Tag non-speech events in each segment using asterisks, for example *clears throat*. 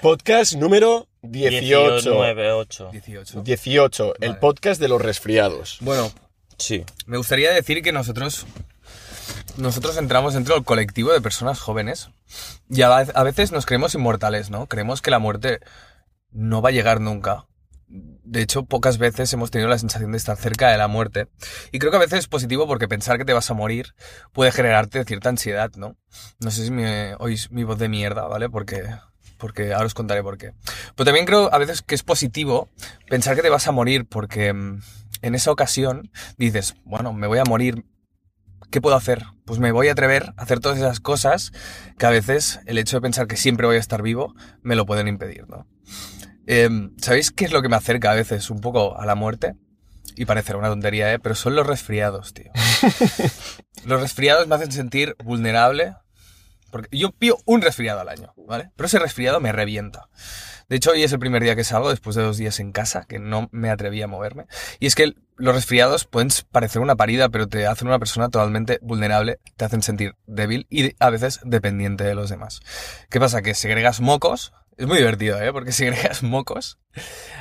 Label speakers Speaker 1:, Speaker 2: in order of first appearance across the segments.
Speaker 1: Podcast número 18.
Speaker 2: 19, 8.
Speaker 3: 18.
Speaker 1: 18, el
Speaker 3: Vale.
Speaker 1: podcast de los resfriados.
Speaker 3: Bueno,
Speaker 2: Sí.
Speaker 3: me gustaría decir que nosotros nosotros entramos dentro del colectivo de personas jóvenes y a, vez- a veces nos creemos inmortales, ¿no? Creemos que la muerte no va a llegar nunca. De hecho, pocas veces hemos tenido la sensación de estar cerca de la muerte. Y creo que a veces es positivo porque pensar que te vas a morir puede generarte cierta ansiedad, ¿no? No sé si me oís mi voz de mierda, ¿vale? Porque, porque ahora os contaré por qué. Pero también creo a veces que es positivo pensar que te vas a morir porque mm, en esa ocasión dices, bueno, me voy a morir, ¿qué puedo hacer? Pues me voy a atrever a hacer todas esas cosas que a veces el hecho de pensar que siempre voy a estar vivo me lo pueden impedir, ¿no? Em, ¿Sabéis qué es lo que me acerca a veces un poco a la muerte? Y parecerá una tontería, ¿eh? Pero son los resfriados, tío. los resfriados me hacen sentir vulnerable. Porque yo pío un resfriado al año, ¿vale? Pero ese resfriado me revienta. De hecho, hoy es el primer día que salgo después de dos días en casa, que no me atreví a moverme. Y es que los resfriados pueden parecer una parida, pero te hacen una persona totalmente vulnerable, te hacen sentir débil y a veces dependiente de los demás. ¿Qué pasa? Que segregas mocos. Es muy divertido, ¿eh? Porque *laughs* segregas mocos,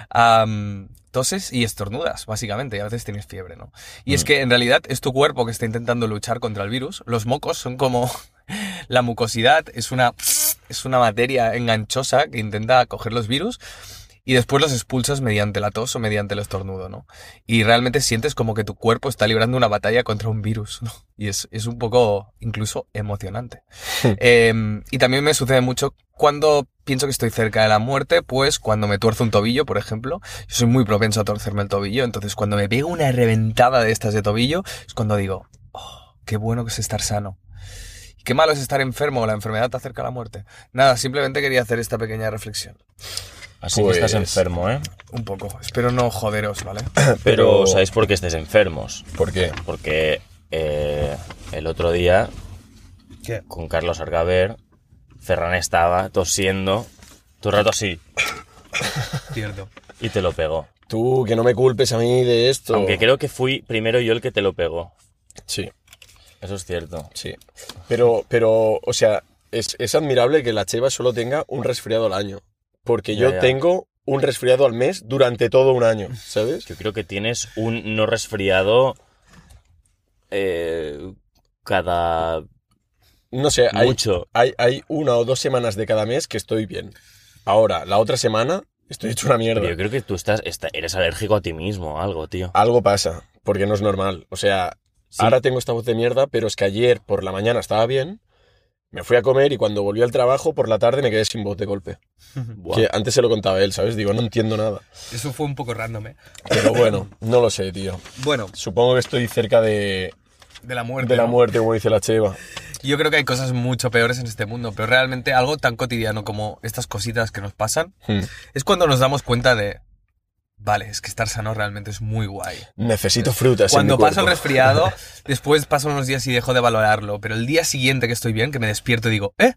Speaker 3: am, toses y estornudas, básicamente. Y a veces tienes fiebre, ¿no? Y es que en realidad es tu cuerpo que está intentando luchar contra el virus. Los mocos son como *laughs* la mucosidad es una, es una materia enganchosa que intenta coger los virus y después los expulsas mediante la tos o mediante el estornudo, ¿no? Y realmente sientes como que tu cuerpo está librando una batalla contra un virus, ¿no? Y es, es un poco incluso emocionante. Eh, y también me sucede mucho cuando pienso que estoy cerca de la muerte, pues cuando me tuerzo un tobillo, por ejemplo, yo soy muy propenso a torcerme el tobillo, entonces cuando me pego una reventada de estas de tobillo, es cuando digo, oh, qué bueno que es estar sano. Y Qué malo es estar enfermo, la enfermedad te acerca a la muerte. Nada, simplemente quería hacer esta pequeña reflexión.
Speaker 2: Así
Speaker 1: Pues-
Speaker 2: que estás enfermo, ¿eh?
Speaker 3: Un poco. Espero no joderos, ¿vale?
Speaker 2: *laughs* Pero ¿sabéis por qué estáis enfermos?
Speaker 1: ¿Por qué?
Speaker 2: Porque eh, el otro día, con Carlos Argaber, Ferran estaba tosiendo, tu rato así,
Speaker 3: Cierto.
Speaker 2: y te lo pegó.
Speaker 1: Tú, que no me culpes a mí de esto.
Speaker 2: Aunque creo que fui primero yo el que te lo pegó.
Speaker 1: Sí,
Speaker 2: Eso es cierto.
Speaker 1: sí. Pero, pero o sea, es, es admirable que la Cheva solo tenga un resfriado al año. Porque
Speaker 2: Ya,
Speaker 1: yo
Speaker 2: ya.
Speaker 1: tengo un resfriado al mes durante todo un año, ¿sabes?
Speaker 2: Yo creo que tienes un no resfriado eh, cada...
Speaker 1: No sé, hay,
Speaker 2: Mucho.
Speaker 1: Hay, hay una o dos semanas de cada mes que estoy bien. Ahora, la otra semana estoy hecho una mierda.
Speaker 2: Pero yo creo que tú estás, está- eres alérgico a ti mismo o algo, tío.
Speaker 1: Algo pasa, porque no es normal. O sea,
Speaker 2: Sí.
Speaker 1: ahora tengo esta voz de mierda, pero es que ayer por la mañana estaba bien, me fui a comer y cuando volví al trabajo por la tarde me quedé sin voz de golpe.
Speaker 2: Buah.
Speaker 1: Que antes se lo contaba él, ¿sabes? Digo, no entiendo nada.
Speaker 3: *coughs* Eso fue un poco random, ¿eh?
Speaker 1: Pero
Speaker 3: *laughs*
Speaker 1: bueno, no lo sé, tío.
Speaker 3: Bueno,
Speaker 1: Supongo que estoy cerca de,
Speaker 3: de la muerte.
Speaker 1: de la
Speaker 3: ¿no?
Speaker 1: muerte, como dice la Cheva.
Speaker 3: Yo creo que hay cosas mucho peores en este mundo, pero realmente algo tan cotidiano como estas cositas que nos pasan
Speaker 1: Hmm.
Speaker 3: es cuando nos damos cuenta de. Vale, es que estar sano realmente es muy guay.
Speaker 1: Necesito frutas. en
Speaker 3: Cuando
Speaker 1: mi
Speaker 3: paso el
Speaker 1: cuerpo. *laughs*
Speaker 3: resfriado, después paso unos días y dejo de valorarlo, pero el día siguiente que estoy bien, que me despierto, digo, ¡eh!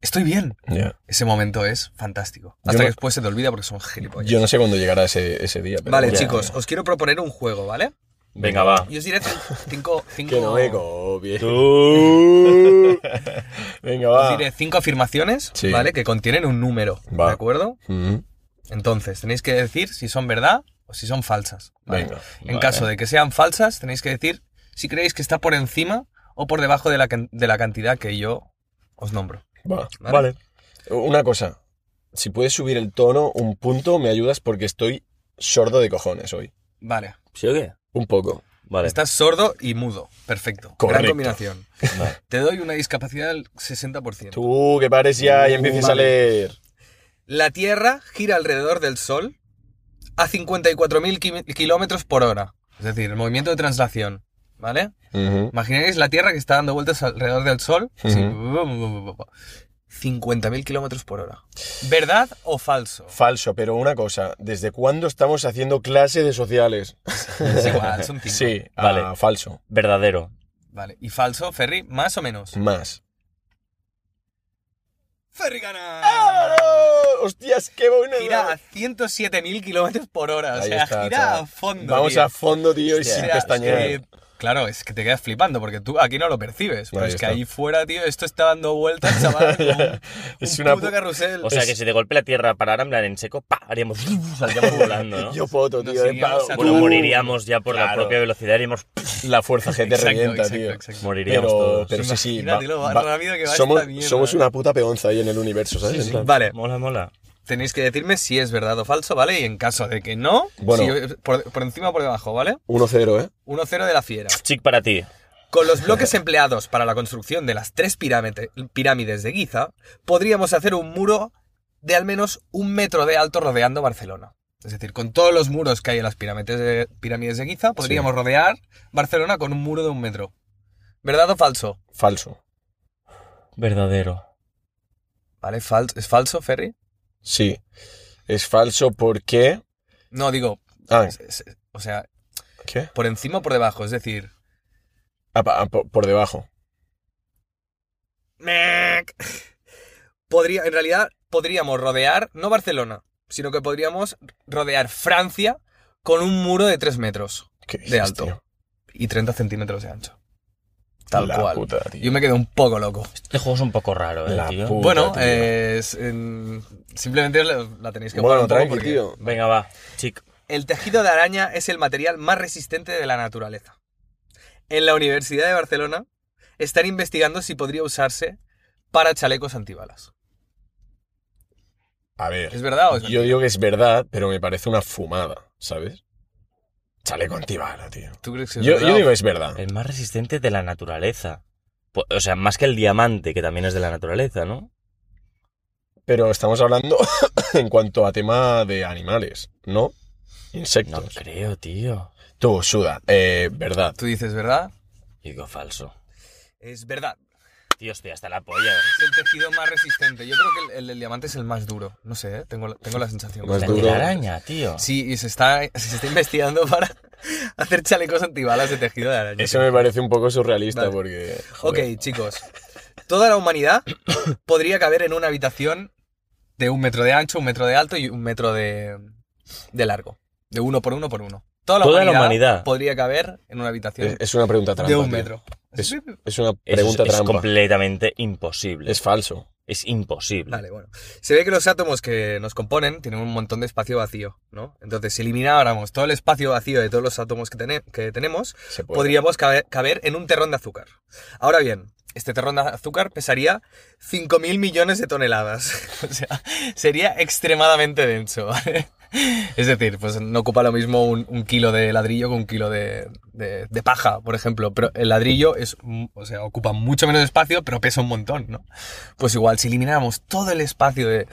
Speaker 3: Estoy bien.
Speaker 1: Ya.
Speaker 3: Ese momento es fantástico.
Speaker 1: Yo
Speaker 3: Hasta
Speaker 1: no-
Speaker 3: que después se te olvida porque son gilipollas.
Speaker 1: Yo no sé cuándo llegará ese, ese día. pero
Speaker 3: Vale,
Speaker 1: bueno.
Speaker 3: chicos, os quiero proponer un juego, ¿vale?
Speaker 2: Venga, va.
Speaker 3: Y os diré cin-
Speaker 1: *laughs*
Speaker 3: cinco, cinco,
Speaker 1: Que no me copie.
Speaker 3: *laughs*
Speaker 1: *laughs*
Speaker 2: Tú-
Speaker 1: Venga,
Speaker 3: os
Speaker 1: va.
Speaker 3: diré cinco afirmaciones,
Speaker 1: Ah. Sí.
Speaker 3: ¿vale? Que contienen un número,
Speaker 1: Va.
Speaker 3: ¿de acuerdo?
Speaker 1: Mm,
Speaker 3: Entonces, tenéis que decir si son verdad o si son falsas. ¿vale?
Speaker 1: Venga,
Speaker 3: en
Speaker 1: vale.
Speaker 3: caso de que sean falsas, tenéis que decir si creéis que está por encima o por debajo de la, can- de la cantidad que yo os nombro.
Speaker 1: va.
Speaker 3: Vale.
Speaker 1: Una cosa. Si puedes subir el tono un punto, me ayudas porque estoy sordo de cojones hoy.
Speaker 3: Vale.
Speaker 2: ¿Sí o qué?
Speaker 1: Un poco.
Speaker 2: Vale.
Speaker 3: Estás sordo y mudo. Perfecto.
Speaker 1: Correcto.
Speaker 3: Gran combinación.
Speaker 2: Vale.
Speaker 3: Te doy una discapacidad del 60%.
Speaker 1: Tú, que pares ya y empieces
Speaker 3: Vale.
Speaker 1: a leer.
Speaker 3: La Tierra gira alrededor del Sol a 54.000 ki- kilómetros por hora. Es decir, el movimiento de translación. ¿Vale?
Speaker 1: Ujú.
Speaker 3: Imagináis la Tierra que está dando vueltas alrededor del Sol. así,
Speaker 1: Ujú.
Speaker 3: bu- bu- bu- bu- bu- bu. 50.000 kilómetros por hora. ¿Verdad
Speaker 1: *laughs*
Speaker 3: o falso?
Speaker 1: Falso, pero una cosa, ¿desde cuándo estamos haciendo clase de sociales?
Speaker 3: Es igual, son cinco.
Speaker 1: Sí,
Speaker 2: Vale.
Speaker 1: ah, falso.
Speaker 2: Verdadero.
Speaker 3: Vale. ¿Y falso, Ferry? ¿Más o menos?
Speaker 1: Más.
Speaker 3: ¡Ferry gana!
Speaker 1: ¡Hostias, qué buena!
Speaker 3: Gira a 107.000 kilómetros por hora. O
Speaker 1: Ahí
Speaker 3: sea,
Speaker 1: está,
Speaker 3: gira
Speaker 1: chaval.
Speaker 3: a fondo.
Speaker 1: Vamos
Speaker 3: tío.
Speaker 1: a fondo, tío, y
Speaker 3: O
Speaker 1: sin
Speaker 3: sea, es
Speaker 1: pestañear.
Speaker 3: que- claro, es que te quedas flipando porque tú aquí no lo percibes. Pero
Speaker 1: Ahí
Speaker 3: es que
Speaker 1: está.
Speaker 3: ahí fuera, tío, esto está dando vueltas,
Speaker 1: *laughs*
Speaker 3: chaval. como un,
Speaker 1: Es
Speaker 3: un
Speaker 1: una
Speaker 3: puto
Speaker 1: pu-
Speaker 3: carrusel.
Speaker 2: O sea que si de golpe la Tierra parara en plan en seco, ¡pa! haríamos *laughs*
Speaker 1: *laughs*
Speaker 2: saldríamos volando, ¿no?
Speaker 1: Yo poto,
Speaker 3: Nos
Speaker 1: tío. eh,
Speaker 3: iríamos
Speaker 1: pa-
Speaker 3: a-
Speaker 2: bueno,
Speaker 3: Uh,
Speaker 2: moriríamos ya por la
Speaker 1: claro.
Speaker 2: propia velocidad, haríamos *laughs*
Speaker 1: La fuerza G te
Speaker 3: Exacto,
Speaker 1: revienta,
Speaker 3: exacto,
Speaker 1: tío.
Speaker 3: exacto.
Speaker 2: moriríamos
Speaker 1: Pero,
Speaker 2: todos.
Speaker 1: pero sí, sí.
Speaker 3: Imagínate lo rápido que va
Speaker 1: somos,
Speaker 3: esta mierda,
Speaker 1: somos
Speaker 3: eh.
Speaker 1: una puta peonza ahí en el universo, ¿sabes? En plan-
Speaker 3: Vale,
Speaker 2: Mola, mola.
Speaker 3: tenéis que decirme si es verdad o falso, ¿vale? Y en caso de que no,
Speaker 1: Bueno.
Speaker 3: si- eh, por, por encima o por debajo, ¿vale?
Speaker 1: 1-0, ¿eh?
Speaker 3: 1-0 de la fiera.
Speaker 2: Chic para ti.
Speaker 3: Con los bloques empleados para la construcción de las tres pirámide- pirámides de Giza, podríamos hacer un muro de al menos un metro de alto rodeando Barcelona. Es decir, con todos los muros que hay en las pirámides de, pirámides de Giza, podríamos rodear Barcelona con un muro de un metro. ¿Verdad o falso?
Speaker 1: Falso.
Speaker 2: Verdadero.
Speaker 3: ¿Vale? fal- ¿Es falso, Ferry?
Speaker 1: Sí. Es falso porque.
Speaker 3: No, digo,
Speaker 1: Ah,
Speaker 3: es- es- o sea,
Speaker 1: ¿qué?
Speaker 3: por encima o por debajo. Es decir,
Speaker 1: Ah, pa- ah, por, por debajo.
Speaker 3: Mec. Podría, en realidad, podríamos rodear, no Barcelona, sino que podríamos rodear Francia con un muro de 3 metros
Speaker 1: ¿Qué
Speaker 3: de
Speaker 1: dices,
Speaker 3: alto
Speaker 1: tío?
Speaker 3: y 30 centímetros de ancho. Tal
Speaker 1: La
Speaker 3: cual.
Speaker 1: puta, tío.
Speaker 3: Yo me quedé un poco loco.
Speaker 2: Este juego es un poco raro, ¿eh,
Speaker 1: La
Speaker 2: tío?
Speaker 1: pu- Puta,
Speaker 3: bueno,
Speaker 1: tío.
Speaker 3: eh, es- en- simplemente la la tenéis que jugar
Speaker 1: Bueno,
Speaker 3: un poco
Speaker 1: tranqui,
Speaker 3: porque
Speaker 1: tío.
Speaker 2: Venga, va. Chic.
Speaker 3: El tejido de araña es el material más resistente de la naturaleza. En la Universidad de Barcelona están investigando si podría usarse para chalecos antibalas.
Speaker 1: A ver.
Speaker 3: ¿Es verdad o
Speaker 1: Yo
Speaker 3: es mentira?
Speaker 1: digo que es verdad, pero me parece una fumada, ¿sabes? Chaleco antibala, tío.
Speaker 3: ¿Tú crees que es
Speaker 1: Yo,
Speaker 3: verdad
Speaker 1: yo
Speaker 3: o
Speaker 1: digo que es verdad.
Speaker 2: El más resistente de la naturaleza. Po- O sea, más que el diamante, que también es de la naturaleza, ¿no?
Speaker 1: Pero estamos hablando *laughs* en cuanto a tema de animales, ¿no?
Speaker 2: No
Speaker 1: Insectos.
Speaker 2: creo, tío.
Speaker 1: Tú, suda. Eh, verdad.
Speaker 3: Tú dices, ¿verdad?
Speaker 2: Yo digo falso.
Speaker 3: Es verdad.
Speaker 2: Tío, estoy hasta la polla.
Speaker 3: Es el tejido más resistente. Yo creo que el, el del diamante es el más duro. No sé, ¿eh? tengo, la- tengo la sensación.
Speaker 1: Más
Speaker 2: La
Speaker 1: duro.
Speaker 2: telaraña, tío.
Speaker 3: Sí, y se está, se está investigando para *laughs* hacer chalecos antibalas de tejido de
Speaker 1: *laughs*
Speaker 3: araña.
Speaker 1: Eso me parece un poco surrealista
Speaker 3: Vale.
Speaker 1: porque...
Speaker 3: Ok,
Speaker 1: joder.
Speaker 3: chicos. Toda la humanidad podría caber en una habitación de un metro de ancho, un metro de alto y un metro de, de largo. De uno por uno por uno. Toda la,
Speaker 2: Toda la
Speaker 3: humanidad,
Speaker 2: humanidad.
Speaker 3: podría caber en una habitación
Speaker 1: Es, es una pregunta trampa.
Speaker 3: de un
Speaker 1: tío.
Speaker 3: metro.
Speaker 1: Es, es una
Speaker 2: Eso es-
Speaker 1: pregunta
Speaker 2: es,
Speaker 1: trampa.
Speaker 2: completamente imposible.
Speaker 1: Es
Speaker 2: Es,
Speaker 1: falso.
Speaker 2: imposible.
Speaker 3: Vale, bueno. Se ve que los átomos que nos componen tienen un montón de espacio vacío, ¿no? Entonces, si elimináramos todo el espacio vacío de todos los átomos que, tene- que tenemos,
Speaker 1: Se puede.
Speaker 3: podríamos cabe- caber, en un terrón de azúcar. Ahora bien, este terrón de azúcar pesaría 5.000 millones de toneladas. *laughs* o sea, sería extremadamente denso, ¿vale? Es decir, pues no ocupa lo mismo un, un kilo de ladrillo que un kilo de, de- de paja, por ejemplo. Pero el ladrillo es, mm, o sea, ocupa mucho menos espacio, pero pesa un montón, ¿no? Pues igual, si elimináramos todo el espacio, de,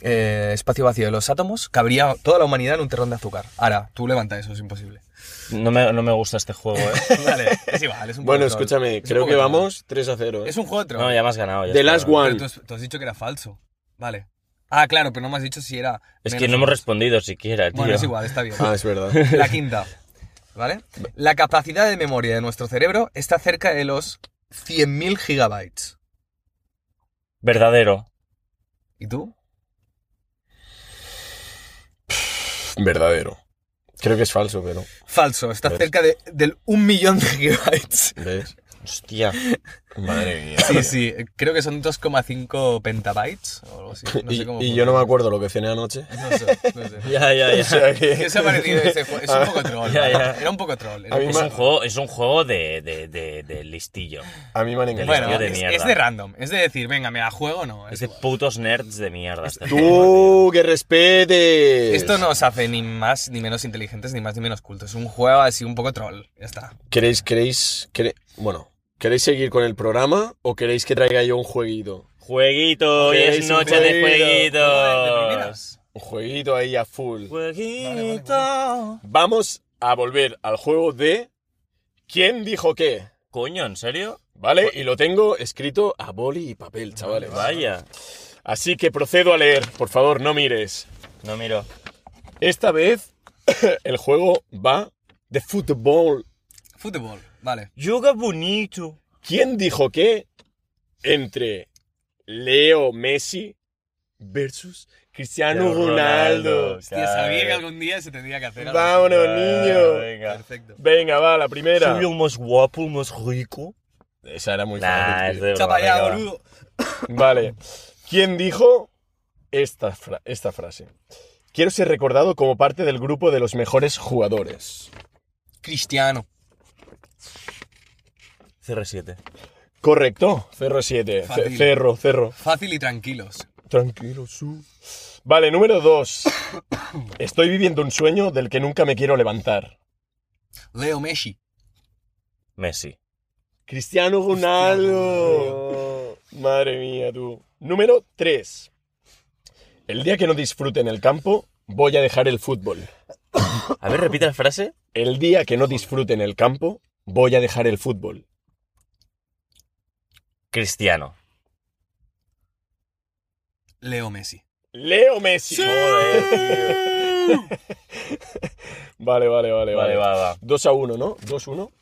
Speaker 3: eh, espacio vacío de los átomos, cabría toda la humanidad en un terrón de azúcar. Ahora, tú levanta eso, es imposible.
Speaker 2: No, me, no me gusta este juego,
Speaker 3: *laughs*
Speaker 2: ¿eh?
Speaker 3: Vale, es igual,
Speaker 1: *laughs*
Speaker 3: es un poco
Speaker 1: Bueno,
Speaker 3: troll.
Speaker 1: escúchame,
Speaker 3: Es un
Speaker 1: creo
Speaker 3: poco
Speaker 1: que
Speaker 3: troll.
Speaker 1: vamos 3 a 0. ¿eh?
Speaker 3: Es un juego de troll.
Speaker 2: No, ya me has ganado. ya
Speaker 1: The
Speaker 2: está.
Speaker 1: Last
Speaker 3: Pero
Speaker 1: One.
Speaker 3: tú, has, tú has dicho que era falso. Vale. Ah, claro, pero no me has dicho si era.
Speaker 2: Es que
Speaker 3: menos
Speaker 2: no
Speaker 3: o
Speaker 2: hemos
Speaker 3: más.
Speaker 2: respondido siquiera, tío.
Speaker 3: Bueno, es igual, está bien.
Speaker 1: *laughs* *laughs* Ah, es
Speaker 3: *laughs*
Speaker 1: verdad.
Speaker 3: La quinta. ¿Vale? La capacidad de memoria de nuestro cerebro está cerca de los 100.000 gigabytes.
Speaker 2: Verdadero.
Speaker 3: ¿Y tú?
Speaker 1: Verdadero. Creo que es falso, pero...
Speaker 3: Falso, está
Speaker 1: ¿Ves?
Speaker 3: cerca de, del 1 millón
Speaker 1: *laughs*
Speaker 3: de gigabytes.
Speaker 1: ¿Ves?
Speaker 2: Hostia.
Speaker 1: Madre mía. *laughs*
Speaker 3: Sí, sí, creo que son 2,5 pentabytes o algo así.
Speaker 1: *laughs*
Speaker 3: No
Speaker 1: y
Speaker 3: sé cómo
Speaker 1: y yo no me
Speaker 3: funciona.
Speaker 1: acuerdo lo que cené anoche.
Speaker 3: *laughs* No sé, no sé.
Speaker 2: Ya, ya, *laughs* ya.
Speaker 1: O sea que-
Speaker 3: ¿Qué os ha parecido este juego?
Speaker 1: Ah,
Speaker 3: Es un poco troll.
Speaker 2: Ah. *laughs* Ya,
Speaker 3: ¿vale?
Speaker 2: ya.
Speaker 3: Era un poco troll. era
Speaker 1: A
Speaker 3: un
Speaker 1: mí
Speaker 3: poco
Speaker 2: Es un
Speaker 1: me-
Speaker 2: juego, es un juego de, de, de, de listillo.
Speaker 1: A mí me han
Speaker 2: Bueno,
Speaker 1: engañado.
Speaker 2: tío de
Speaker 3: es,
Speaker 2: mierda.
Speaker 3: es de random. Es de decir, venga, me la juego o no.
Speaker 2: Es
Speaker 3: Es
Speaker 2: de
Speaker 3: igual.
Speaker 2: putos nerds de mierda. este juego,
Speaker 1: ¡Tú, que respetes!
Speaker 3: Esto no os hace ni más ni menos inteligentes ni más ni menos cultos. Es un juego así un poco troll. Ya está.
Speaker 1: ¿Queréis, queréis, quere- bueno, ¿queréis seguir con el programa o queréis que traiga yo un jueguito?
Speaker 2: tío. Jueguito, hoy
Speaker 1: Jueguis,
Speaker 2: es
Speaker 1: un
Speaker 2: noche de
Speaker 1: jueguito.
Speaker 3: ¿De
Speaker 2: jueguitos.
Speaker 3: primeras?
Speaker 1: Un jueguito ahí a full.
Speaker 2: Jueguito.
Speaker 1: Vamos a volver al juego de ¿Quién dijo qué?
Speaker 2: Coño, ¿en serio?
Speaker 1: ¿Vale? Y lo tengo escrito a boli y papel, chavales.
Speaker 2: Vaya.
Speaker 1: Así que procedo a leer. Por favor, no mires.
Speaker 2: No miro.
Speaker 1: Esta vez *coughs* el juego va de fútbol.
Speaker 3: Fútbol, vale.
Speaker 2: Yoga bonito.
Speaker 1: ¿Quién dijo que entre Leo Messi versus Cristiano
Speaker 2: Cristiano Ronaldo,
Speaker 1: Ronaldo?
Speaker 3: Hostia, sabía que algún día se tendría que hacer algo.
Speaker 1: Vámonos,
Speaker 2: Claro,
Speaker 1: niño.
Speaker 2: Venga.
Speaker 3: Perfecto.
Speaker 1: Venga, va, la primera.
Speaker 2: Soy el más guapo, el más rico.
Speaker 1: Esa era muy
Speaker 2: Nah,
Speaker 1: fácil,
Speaker 2: es
Speaker 1: tío.
Speaker 2: de
Speaker 3: Chapa
Speaker 2: broma,
Speaker 3: ya,
Speaker 2: venga, va.
Speaker 3: boludo.
Speaker 1: Vale. ¿Quién dijo esta, fra- esta frase? Quiero ser recordado como parte del grupo de los mejores jugadores.
Speaker 3: Cristiano.
Speaker 2: CR7.
Speaker 1: Correcto. Cerro 7.
Speaker 3: Fácil.
Speaker 1: Cerro, cerro.
Speaker 3: Fácil y tranquilos.
Speaker 1: Tranquilo, su. Vale, número 2. Estoy viviendo un sueño del que nunca me quiero levantar.
Speaker 3: Leo Messi.
Speaker 2: Messi.
Speaker 1: Cristiano Ronaldo. Madre mía, tú. Número 3. El día que no disfrute en el campo, voy a dejar el fútbol.
Speaker 2: A ver, repite la frase.
Speaker 1: El día que no disfrute en el campo, voy a dejar el fútbol.
Speaker 2: Cristiano.
Speaker 3: Leo
Speaker 2: *laughs*
Speaker 3: Messi.
Speaker 1: Leo Messi. Vale, vale, vale,
Speaker 2: Vale,
Speaker 1: vale.
Speaker 2: va, va.
Speaker 1: 2 a 1, ¿no? 2 a 1.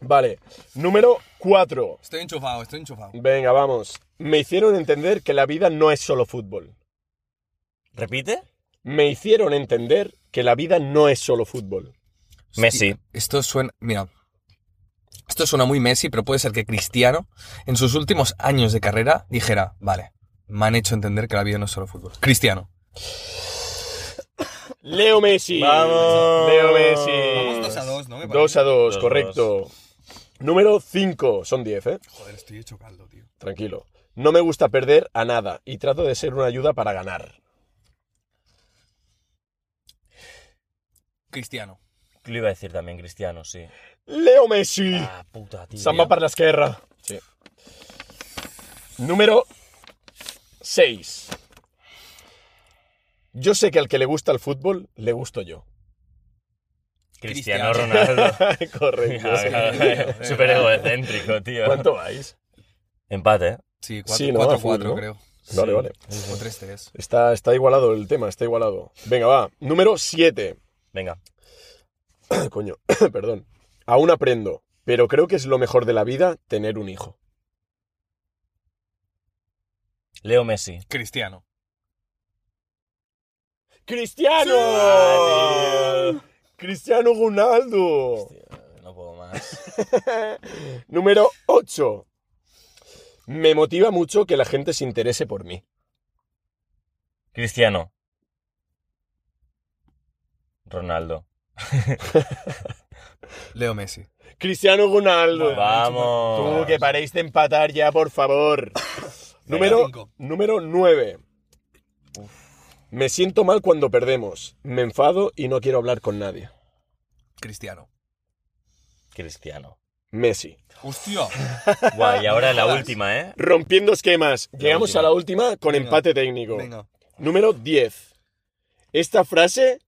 Speaker 1: Vale. Número 4.
Speaker 3: Estoy enchufado, estoy enchufado.
Speaker 1: Venga, vamos. Me hicieron entender que la vida no es solo fútbol.
Speaker 2: ¿Repite?
Speaker 1: Me hicieron entender que la vida no es solo fútbol.
Speaker 2: Messi.
Speaker 3: Esto suena. Mira. Esto suena muy Messi, pero puede ser que Cristiano, en sus últimos años de carrera, dijera: Vale, me han hecho entender que la vida no es solo fútbol. Cristiano.
Speaker 1: Leo Messi.
Speaker 2: Vamos.
Speaker 1: Leo Messi.
Speaker 3: Vamos dos a dos, ¿no? Me
Speaker 1: 2 a 2,
Speaker 2: Dos,
Speaker 1: correcto. Número 5. Son 10, ¿eh?
Speaker 3: Joder, estoy hecho caldo, tío.
Speaker 1: Tranquilo. No me gusta perder a nada y trato de ser una ayuda para ganar.
Speaker 3: Cristiano.
Speaker 2: Lo iba a decir también, Cristiano, sí.
Speaker 1: Leo Messi.
Speaker 2: Ah, puta, tío.
Speaker 1: Samba para la esquerra. Sí. Número 6. Yo sé que al que le gusta el fútbol, le gusto yo. *laughs*
Speaker 2: Cristiano
Speaker 3: Cristiano.
Speaker 2: *laughs* Ronaldo.
Speaker 1: Correcto.
Speaker 2: *laughs*
Speaker 1: sí.
Speaker 2: Súper egocéntrico, tío.
Speaker 1: ¿Cuánto vais?
Speaker 2: Empate, ¿eh?
Speaker 3: Sí,
Speaker 1: Sí, ¿no?
Speaker 3: 4-4,
Speaker 1: A full, ¿no?
Speaker 3: creo.
Speaker 1: Vale, vale.
Speaker 3: O 3-3.
Speaker 1: Está, está igualado el tema, está igualado. Venga, va. Número 7.
Speaker 2: Venga.
Speaker 1: *coughs* Coño, *coughs* perdón. Aún aprendo, pero creo que es lo mejor de la vida tener un hijo.
Speaker 2: Leo Messi.
Speaker 3: Cristiano.
Speaker 1: ¡Cristiano! ¡Cristiano Ronaldo!
Speaker 2: Tío, no puedo más.
Speaker 1: Número 8. Me motiva mucho que la gente se interese por mí.
Speaker 2: Cristiano. Ronaldo.
Speaker 3: Leo Messi.
Speaker 1: Cristiano Ronaldo.
Speaker 2: Vamos.
Speaker 1: Tú, que paréis de empatar ya, por favor. número,
Speaker 3: cinco.
Speaker 1: número 9. Me siento mal cuando perdemos. Me enfado y no quiero hablar con nadie.
Speaker 3: Cristiano.
Speaker 2: Cristiano.
Speaker 1: Messi.
Speaker 3: Hostia.
Speaker 2: Guau, y ahora la
Speaker 3: jodas.
Speaker 2: última, ¿eh?
Speaker 1: Rompiendo esquemas. Llegamos
Speaker 2: última.
Speaker 1: a la última con
Speaker 3: Venga.
Speaker 1: empate técnico.
Speaker 3: Venga.
Speaker 1: Número 10. Esta frase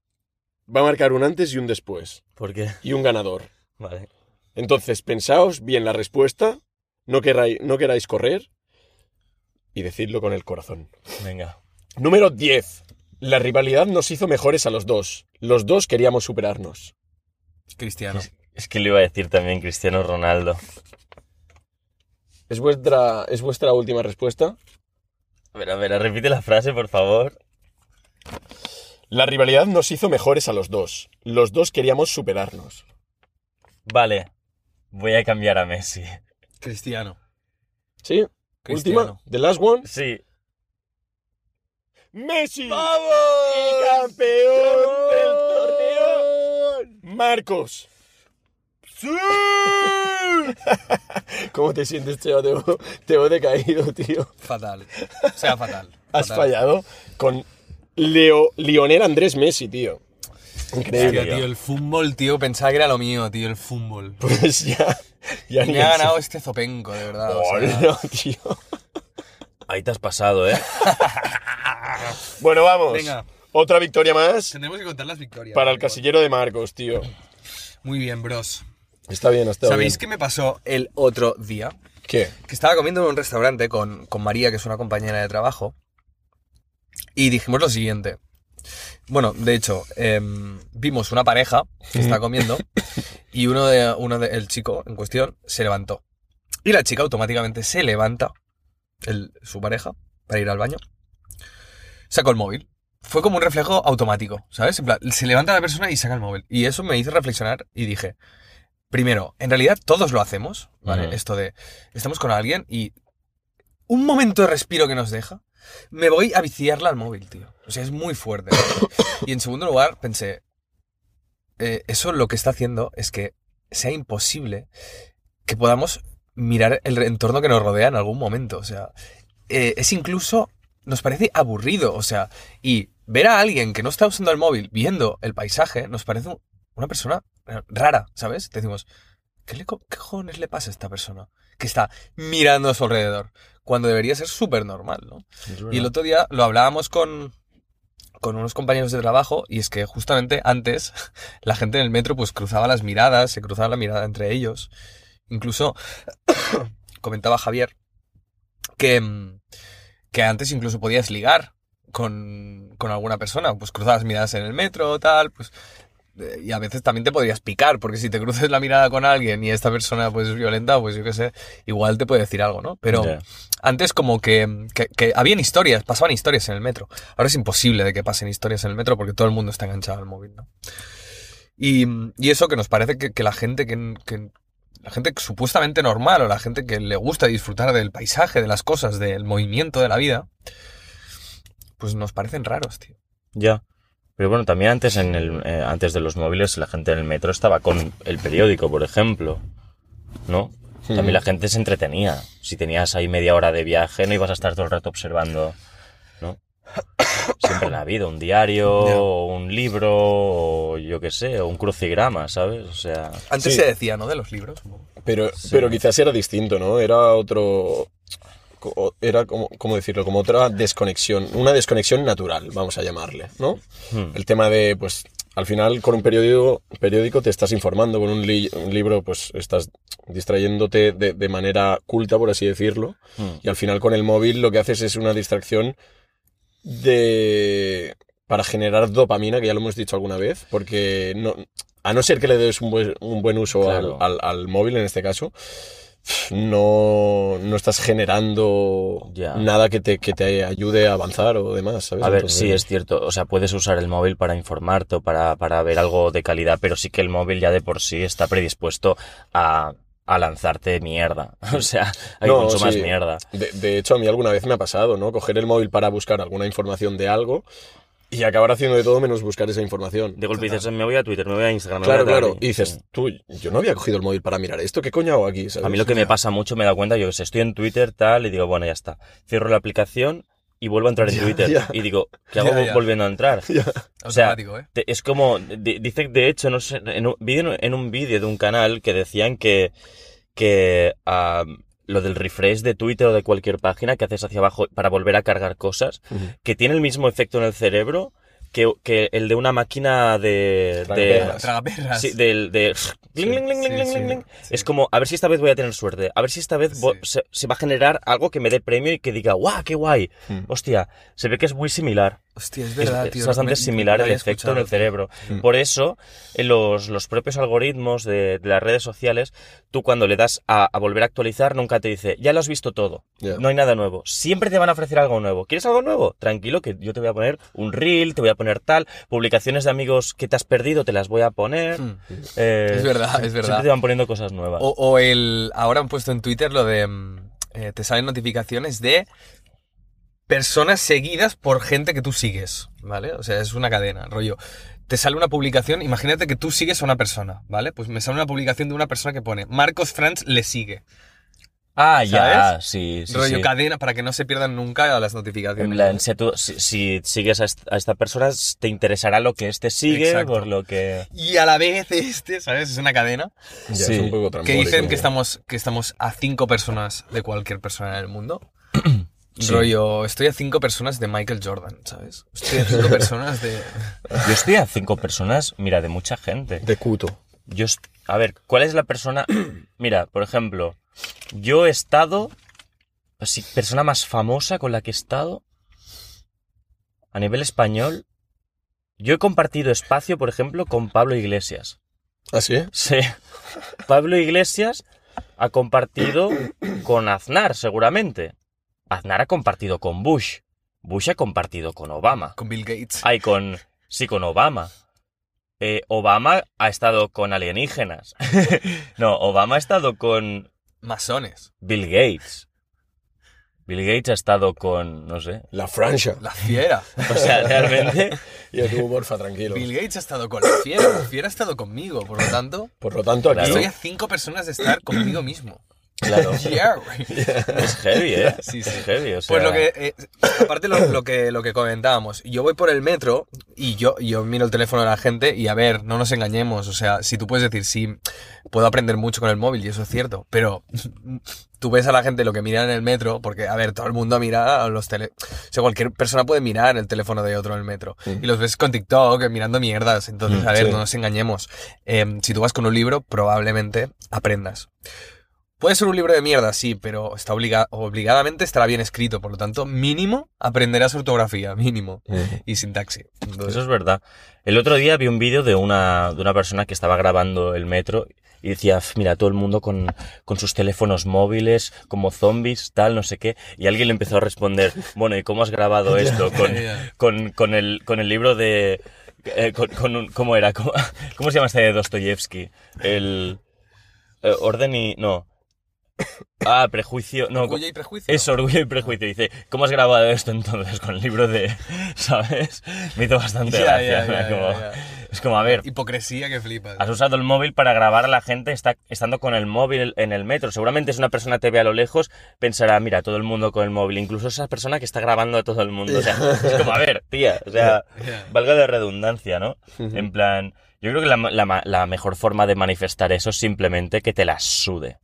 Speaker 1: va a marcar un antes y un después.
Speaker 2: ¿Por qué?
Speaker 1: Y un ganador.
Speaker 2: Vale.
Speaker 1: Entonces, pensaos bien la respuesta, no queráis, no queráis correr y decidlo con el corazón.
Speaker 2: Venga.
Speaker 1: Número 10. La rivalidad nos hizo mejores a los dos. Los dos queríamos superarnos.
Speaker 3: Cristiano.
Speaker 2: Es que le iba a decir también Cristiano Ronaldo.
Speaker 1: ¿Es vuestra, ¿es vuestra última respuesta?
Speaker 2: A ver, a ver, repite la frase, por favor.
Speaker 1: La rivalidad nos hizo mejores a los dos. Los dos queríamos superarnos.
Speaker 2: Vale. Voy a cambiar a Messi.
Speaker 3: Cristiano.
Speaker 1: ¿Sí?
Speaker 3: Cristiano.
Speaker 1: Última. The last one.
Speaker 2: Sí.
Speaker 1: Messi.
Speaker 2: ¡Vamos!
Speaker 1: Y campeón del torneo. Marcos. ¿Cómo te sientes, Cheo? Te, veo- te veo decaído, tío.
Speaker 3: Fatal. O sea, fatal.
Speaker 1: Has
Speaker 3: Fatal.
Speaker 1: fallado con Leo, Lionel Andrés Messi, tío.
Speaker 3: Hostia,
Speaker 1: Increíble.
Speaker 3: tío, el fútbol, tío, pensaba que era lo mío, tío, el fútbol.
Speaker 1: Pues ya, ya *laughs* ni
Speaker 3: Me ha
Speaker 1: en-
Speaker 3: ganado este zopenco, de verdad. o sea,
Speaker 1: *laughs* Hola, tío.
Speaker 2: Ahí te has pasado, ¿eh?
Speaker 1: Bueno, vamos.
Speaker 3: Venga.
Speaker 1: Otra victoria más
Speaker 3: tendremos que contar las victorias.
Speaker 1: para el
Speaker 3: amigos.
Speaker 1: casillero de Marcos, tío.
Speaker 3: Muy bien, bros.
Speaker 1: Está bien, está
Speaker 3: ¿Sabéis
Speaker 1: bien.
Speaker 3: qué me pasó el otro día?
Speaker 1: ¿Qué?
Speaker 3: que estaba comiendo en un restaurante con, con María, que es una compañera de trabajo, y dijimos lo siguiente. Bueno, de hecho, em, vimos una pareja que está
Speaker 1: *laughs*
Speaker 3: comiendo y uno de, uno de- el chico en cuestión se levantó. Y la chica automáticamente se levanta, el- su pareja, para ir al baño. Sacó el móvil. Fue como un reflejo automático, ¿sabes? En plan, se levanta la persona y saca el móvil. Y eso me hizo reflexionar y dije, primero, en realidad todos lo hacemos, ¿vale?
Speaker 2: Ujú.
Speaker 3: Esto de, estamos con alguien y un momento de respiro que nos deja, me voy a viciarla al móvil, tío. O sea, es muy fuerte. y en segundo lugar, pensé, eh, eso lo que está haciendo es que sea imposible que podamos mirar el entorno que nos rodea en algún momento. O sea, eh, es incluso, nos parece aburrido. O sea, y ver a alguien que no está usando el móvil viendo el paisaje nos parece un- una persona eh, rara, ¿sabes? Decimos, ¿qué, le, co- ¿qué cojones le pasa a esta persona que está mirando a su alrededor? Cuando debería ser súper normal, ¿no? Y el otro día lo hablábamos con, con unos compañeros de trabajo y es que justamente antes *laughs* la gente en el metro pues cruzaba las miradas, se cruzaba la mirada entre ellos. Incluso *coughs* comentaba Javier que, mm, que antes incluso podías ligar con, con alguna persona, pues cruzabas miradas en el metro, tal, pues... eh, Y a veces también te podrías picar, porque si te *laughs* cruces la mirada con alguien y esta persona pues es violenta, pues yo qué sé, igual te puede decir algo, ¿no? Pero...
Speaker 2: Ya.
Speaker 3: Antes como que, que- que habían historias, pasaban historias en el metro. Ahora es imposible de que pasen historias en el metro porque todo el mundo está enganchado al móvil, ¿no? Y, y eso que nos parece que, que la gente que, que- la gente que supuestamente normal o la gente que le gusta disfrutar del paisaje, de las cosas, del movimiento de la vida, pues nos parecen raros, tío.
Speaker 2: Ya. Pero bueno, también antes, en el, eh, antes de los móviles, la gente en el metro estaba con el periódico, por ejemplo. ¿No? También la gente se entretenía. Si tenías ahí media hora de viaje, no ibas a estar todo el rato observando. ¿No? Siempre la vida, un diario,
Speaker 3: Ya.
Speaker 2: o un libro, o yo qué sé, o un crucigrama, ¿sabes? O sea.
Speaker 3: Antes
Speaker 1: Sí.
Speaker 3: se decía, ¿no? De los libros. un poco.
Speaker 1: Pero, pero quizás era distinto, ¿no? Era otro. co- Era como, ¿cómo decirlo? Como otra desconexión, una desconexión natural, vamos a llamarle, ¿no?
Speaker 2: hmm,
Speaker 1: El tema de, pues, al final con un periódico, periódico te estás informando, con un, li- un libro, pues, estás distrayéndote de, de manera culta, por así decirlo,
Speaker 2: hmm.
Speaker 1: y al final con el móvil lo que haces es una distracción de para generar dopamina, que ya lo hemos dicho alguna vez, porque no, a no ser que le des un buen, un buen uso
Speaker 2: Claro.
Speaker 1: al, al- al móvil en este caso, no, no estás generando
Speaker 2: Ya.
Speaker 1: nada que te, que te ayude a avanzar o demás, ¿sabes?
Speaker 2: A ver,
Speaker 1: Pues Entonces-
Speaker 2: sí, es cierto. O sea, puedes usar el móvil para informarte o para, para ver algo de calidad, pero sí que el móvil ya de por sí está predispuesto a, a lanzarte mierda. *laughs* O sea, hay
Speaker 1: No,
Speaker 2: mucho más
Speaker 1: sí.
Speaker 2: mierda.
Speaker 1: De, de hecho, a mí alguna vez me ha pasado, ¿no? Coger el móvil para buscar alguna información de algo y acabar haciendo de todo menos buscar esa información.
Speaker 2: De golpe dices, me voy a Twitter, me voy a Instagram. me
Speaker 1: Claro,
Speaker 2: voy a tal",
Speaker 1: claro. Y dices, tú, yo no había cogido el móvil para mirar esto, ¿qué coño hago aquí? ¿sabes?
Speaker 2: A mí lo que me pasa mucho, me he dado cuenta, yo que sé, estoy en Twitter, tal, y digo, bueno, ya está. Cierro la aplicación y vuelvo a entrar en
Speaker 1: *laughs*
Speaker 2: Twitter.
Speaker 1: ya.
Speaker 2: Y digo, ¿qué hago
Speaker 3: Ya, ya.
Speaker 2: volviendo a entrar? O sea,
Speaker 3: Automático, ¿eh?
Speaker 2: te- es como, di- dice, de hecho, no sé, en un, vi en, en un vídeo de un canal que decían que, que ah, lo del refresh de Twitter o de cualquier página que haces hacia abajo para volver a cargar cosas,
Speaker 1: Ujú.
Speaker 2: que tiene el mismo efecto en el cerebro que, que el de una máquina de... de
Speaker 1: Tragaperras.
Speaker 3: Tragaperras.
Speaker 2: Sí, del, de... Ling, ling, ling,
Speaker 3: sí,
Speaker 2: ling, ling,
Speaker 3: sí,
Speaker 2: ling, ling.
Speaker 3: sí.
Speaker 2: Es como, a ver si esta vez voy a tener suerte, a ver si esta vez vo-
Speaker 3: Sí.
Speaker 2: se, se va a generar algo que me dé premio y que diga, guau, qué guay.
Speaker 1: Mm.
Speaker 2: Hostia, se ve que es muy similar.
Speaker 3: Hostia, es
Speaker 2: Es-
Speaker 3: verdad,
Speaker 2: es,
Speaker 3: tío.
Speaker 2: bastante
Speaker 3: Me-
Speaker 2: similar
Speaker 3: lo
Speaker 2: el
Speaker 3: había
Speaker 2: efecto en el
Speaker 3: escuchado.
Speaker 2: cerebro.
Speaker 1: Mm.
Speaker 2: Por eso, en los, los propios algoritmos de, de las redes sociales, tú cuando le das a, a volver a actualizar, nunca te dice, ya lo has visto todo,
Speaker 1: Ya.
Speaker 2: no hay nada nuevo. Siempre te van a ofrecer algo nuevo. ¿Quieres algo nuevo? Tranquilo, que yo te voy a poner un reel, te voy a poner tal, publicaciones de amigos que te has perdido, te las voy a poner.
Speaker 3: Mm.
Speaker 2: Eh,
Speaker 3: Es verdad, es
Speaker 2: Siempre
Speaker 3: verdad.
Speaker 2: te van poniendo cosas nuevas.
Speaker 3: O, o el. Ahora han puesto en Twitter lo de. mm, eh, te salen notificaciones de personas seguidas por gente que tú sigues, ¿vale? O sea, es una cadena, rollo. Te sale una publicación, imagínate que tú sigues a una persona, ¿vale? Pues me sale una publicación de una persona que pone Marcos Franz le sigue.
Speaker 2: ah, ya,
Speaker 3: ¿sabes?
Speaker 2: sí, sí.
Speaker 3: rollo
Speaker 2: sí.
Speaker 3: cadena para que no se pierdan nunca las notificaciones.
Speaker 2: En plan, si, tú- si- si sigues a, est- a esta persona, te interesará lo que este sigue,
Speaker 3: Exacto.
Speaker 2: por lo que...
Speaker 3: Y a la vez este, ¿sabes? Es una cadena.
Speaker 1: Ya,
Speaker 2: Sí.
Speaker 1: es un poco
Speaker 3: Que
Speaker 1: trambólico,
Speaker 3: dicen
Speaker 1: ¿no?
Speaker 3: que estamos, que estamos a cinco personas de cualquier persona en el mundo.
Speaker 2: *clears throat* Sí.
Speaker 3: Rollo, estoy a cinco personas de Michael Jordan, ¿sabes? Estoy a cinco personas de...
Speaker 2: Yo estoy a cinco personas, mira, de mucha gente.
Speaker 1: De cuto.
Speaker 2: Yo, est- a ver, ¿cuál es la persona? Mira, por ejemplo, Yo he estado. Así, persona más famosa con la que he estado. A nivel español. Yo he compartido espacio, por ejemplo, con Pablo Iglesias.
Speaker 1: ¿Ah, sí?
Speaker 2: Sí. Pablo Iglesias ha compartido con Aznar, seguramente. Aznar ha compartido con Bush. Bush ha compartido con Obama.
Speaker 3: Con Bill Gates.
Speaker 2: Ay, con. Sí, con Obama. Eh, Obama ha estado con alienígenas. *laughs* no, Obama ha estado con
Speaker 3: Masones.
Speaker 2: Bill Gates. Bill Gates ha estado con. No sé.
Speaker 1: La Francia.
Speaker 2: *laughs*
Speaker 3: La fiera.
Speaker 2: O sea, realmente.
Speaker 3: *laughs*
Speaker 1: Yo tú, porfa, tranquilo.
Speaker 3: Bill Gates ha estado con la fiera. La fiera ha estado conmigo. Por lo tanto,
Speaker 1: Por lo tanto, aquí...
Speaker 3: estoy a cinco personas de estar conmigo mismo.
Speaker 2: Claro.
Speaker 3: *laughs*
Speaker 2: *laughs*
Speaker 3: Yeah, güey.
Speaker 2: Es heavy, ¿eh?
Speaker 3: Sí, sí.
Speaker 2: Es heavy, o sea.
Speaker 3: Pues lo que. eh, aparte lo, lo que, lo que comentábamos. Yo voy por el metro y yo, yo miro el teléfono de la gente y a ver, no nos engañemos. O sea, si tú puedes decir, sí, puedo aprender mucho con el móvil y eso es cierto. Pero *laughs* tú ves a la gente lo que mira en el metro, porque, a ver, todo el mundo mira a los tele. O sea, cualquier persona puede mirar el teléfono de otro en el metro. Y los ves con TikTok eh, mirando mierdas. Entonces,
Speaker 2: Mm,
Speaker 3: a ver,
Speaker 1: sí.
Speaker 3: no nos engañemos. Eh, si tú vas con un libro, probablemente aprendas. Puede ser un libro de mierda, sí, pero está obliga- obligadamente estará bien escrito. Por lo tanto, mínimo aprenderás ortografía, mínimo.
Speaker 1: Ujú.
Speaker 3: Y sintaxis. Entonces,
Speaker 2: Eso es verdad. El otro día vi un vídeo de una, de una persona que estaba grabando el metro y decía, "F, mira, todo el mundo con, con sus teléfonos móviles, como zombies, tal, no sé qué. Y alguien le empezó a responder, bueno, ¿y cómo has grabado esto? Con,
Speaker 3: *laughs* ya.
Speaker 2: con, con el, con el libro de... eh, con, con un- ¿Cómo era? ¿Cómo, cómo se llama este de Dostoyevsky? El... eh, orden y... No. Ah, prejuicio. No,
Speaker 3: Orgullo y prejuicio.
Speaker 2: es orgullo y prejuicio. Dice, ¿cómo has grabado esto entonces con el libro de... *laughs* ¿Sabes? Me hizo bastante
Speaker 3: *laughs* Ya,
Speaker 2: gracia.
Speaker 3: ya, ya,
Speaker 2: como-
Speaker 3: ya, ya.
Speaker 2: Es como, a ver,
Speaker 3: Hipocresía que flipas.
Speaker 2: has usado el móvil para grabar a la gente está, estando con el móvil en el metro. Seguramente es una persona que te ve a lo lejos, pensará, mira, todo el mundo con el móvil. Incluso esa persona que está grabando a todo el mundo. O sea, es como, a ver, tía, o sea,
Speaker 3: *laughs* Ya.
Speaker 2: valga de redundancia, ¿no? En plan, yo creo que la, la ma- la mejor forma de manifestar eso es simplemente que te la sude.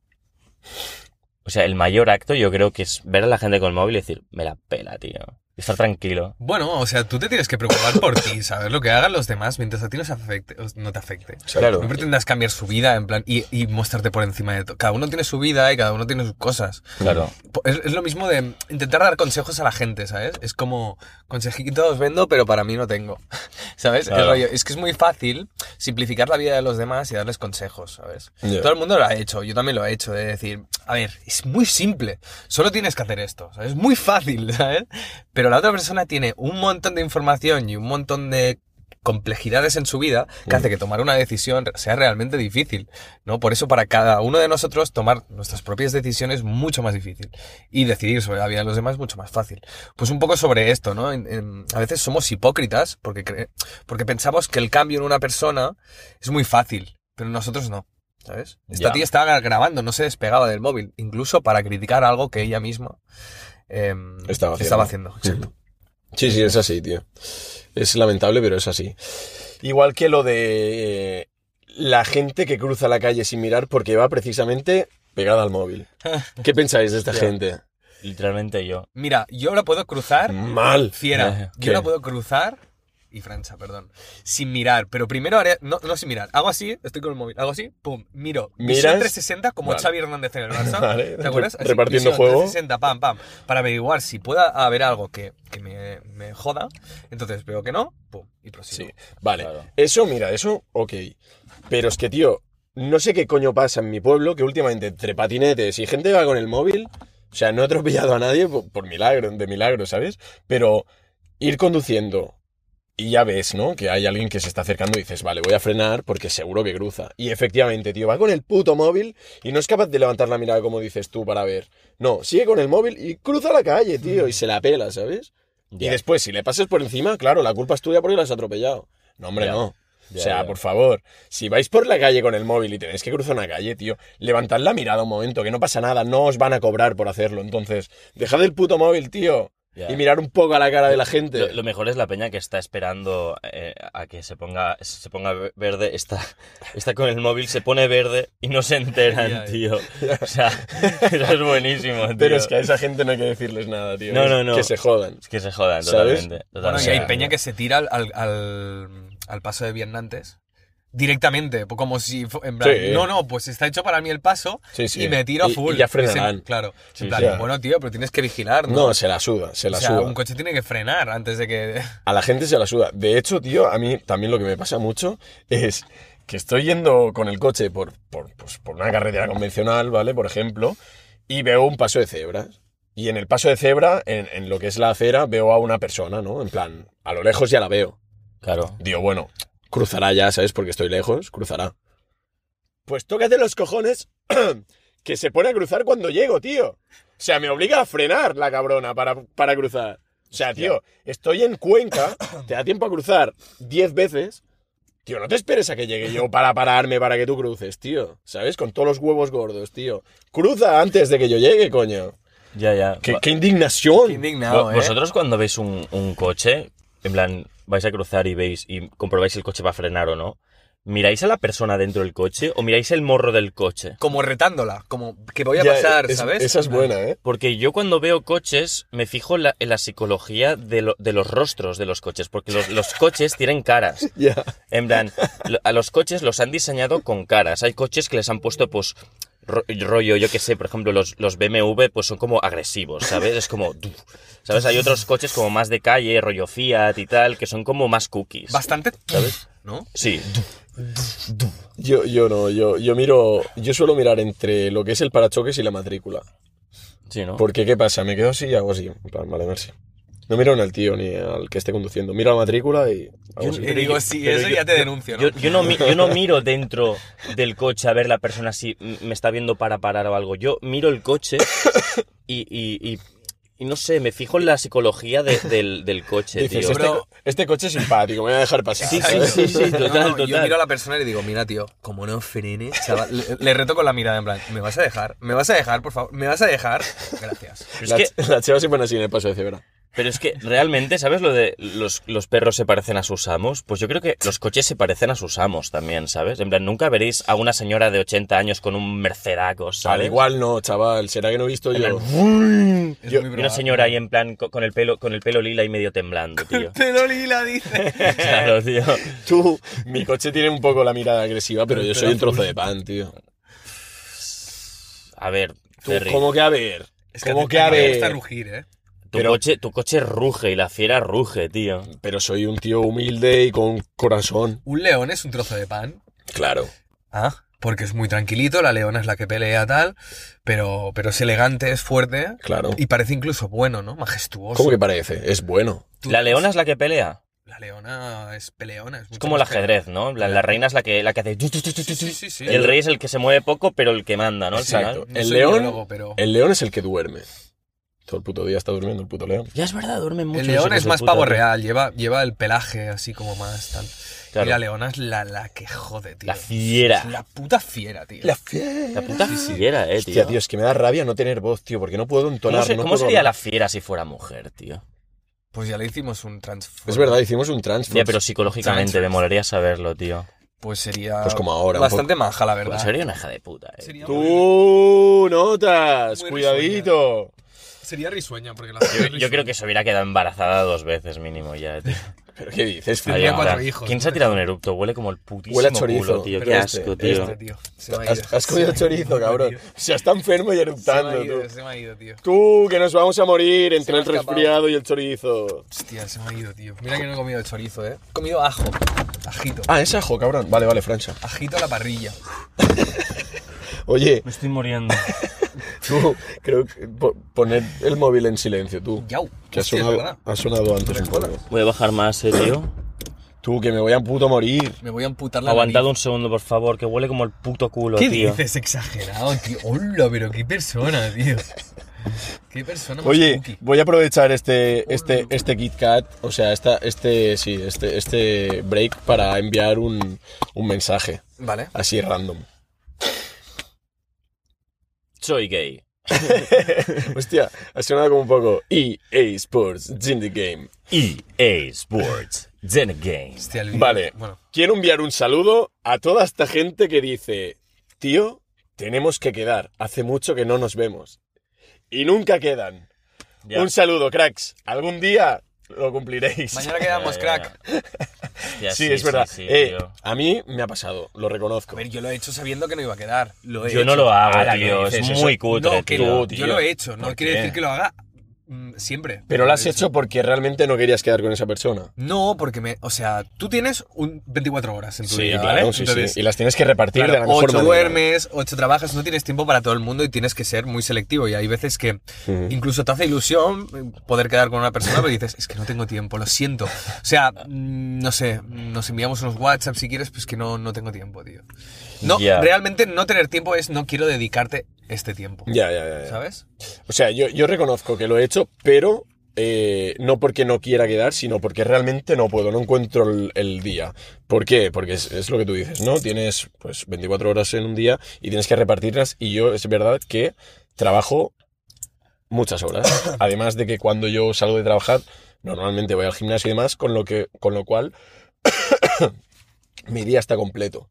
Speaker 2: O sea, el mayor acto yo creo que es ver a la gente con el móvil y decir, me la pela, tío. Y estar tranquilo.
Speaker 3: Bueno, o sea, tú te tienes que preocupar por ti, saber lo que hagan los demás mientras a ti no, se afecte, os- no te afecte.
Speaker 1: Claro.
Speaker 3: No pretendas cambiar su vida en plan y, y mostrarte por encima de todo. Cada uno tiene su vida y cada uno tiene sus cosas.
Speaker 2: Claro.
Speaker 3: Po- Es, es lo mismo de intentar dar consejos a la gente, ¿sabes? Es como, consejito os vendo, pero para mí no tengo. *laughs* ¿Sabes? El
Speaker 2: Claro.
Speaker 3: rollo, es que es muy fácil simplificar la vida de los demás y darles consejos, ¿sabes?
Speaker 1: Ya.
Speaker 3: Todo el mundo lo ha hecho, yo también lo he hecho, de decir, a ver, es muy simple, solo tienes que hacer esto, ¿sabes? Es muy fácil, *laughs* ¿sabes? Pero la otra persona tiene un montón de información y un montón de complejidades en su vida que hace que tomar una decisión sea realmente difícil, ¿no? Por eso para cada uno de nosotros tomar nuestras propias decisiones es mucho más difícil y decidir sobre la vida de los demás es mucho más fácil. Pues un poco sobre esto, ¿no? En- en- a veces somos hipócritas porque, cre- porque pensamos que el cambio en una persona es muy fácil, pero nosotros no, ¿sabes? Esta
Speaker 2: Ya.
Speaker 3: tía estaba grabando, no se despegaba del móvil, incluso para criticar algo que ella misma em,
Speaker 1: Estaba haciendo.
Speaker 3: estaba haciendo. Exacto.
Speaker 1: Sí, sí, es así, tío. Es lamentable, pero es así. Igual que lo de eh, la gente que cruza la calle sin mirar porque va precisamente pegada al móvil. ¿Qué pensáis de esta gente?
Speaker 2: Literalmente yo.
Speaker 3: Mira, yo la puedo cruzar.
Speaker 1: Mal.
Speaker 3: Fiera.
Speaker 2: Ya,
Speaker 3: Yo la
Speaker 2: ¿qué?
Speaker 3: puedo cruzar. Y Francha, perdón. Sin mirar. Pero primero haré. No, no sin mirar. Hago así, estoy con el móvil. Hago así, pum. Miro. Visión
Speaker 1: Miras.
Speaker 3: 360 como
Speaker 1: Vale.
Speaker 3: Xavi Hernández en el
Speaker 1: *laughs*
Speaker 3: Barça.
Speaker 1: Vale.
Speaker 3: ¿Te acuerdas?
Speaker 1: Re- repartiendo
Speaker 3: visión
Speaker 1: juego.
Speaker 3: 360, pam, pam. Para averiguar si pueda haber algo que, que me, me joda. Entonces veo que no, pum. Y prosigo.
Speaker 1: Sí, vale.
Speaker 2: Claro.
Speaker 1: Eso, mira, eso, ok. Pero es que, tío, no sé qué coño pasa en mi pueblo que últimamente entre patinetes y gente que va con el móvil, o sea, no he atropellado a nadie por, por milagro, de milagro, ¿sabes? Pero ir conduciendo y ya ves, ¿no? Que hay alguien que se está acercando y dices, vale, voy a frenar porque seguro que cruza. Y efectivamente, tío, va con el puto móvil y no es capaz de levantar la mirada como dices tú para ver. No, sigue con el móvil y cruza la calle, tío, y se la pela, ¿sabes? Y
Speaker 2: Ya.
Speaker 1: después, si le pasas por encima, claro, la culpa es tuya porque la has atropellado. No, hombre,
Speaker 2: Ya.
Speaker 1: no.
Speaker 2: Ya,
Speaker 1: o sea,
Speaker 2: ya.
Speaker 1: por favor, si vais por la calle con el móvil y tenéis que cruzar una calle, tío, levantad la mirada un momento, que no pasa nada, no os van a cobrar por hacerlo. Entonces, dejad el puto móvil, tío,
Speaker 2: Ya.
Speaker 1: y mirar un poco a la cara de la gente.
Speaker 2: Lo, lo mejor es la peña que está esperando eh, a que se ponga, se ponga ve- verde, está, *laughs* está con el móvil, se pone verde y no se enteran,
Speaker 3: Ya, ya.
Speaker 2: tío. O sea, *laughs* eso es buenísimo, tío.
Speaker 1: Pero es que a esa gente no hay que decirles nada, tío.
Speaker 2: No, no, no.
Speaker 1: Que se jodan.
Speaker 2: Es que se jodan
Speaker 1: ¿Sabes?
Speaker 2: totalmente.
Speaker 3: Bueno, y
Speaker 2: totalmente.
Speaker 3: hay peña que se tira al, al, al- al paso de Vietnantes directamente, po- como si fu- en plan,
Speaker 1: Sí.
Speaker 3: no, no, pues está hecho para mí el paso
Speaker 1: Sí, sí.
Speaker 3: y me tiro a
Speaker 1: Y-
Speaker 3: full.
Speaker 1: y ya
Speaker 3: se-
Speaker 1: frenarán.
Speaker 3: claro.
Speaker 2: Sí,
Speaker 3: en plan,
Speaker 1: sí. Ya.
Speaker 3: bueno, tío, pero tienes que vigilar, ¿no?
Speaker 1: No, se la suda, se la
Speaker 3: o sea,
Speaker 1: suda.
Speaker 3: un coche tiene que frenar antes de que *laughs*
Speaker 1: A la gente se la suda. De hecho, tío, a mí también lo que me pasa mucho es que estoy yendo con el coche por, por, pues, por una carretera convencional, ¿vale? Por ejemplo, y veo un paso de cebras. Y en el paso de cebra, en, en lo que es la acera, veo a una persona, ¿no? En plan, a lo lejos ya la veo.
Speaker 2: Claro.
Speaker 1: Digo, bueno, cruzará ya, ¿sabes? Porque estoy lejos, cruzará. Pues tócate los cojones *clears throat* que se pone a cruzar cuando llego, tío. O sea, me obliga a frenar la cabrona para, para cruzar. O sea, tío, estoy en *coughs* Cuenca, te da tiempo a cruzar 10 veces. Tío, no te esperes a que llegue yo para pararme para que tú cruces, tío. ¿Sabes? Con todos los huevos gordos, tío. Cruza antes de que yo llegue, coño.
Speaker 2: Ya, ya.
Speaker 1: ¡Qué,
Speaker 2: Va-
Speaker 1: qué indignación!
Speaker 3: Qué indignado,
Speaker 2: Vo-
Speaker 3: ¿eh?
Speaker 2: ¿Vosotros cuando veis un, un coche, en plan, vais a cruzar y veis y comprobáis si el coche va a frenar o no? ¿Miráis a la persona dentro del coche o miráis el morro del coche?
Speaker 3: como retándola, como que voy a
Speaker 1: Ya,
Speaker 3: pasar,
Speaker 1: es-
Speaker 3: ¿sabes?
Speaker 1: Esa es buena, ¿eh?
Speaker 2: Porque yo cuando veo coches me fijo en la, en la psicología de, lo- de los rostros de los coches, porque los, los coches tienen caras.
Speaker 1: *laughs* Ya.
Speaker 2: En plan, lo- a los coches los han diseñado con caras. Hay coches que les han puesto, pues, ro- rollo, yo qué sé, por ejemplo, los, los BMW, pues son como agresivos, ¿sabes? Es como, "Duf". ¿sabes? Hay otros coches como más de calle, rollo Fiat y tal, que son como más cookies.
Speaker 3: Bastante, ¿sabes? *laughs* ¿No?
Speaker 2: Sí, "Duf".
Speaker 1: Yo, yo no, yo, yo miro, yo suelo mirar entre lo que es el parachoques y la matrícula.
Speaker 2: sí, ¿no?
Speaker 1: Porque, ¿qué pasa? Me quedo así y hago así. En plan, vale, merci. No miro ni al tío ni al que esté conduciendo. Miro la matrícula y hago así.
Speaker 3: Y digo, sí,
Speaker 2: pero
Speaker 3: eso
Speaker 2: yo-
Speaker 3: ya te denuncio, ¿no?
Speaker 2: Yo, yo no mi- yo no miro dentro del coche a ver la persona si mm, me está viendo para parar o algo. Yo miro el coche y, y- y- y no sé, me fijo en la psicología de- del, del coche,
Speaker 1: Dices,
Speaker 2: tío.
Speaker 1: este,
Speaker 3: Bro.
Speaker 1: co- este coche es simpático, me voy a dejar pasar.
Speaker 2: Sí, sí,
Speaker 1: ¿sabes?
Speaker 2: sí, sí,
Speaker 3: *laughs* No, no,
Speaker 2: total,
Speaker 3: no, Yo
Speaker 2: total.
Speaker 3: miro a la persona y le digo, mira, tío, como no frenes, chaval. Le, le reto con la mirada, en plan, ¿me vas a dejar? ¿Me vas a dejar, por favor? ¿Me vas a dejar? Gracias.
Speaker 2: Pero
Speaker 1: La,
Speaker 2: es que,
Speaker 1: la chava se pone así en el paso de cebra.
Speaker 2: pero es que realmente, ¿sabes lo de los, los perros se parecen a sus amos? Pues yo creo que los coches se parecen a sus amos también, ¿sabes? En plan, nunca veréis a una señora de 80 años con un mercedaco, ¿sabes?
Speaker 1: Al igual no, chaval. ¿Será que no he visto yo?
Speaker 2: En plan,
Speaker 3: Es
Speaker 1: *laughs* Yo-
Speaker 3: muy
Speaker 2: Y una
Speaker 3: probable.
Speaker 2: señora ahí en plan co- con el pelo, con el pelo lila y medio temblando, tío.
Speaker 3: *laughs* Pero Lila
Speaker 2: *laughs*
Speaker 3: dice.
Speaker 2: Claro, tío.
Speaker 1: Tú, mi coche tiene un poco la mirada agresiva, pero yo soy un trozo de pan, tío.
Speaker 2: A ver,
Speaker 1: Tú,
Speaker 2: Ferry,
Speaker 1: ¿Cómo que a ver?
Speaker 3: Es
Speaker 1: ¿Cómo
Speaker 3: a ti
Speaker 1: que
Speaker 3: te
Speaker 1: a
Speaker 3: gusta
Speaker 1: ver?
Speaker 3: rugir, ¿eh?
Speaker 2: tu,
Speaker 1: pero-
Speaker 2: coche, tu coche ruge y la fiera ruge, tío.
Speaker 1: Pero soy un tío humilde y con corazón.
Speaker 3: Un león es un trozo de pan.
Speaker 1: Claro.
Speaker 3: Ah. Porque es muy tranquilito, la leona es la que pelea tal, pero, pero es elegante, es fuerte.
Speaker 1: Claro.
Speaker 3: Y parece incluso bueno, ¿no? Majestuoso.
Speaker 1: ¿Cómo que parece? Es bueno.
Speaker 3: Tú-
Speaker 2: La leona es la que pelea.
Speaker 3: La leona es peleona. Es,
Speaker 2: Es
Speaker 3: mucho
Speaker 2: como el
Speaker 3: más
Speaker 2: ajedrez, ¿no? En plan, La, reina es la que, la que hace...
Speaker 3: Sí, sí, sí, sí.
Speaker 2: Y el rey es el que se mueve poco, pero el que manda, ¿no? Al
Speaker 1: Exacto.
Speaker 2: final.
Speaker 3: No
Speaker 1: el,
Speaker 3: soy
Speaker 1: león,
Speaker 3: biólogo, pero-
Speaker 1: el león es el que duerme. Todo el puto día está durmiendo el puto león.
Speaker 2: Ya es verdad, duermen mucho.
Speaker 3: El
Speaker 2: los
Speaker 3: león
Speaker 2: hijos
Speaker 3: es
Speaker 2: de
Speaker 3: más
Speaker 2: puta,
Speaker 3: pavo
Speaker 2: tío.
Speaker 3: real, lleva, lleva el pelaje así como más tal.
Speaker 2: Claro.
Speaker 3: Y la leona es la, la que jode, tío.
Speaker 2: La fiera.
Speaker 3: La puta fiera, tío.
Speaker 1: fiera.
Speaker 2: La puta fiera, eh, tío.
Speaker 1: Hostia, tío, es que me da rabia no tener voz, tío, porque no puedo entonar.
Speaker 2: ¿Cómo, se-
Speaker 1: no
Speaker 2: cómo
Speaker 1: puedo
Speaker 2: sería la
Speaker 1: hablar.
Speaker 2: fiera si fuera mujer, tío?
Speaker 3: Pues ya le hicimos un transform.
Speaker 1: Es verdad, hicimos un transfer.
Speaker 2: Ya, pero psicológicamente me
Speaker 3: Sánchez.
Speaker 2: molaría saberlo, tío.
Speaker 3: Pues sería.
Speaker 1: Pues como ahora, un
Speaker 3: Bastante maja, la verdad.
Speaker 2: Pues sería una hija de puta, eh.
Speaker 3: Sería-
Speaker 1: Tú notas,
Speaker 3: Muy
Speaker 1: cuidadito.
Speaker 3: Sería risueña, porque la
Speaker 2: Yo, yo creo que se hubiera quedado embarazada dos veces mínimo
Speaker 1: *laughs*
Speaker 2: ya, tío.
Speaker 1: Pero qué dices, tío.
Speaker 3: Tenía
Speaker 2: en
Speaker 3: cuatro
Speaker 2: plan,
Speaker 3: hijos,
Speaker 2: ¿Quién se ha
Speaker 3: ¿no?
Speaker 2: tirado un erupto? Huele como el putísimo
Speaker 1: Huele a chorizo,
Speaker 2: culo, tío.
Speaker 1: pero
Speaker 2: Qué
Speaker 1: este,
Speaker 2: asco, tío.
Speaker 3: Este, tío. Se me ha ido.
Speaker 1: Has, has comido chorizo, cabrón. O sea, está enfermo y
Speaker 3: Se me ha
Speaker 1: eructando,
Speaker 3: ido,
Speaker 1: tú.
Speaker 3: se me ha ido, tío.
Speaker 1: Tú, que nos vamos a morir entre
Speaker 3: me ha
Speaker 1: el
Speaker 3: escapado.
Speaker 1: resfriado y el chorizo.
Speaker 3: Hostia, se me ha ido, tío. Mira que no he comido chorizo, eh. He comido ajo. Ajito.
Speaker 1: Ah, es ajo, cabrón. Vale, vale, Francha.
Speaker 3: Ajito a la parrilla.
Speaker 1: Oye,
Speaker 2: Me estoy muriendo.
Speaker 1: tú, creo que po- poner el móvil en silencio, tú.
Speaker 3: Yau.
Speaker 1: Que ha
Speaker 3: Hostia, es
Speaker 1: sonado,
Speaker 3: verdad.
Speaker 1: ha sonado antes un poco.
Speaker 2: *laughs* Voy a bajar más, eh, tío.
Speaker 1: Tú, que me voy a puto morir.
Speaker 3: Me voy a amputar la
Speaker 2: Aguantad un segundo, por favor, que huele como el puto culo,
Speaker 3: ¿Qué
Speaker 2: tío.
Speaker 3: dices? Exagerado, tío. Hola, pero qué persona, tío. Qué persona más
Speaker 1: Oye,
Speaker 3: cookie.
Speaker 1: voy a aprovechar este, este, este Kit Kat, o sea, esta, este, sí, este, este break para enviar un, un mensaje
Speaker 3: Vale.
Speaker 1: así random.
Speaker 2: Soy gay.
Speaker 1: Hostia, ha sonado como un poco EA Sports in the Game.
Speaker 2: EA E Sports. Zen Games.
Speaker 3: Hostia, el vídeo-
Speaker 1: Vale,
Speaker 3: Bueno,
Speaker 1: quiero enviar un saludo a toda esta gente que dice, tío, tenemos que quedar, hace mucho que no nos vemos. Y nunca quedan. Un saludo, cracks. Algún día lo cumpliréis.
Speaker 3: mañana
Speaker 2: Ya,
Speaker 3: quedamos,
Speaker 2: ya,
Speaker 3: crack.
Speaker 2: Ya,
Speaker 1: sí, es verdad.
Speaker 2: sí,
Speaker 1: Eh,
Speaker 2: tío.
Speaker 1: a mí me ha pasado, lo reconozco.
Speaker 3: A ver, yo lo he hecho sabiendo que no iba a quedar. Lo he
Speaker 2: Yo
Speaker 3: hecho.
Speaker 2: no lo hago,
Speaker 1: Ahora que
Speaker 2: tío.
Speaker 1: dices
Speaker 2: Es
Speaker 1: eso-
Speaker 2: muy cutre,
Speaker 3: No, que
Speaker 2: tío.
Speaker 3: no,
Speaker 1: tío.
Speaker 3: yo lo he hecho. No
Speaker 1: ¿Por
Speaker 3: quiere
Speaker 1: qué?
Speaker 3: decir que lo haga mm, siempre.
Speaker 1: Pero lo has
Speaker 3: Lo he
Speaker 1: hecho porque realmente no querías quedar con esa persona.
Speaker 3: No, porque me. O sea, tú tienes un 24 horas en tu
Speaker 1: Sí,
Speaker 3: día,
Speaker 1: claro,
Speaker 3: ¿vale?
Speaker 1: sí, sí. Y las tienes que repartir de la mejor
Speaker 3: ocho
Speaker 1: manera.
Speaker 3: duermes, ocho trabajas, no tienes tiempo para todo el mundo y tienes que ser muy selectivo. Y hay veces que incluso te hace ilusión eh, poder quedar con una persona, pero dices, es que no tengo tiempo, lo siento. O sea, mm, no sé, nos enviamos unos WhatsApp si quieres, pues que no, no tengo tiempo, tío. No,
Speaker 2: Ya.
Speaker 3: realmente no tener tiempo es no quiero dedicarte este tiempo.
Speaker 1: Ya, ya, ya, ya.
Speaker 3: ¿Sabes?
Speaker 1: O sea, yo, yo reconozco que lo he hecho, pero eh, no porque no quiera quedar, sino porque realmente no puedo, no encuentro el, el día. ¿Por qué? Porque es, es lo que tú dices, ¿no? Tienes pues 24 horas en un día y tienes que repartirlas y yo es verdad que trabajo muchas horas. Además de que cuando yo salgo de trabajar, normalmente voy al gimnasio y demás, con lo, que, con lo cual *coughs* mi día está completo.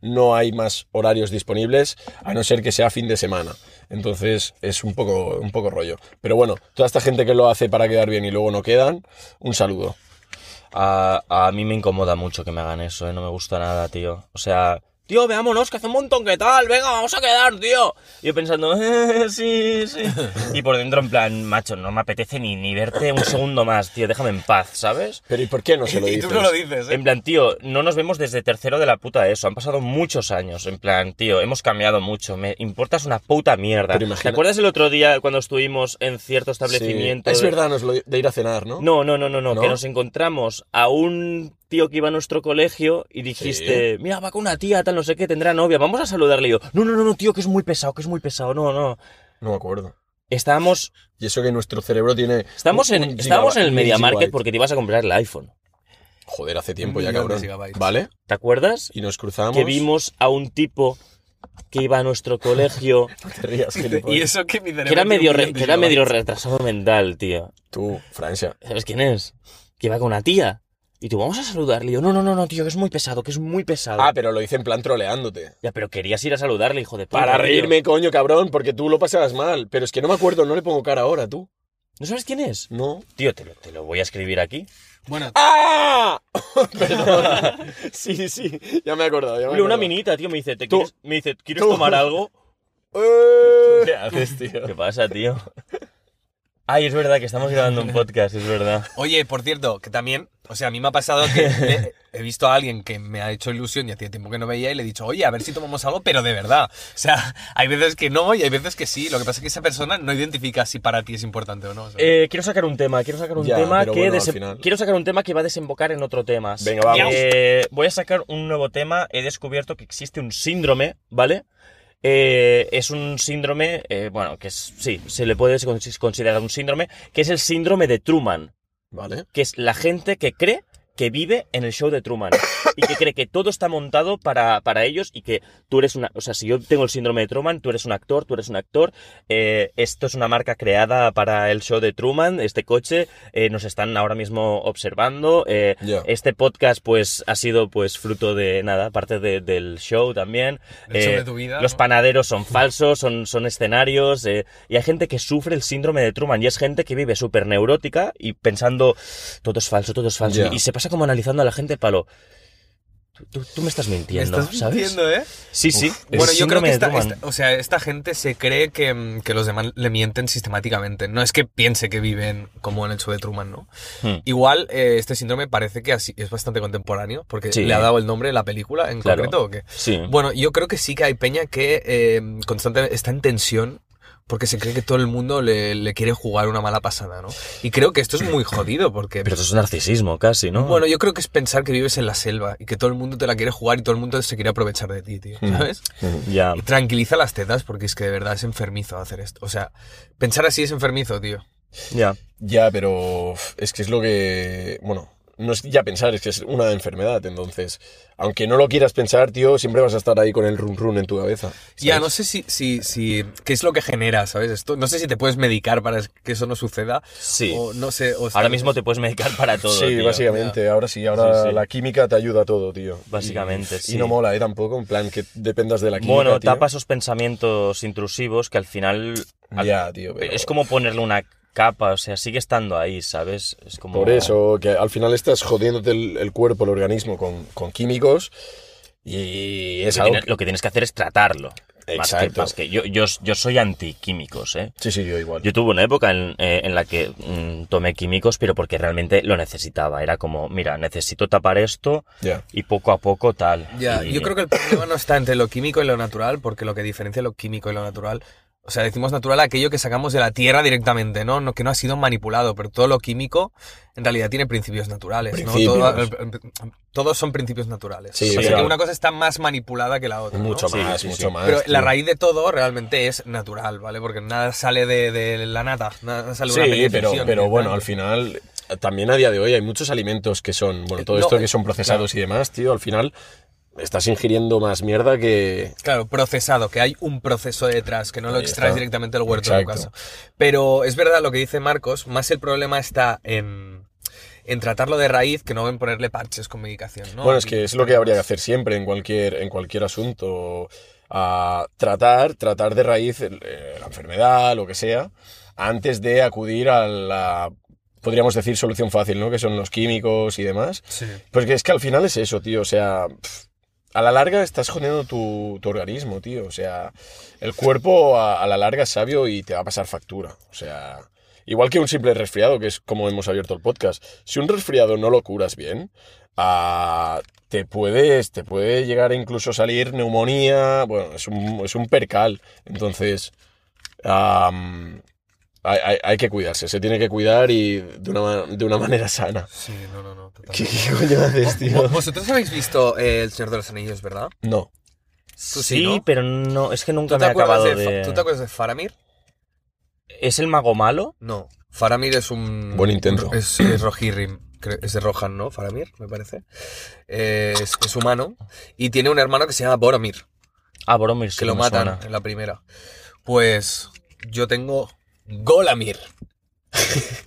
Speaker 1: No hay más horarios disponibles, a no ser que sea fin de semana. Entonces es un poco, un poco rollo. Pero bueno, toda esta gente que lo hace para quedar bien y luego no quedan, un saludo.
Speaker 2: A, a mí me incomoda mucho que me hagan eso, ¿eh? No me gusta nada, tío. O sea, tío, veámonos, que hace un montón que tal, venga, vamos a quedar, tío. Y yo pensando, eh, sí, sí. Y por dentro, en plan, macho, no me apetece ni, ni verte un segundo más, tío, déjame en paz, ¿sabes?
Speaker 1: Pero ¿y por qué no se lo
Speaker 3: y
Speaker 1: dices?
Speaker 3: tú no lo dices, ¿eh?
Speaker 2: En plan, tío, no nos vemos desde tercero de la puta eso. Han pasado muchos años. En plan, tío, hemos cambiado mucho. Me importas una puta mierda.
Speaker 1: Pero imagina-
Speaker 2: ¿Te acuerdas el otro día cuando estuvimos en cierto establecimiento?
Speaker 1: Sí. Es
Speaker 2: de-
Speaker 1: verdad, nos lo di- de ir a cenar, ¿no?
Speaker 2: No, no, no, no, no,
Speaker 1: ¿No?
Speaker 2: Que nos encontramos a un tío que iba a nuestro colegio y dijiste, mira, va con una tía, tal, no sé qué, tendrá novia. Vamos a saludarle. Y yo, no, no, no, no, tío, que es muy pesado, que es muy pesado. No, no.
Speaker 1: No me acuerdo.
Speaker 2: Estábamos,
Speaker 1: Y eso que nuestro cerebro tiene.
Speaker 2: estamos
Speaker 1: un-
Speaker 2: en,
Speaker 1: un gigabyte-
Speaker 2: estábamos en el
Speaker 1: un
Speaker 2: Media Market
Speaker 1: gigabyte.
Speaker 2: porque te ibas a comprar el iPhone.
Speaker 1: Joder, hace tiempo
Speaker 3: Un
Speaker 1: ya,
Speaker 3: millón de
Speaker 1: cabrón.
Speaker 3: gigabytes.
Speaker 1: ¿Vale?
Speaker 2: ¿Te acuerdas?
Speaker 1: Y nos cruzamos. *laughs*
Speaker 2: Que vimos a un tipo que iba a nuestro colegio
Speaker 1: Te rías,
Speaker 2: *laughs*
Speaker 3: Y
Speaker 1: gilipollas.
Speaker 3: eso que mi cerebro
Speaker 2: Que era
Speaker 3: tiene
Speaker 2: medio,
Speaker 3: un
Speaker 2: re-
Speaker 3: millón de
Speaker 2: que era medio
Speaker 3: gigabytes.
Speaker 2: retrasado mental, tío.
Speaker 1: Tú, Francia.
Speaker 2: ¿Sabes quién es? Que iba con una tía. Y tú, vamos a saludarle. Y yo, no, no, no, no, tío, que es muy pesado, que es muy pesado.
Speaker 1: Ah, pero lo hice en plan troleándote.
Speaker 2: Ya, pero querías ir a saludarle, hijo de puta.
Speaker 1: Para
Speaker 2: tío.
Speaker 1: reírme, coño, cabrón, porque tú lo pasabas mal. Pero es que no me acuerdo, no le pongo cara ahora, tú.
Speaker 2: ¿No sabes quién es?
Speaker 1: No.
Speaker 2: Tío, te lo, te lo voy a escribir aquí.
Speaker 3: *laughs* Bueno,
Speaker 1: ¡Ah! *laughs* Perdón. Sí, sí, ya me he acordado. Ya me he
Speaker 2: Mira, una
Speaker 1: acordado.
Speaker 2: minita, tío, me dice, ¿te
Speaker 1: Tú.
Speaker 2: quieres, me dice, ¿quieres
Speaker 1: Tú.
Speaker 2: tomar algo?
Speaker 1: ¡Eh!
Speaker 2: ¿Qué haces, *laughs* tío? ¿Qué pasa, tío? Ay, es verdad que estamos grabando un podcast, es verdad.
Speaker 3: Oye, por cierto, que también, o sea, a mí me ha pasado
Speaker 2: *laughs*
Speaker 3: que he, he visto a alguien que me ha hecho ilusión y hacía tiempo que no veía y le he dicho, oye, a ver si tomamos algo, pero de verdad. O sea, *laughs* hay veces que no y hay veces que sí. Lo que pasa es que esa persona no identifica si para ti es importante o no. ¿sabes?
Speaker 2: Eh, quiero sacar un tema, quiero sacar un
Speaker 1: Ya,
Speaker 2: tema que
Speaker 1: pero bueno, al
Speaker 2: desem-
Speaker 1: final.
Speaker 2: quiero sacar un tema que va a desembocar en otro tema.
Speaker 1: Venga, vamos.
Speaker 2: Eh, voy a sacar un nuevo tema. He descubierto que existe un síndrome, ¿vale? Eh, es un síndrome, eh, bueno, que es, sí, se le puede cons- considerar un síndrome, que es el síndrome de Truman,
Speaker 1: Vale.
Speaker 2: que es la gente que cree que vive en el show de Truman y que cree que todo está montado para, para ellos y que tú eres una, o sea, si yo tengo el síndrome de Truman, tú eres un actor, tú eres un actor, eh, esto es una marca creada para el show de Truman, este coche, eh, nos están ahora mismo observando, eh,
Speaker 1: Ya.
Speaker 2: este podcast pues ha sido pues fruto de nada, parte de- del show también,
Speaker 3: Del show de tu vida,
Speaker 2: eh, los
Speaker 3: ¿no?
Speaker 2: panaderos son falsos, son, son escenarios, eh, y hay gente que sufre el síndrome de Truman y es gente que vive súper neurótica y pensando todo es falso, todo es falso,
Speaker 1: Ya.
Speaker 2: y se pasa como analizando a la gente palo. Tú, tú- tú me estás
Speaker 3: me
Speaker 2: mintiendo,
Speaker 3: estás
Speaker 2: ¿sabes?
Speaker 3: mintiendo, ¿eh?
Speaker 2: Sí, sí. el
Speaker 3: Bueno, yo creo
Speaker 2: síndrome
Speaker 3: que
Speaker 2: de
Speaker 3: esta,
Speaker 2: Truman.
Speaker 3: esta- o sea, esta gente se cree que, mm, que los demás le mienten sistemáticamente. No es que piense que viven como en el show de Truman, ¿no?
Speaker 2: Hmm.
Speaker 3: Igual eh, este síndrome parece que así, es bastante contemporáneo, porque
Speaker 2: Sí.
Speaker 3: le ha dado el nombre la película en
Speaker 2: Claro.
Speaker 3: concreto o qué.
Speaker 2: Sí.
Speaker 3: Bueno, yo creo que sí que hay peña que eh, constantemente está en tensión porque se cree que todo el mundo le, le quiere jugar una mala pasada, ¿no? Y creo que esto es muy jodido porque...
Speaker 2: Pero eso es narcisismo casi, ¿no?
Speaker 3: bueno, yo creo que es pensar que vives en la selva y que todo el mundo te la quiere jugar y todo el mundo se quiere aprovechar de ti, tío, ¿sabes?
Speaker 2: ya.
Speaker 3: Y Tranquiliza las tetas porque es que de verdad es enfermizo hacer esto. O sea, pensar así es enfermizo, tío.
Speaker 2: Ya.
Speaker 1: Ya, pero uf, es que es lo que. Bueno, no es ya pensar, es que es una enfermedad. Entonces, aunque no lo quieras pensar, tío, siempre vas a estar ahí con el run run en tu cabeza. ¿sabes?
Speaker 3: Ya, no sé si, si, si, qué es lo que genera, ¿sabes? Esto, no sé si te puedes medicar para que eso no suceda.
Speaker 2: Sí.
Speaker 3: O no sé. o sea,
Speaker 2: Ahora mismo te puedes medicar para todo.
Speaker 1: sí,
Speaker 2: tío.
Speaker 1: básicamente, ahora sí, ahora
Speaker 2: Sí, sí.
Speaker 1: la química te ayuda a todo, tío.
Speaker 2: Básicamente,
Speaker 1: y,
Speaker 2: sí.
Speaker 1: Y no mola, ¿eh? Tampoco, en plan, que dependas de la química.
Speaker 2: Bueno,
Speaker 1: tío.
Speaker 2: tapa esos pensamientos intrusivos que al final. al-
Speaker 1: Ya, tío, pero-
Speaker 2: Es como ponerle una capa, o sea, sigue estando ahí, ¿sabes? Es como...
Speaker 1: Por eso, que al final estás jodiéndote el, el cuerpo, el organismo con, con químicos y
Speaker 2: Lo
Speaker 1: es
Speaker 2: que,
Speaker 1: algo...
Speaker 2: tienes, lo que tienes que hacer es tratarlo. Más que-
Speaker 1: Exacto.
Speaker 2: más que- yo, yo, yo soy antiquímicos, ¿eh?
Speaker 1: Sí, sí, yo igual.
Speaker 2: Yo tuve una época en, eh, en la que mm, tomé químicos, pero porque realmente lo necesitaba. Era como, mira, necesito tapar esto
Speaker 1: Ya.
Speaker 2: y poco a poco tal.
Speaker 3: Ya,
Speaker 2: Y-
Speaker 3: yo creo que el problema no está entre lo químico y lo natural, porque lo que diferencia lo químico y lo natural, o sea, decimos natural aquello que sacamos de la tierra directamente, ¿no? no que no ha sido manipulado, pero todo lo químico en realidad tiene principios naturales, ¿no? Todo- todos son principios naturales.
Speaker 1: Sí,
Speaker 3: o sea,
Speaker 1: claro.
Speaker 3: que una cosa está más manipulada que la otra. ¿no?
Speaker 1: Mucho
Speaker 2: Sí,
Speaker 1: más,
Speaker 2: sí, sí.
Speaker 1: mucho más.
Speaker 3: Pero la
Speaker 1: tío.
Speaker 3: raíz de todo realmente es natural, ¿vale? Porque nada sale de, de la nata, nada sale de una
Speaker 1: Sí,
Speaker 3: pequeña
Speaker 1: pero,
Speaker 3: ficción, ¿eh?
Speaker 1: pero bueno,
Speaker 3: directamente.
Speaker 1: al final, eh, también a día de hoy hay muchos alimentos que son, bueno, todo
Speaker 3: Eh, No,
Speaker 1: esto que son procesados y demás, tío, al final estás ingiriendo más mierda que...
Speaker 3: Claro, procesado, que hay un proceso detrás, que no lo
Speaker 1: Ahí
Speaker 3: extraes
Speaker 1: está.
Speaker 3: directamente del huerto en tu
Speaker 1: Exacto.
Speaker 3: casa. Pero es verdad lo que dice Marcos, más el problema está en, en tratarlo de raíz que no en ponerle parches con medicación, ¿no?
Speaker 1: Bueno, es que es lo que habría que hacer siempre en cualquier, en cualquier asunto. a tratar, tratar de raíz el- eh, la enfermedad, lo que sea, antes de acudir a la, podríamos decir, solución fácil, ¿no? Que son los químicos y demás.
Speaker 3: Sí.
Speaker 1: Pues que es que al final es eso, tío. O sea, pf, a la larga estás jodiendo tu, tu organismo, tío. O sea, el cuerpo a, a la larga es sabio y te va a pasar factura. O sea, igual que un simple resfriado, que es como hemos abierto el podcast. Si un resfriado no lo curas bien, ah, te puedes, te puede llegar a incluso salir neumonía. Bueno, es un, es un percal. Entonces, am, hay, hay- hay que cuidarse. Se tiene que cuidar y de una, ma- de una *laughs* manera sana.
Speaker 3: Sí, no, no, no,
Speaker 1: ¿Qué,
Speaker 3: totalmente.
Speaker 1: qué coño haces, tío?
Speaker 3: Vos- Vosotros habéis visto eh, El Señor de los Anillos, ¿verdad?
Speaker 1: No.
Speaker 2: Sí,
Speaker 3: Tú sí, ¿no?
Speaker 2: pero no, es que nunca
Speaker 3: ¿Tú
Speaker 2: me
Speaker 3: te,
Speaker 2: ha
Speaker 3: acuerdas
Speaker 2: acabado de...
Speaker 3: de, Fa- ¿Tú te acuerdas de Faramir?
Speaker 2: ¿Es el mago malo?
Speaker 3: No. Faramir es un.
Speaker 1: Buen intento.
Speaker 3: Es, es Rohirrim. creo- Es de Rohan, ¿no? Faramir, me parece. Eh, es, es humano. Y tiene un hermano que se llama Boromir.
Speaker 2: Ah, Boromir, sí,
Speaker 3: que lo
Speaker 2: me
Speaker 3: matan
Speaker 2: suena.
Speaker 3: en la primera. Pues yo tengo Golamir.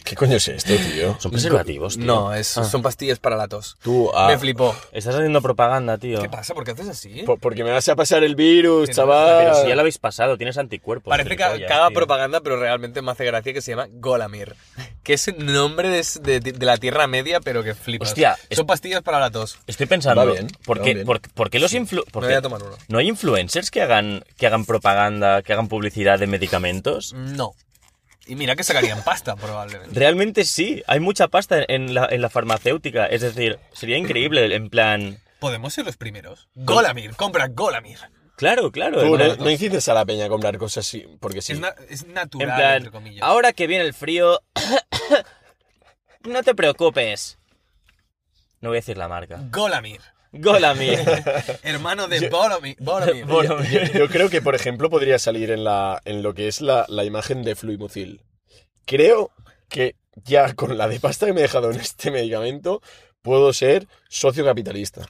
Speaker 1: ¿Qué coño es esto, tío?
Speaker 2: Son preservativos, tío.
Speaker 3: No, es-
Speaker 2: Ah.
Speaker 3: son pastillas para la tos.
Speaker 1: Tú, ah,
Speaker 3: Me flipó.
Speaker 2: Estás haciendo propaganda, tío.
Speaker 3: ¿Qué pasa? ¿Por qué haces así?
Speaker 1: po- porque me vas a pasar el virus,
Speaker 3: Que no,
Speaker 1: chaval.
Speaker 2: Pero si ya lo habéis pasado, tienes anticuerpos.
Speaker 3: Parece que
Speaker 2: gilipollas,
Speaker 3: cada
Speaker 2: tío.
Speaker 3: propaganda, pero realmente me hace gracia que se llama Golamir. Que es el nombre de, de- de la Tierra Media, pero que flipas.
Speaker 2: Hostia, es-
Speaker 3: Son pastillas para la tos.
Speaker 2: Estoy pensando,
Speaker 1: Va bien,
Speaker 2: ¿por,
Speaker 1: va
Speaker 2: qué,
Speaker 1: bien.
Speaker 2: por, por qué los influ- por
Speaker 3: Me
Speaker 2: qué-
Speaker 3: voy a tomar uno.
Speaker 2: ¿No hay influencers que hagan, que hagan propaganda, que hagan publicidad de medicamentos?
Speaker 3: No. Y mira que sacarían pasta, probablemente.
Speaker 2: Realmente sí, hay mucha pasta en la, en la farmacéutica. Es decir, sería increíble, en plan.
Speaker 3: Podemos ser los primeros. Golamir, compra Golamir.
Speaker 2: Claro, claro.
Speaker 1: Tú,
Speaker 2: en
Speaker 1: no,
Speaker 2: plan-
Speaker 1: no incites a la peña a comprar cosas así, porque sí.
Speaker 3: Es, na- es natural,
Speaker 2: en plan,
Speaker 3: entre comillas.
Speaker 2: ahora que viene el frío. *coughs* no te preocupes. No voy a decir la marca.
Speaker 3: Golamir.
Speaker 1: *laughs*
Speaker 2: Golami.
Speaker 3: Hermano de Boromir. Boromir.
Speaker 1: Yo, yo creo que, por ejemplo, podría salir en, la, en lo que es la, la imagen de Fluimucil. Creo que ya con la de pasta que me he dejado en este medicamento, puedo ser socio capitalista.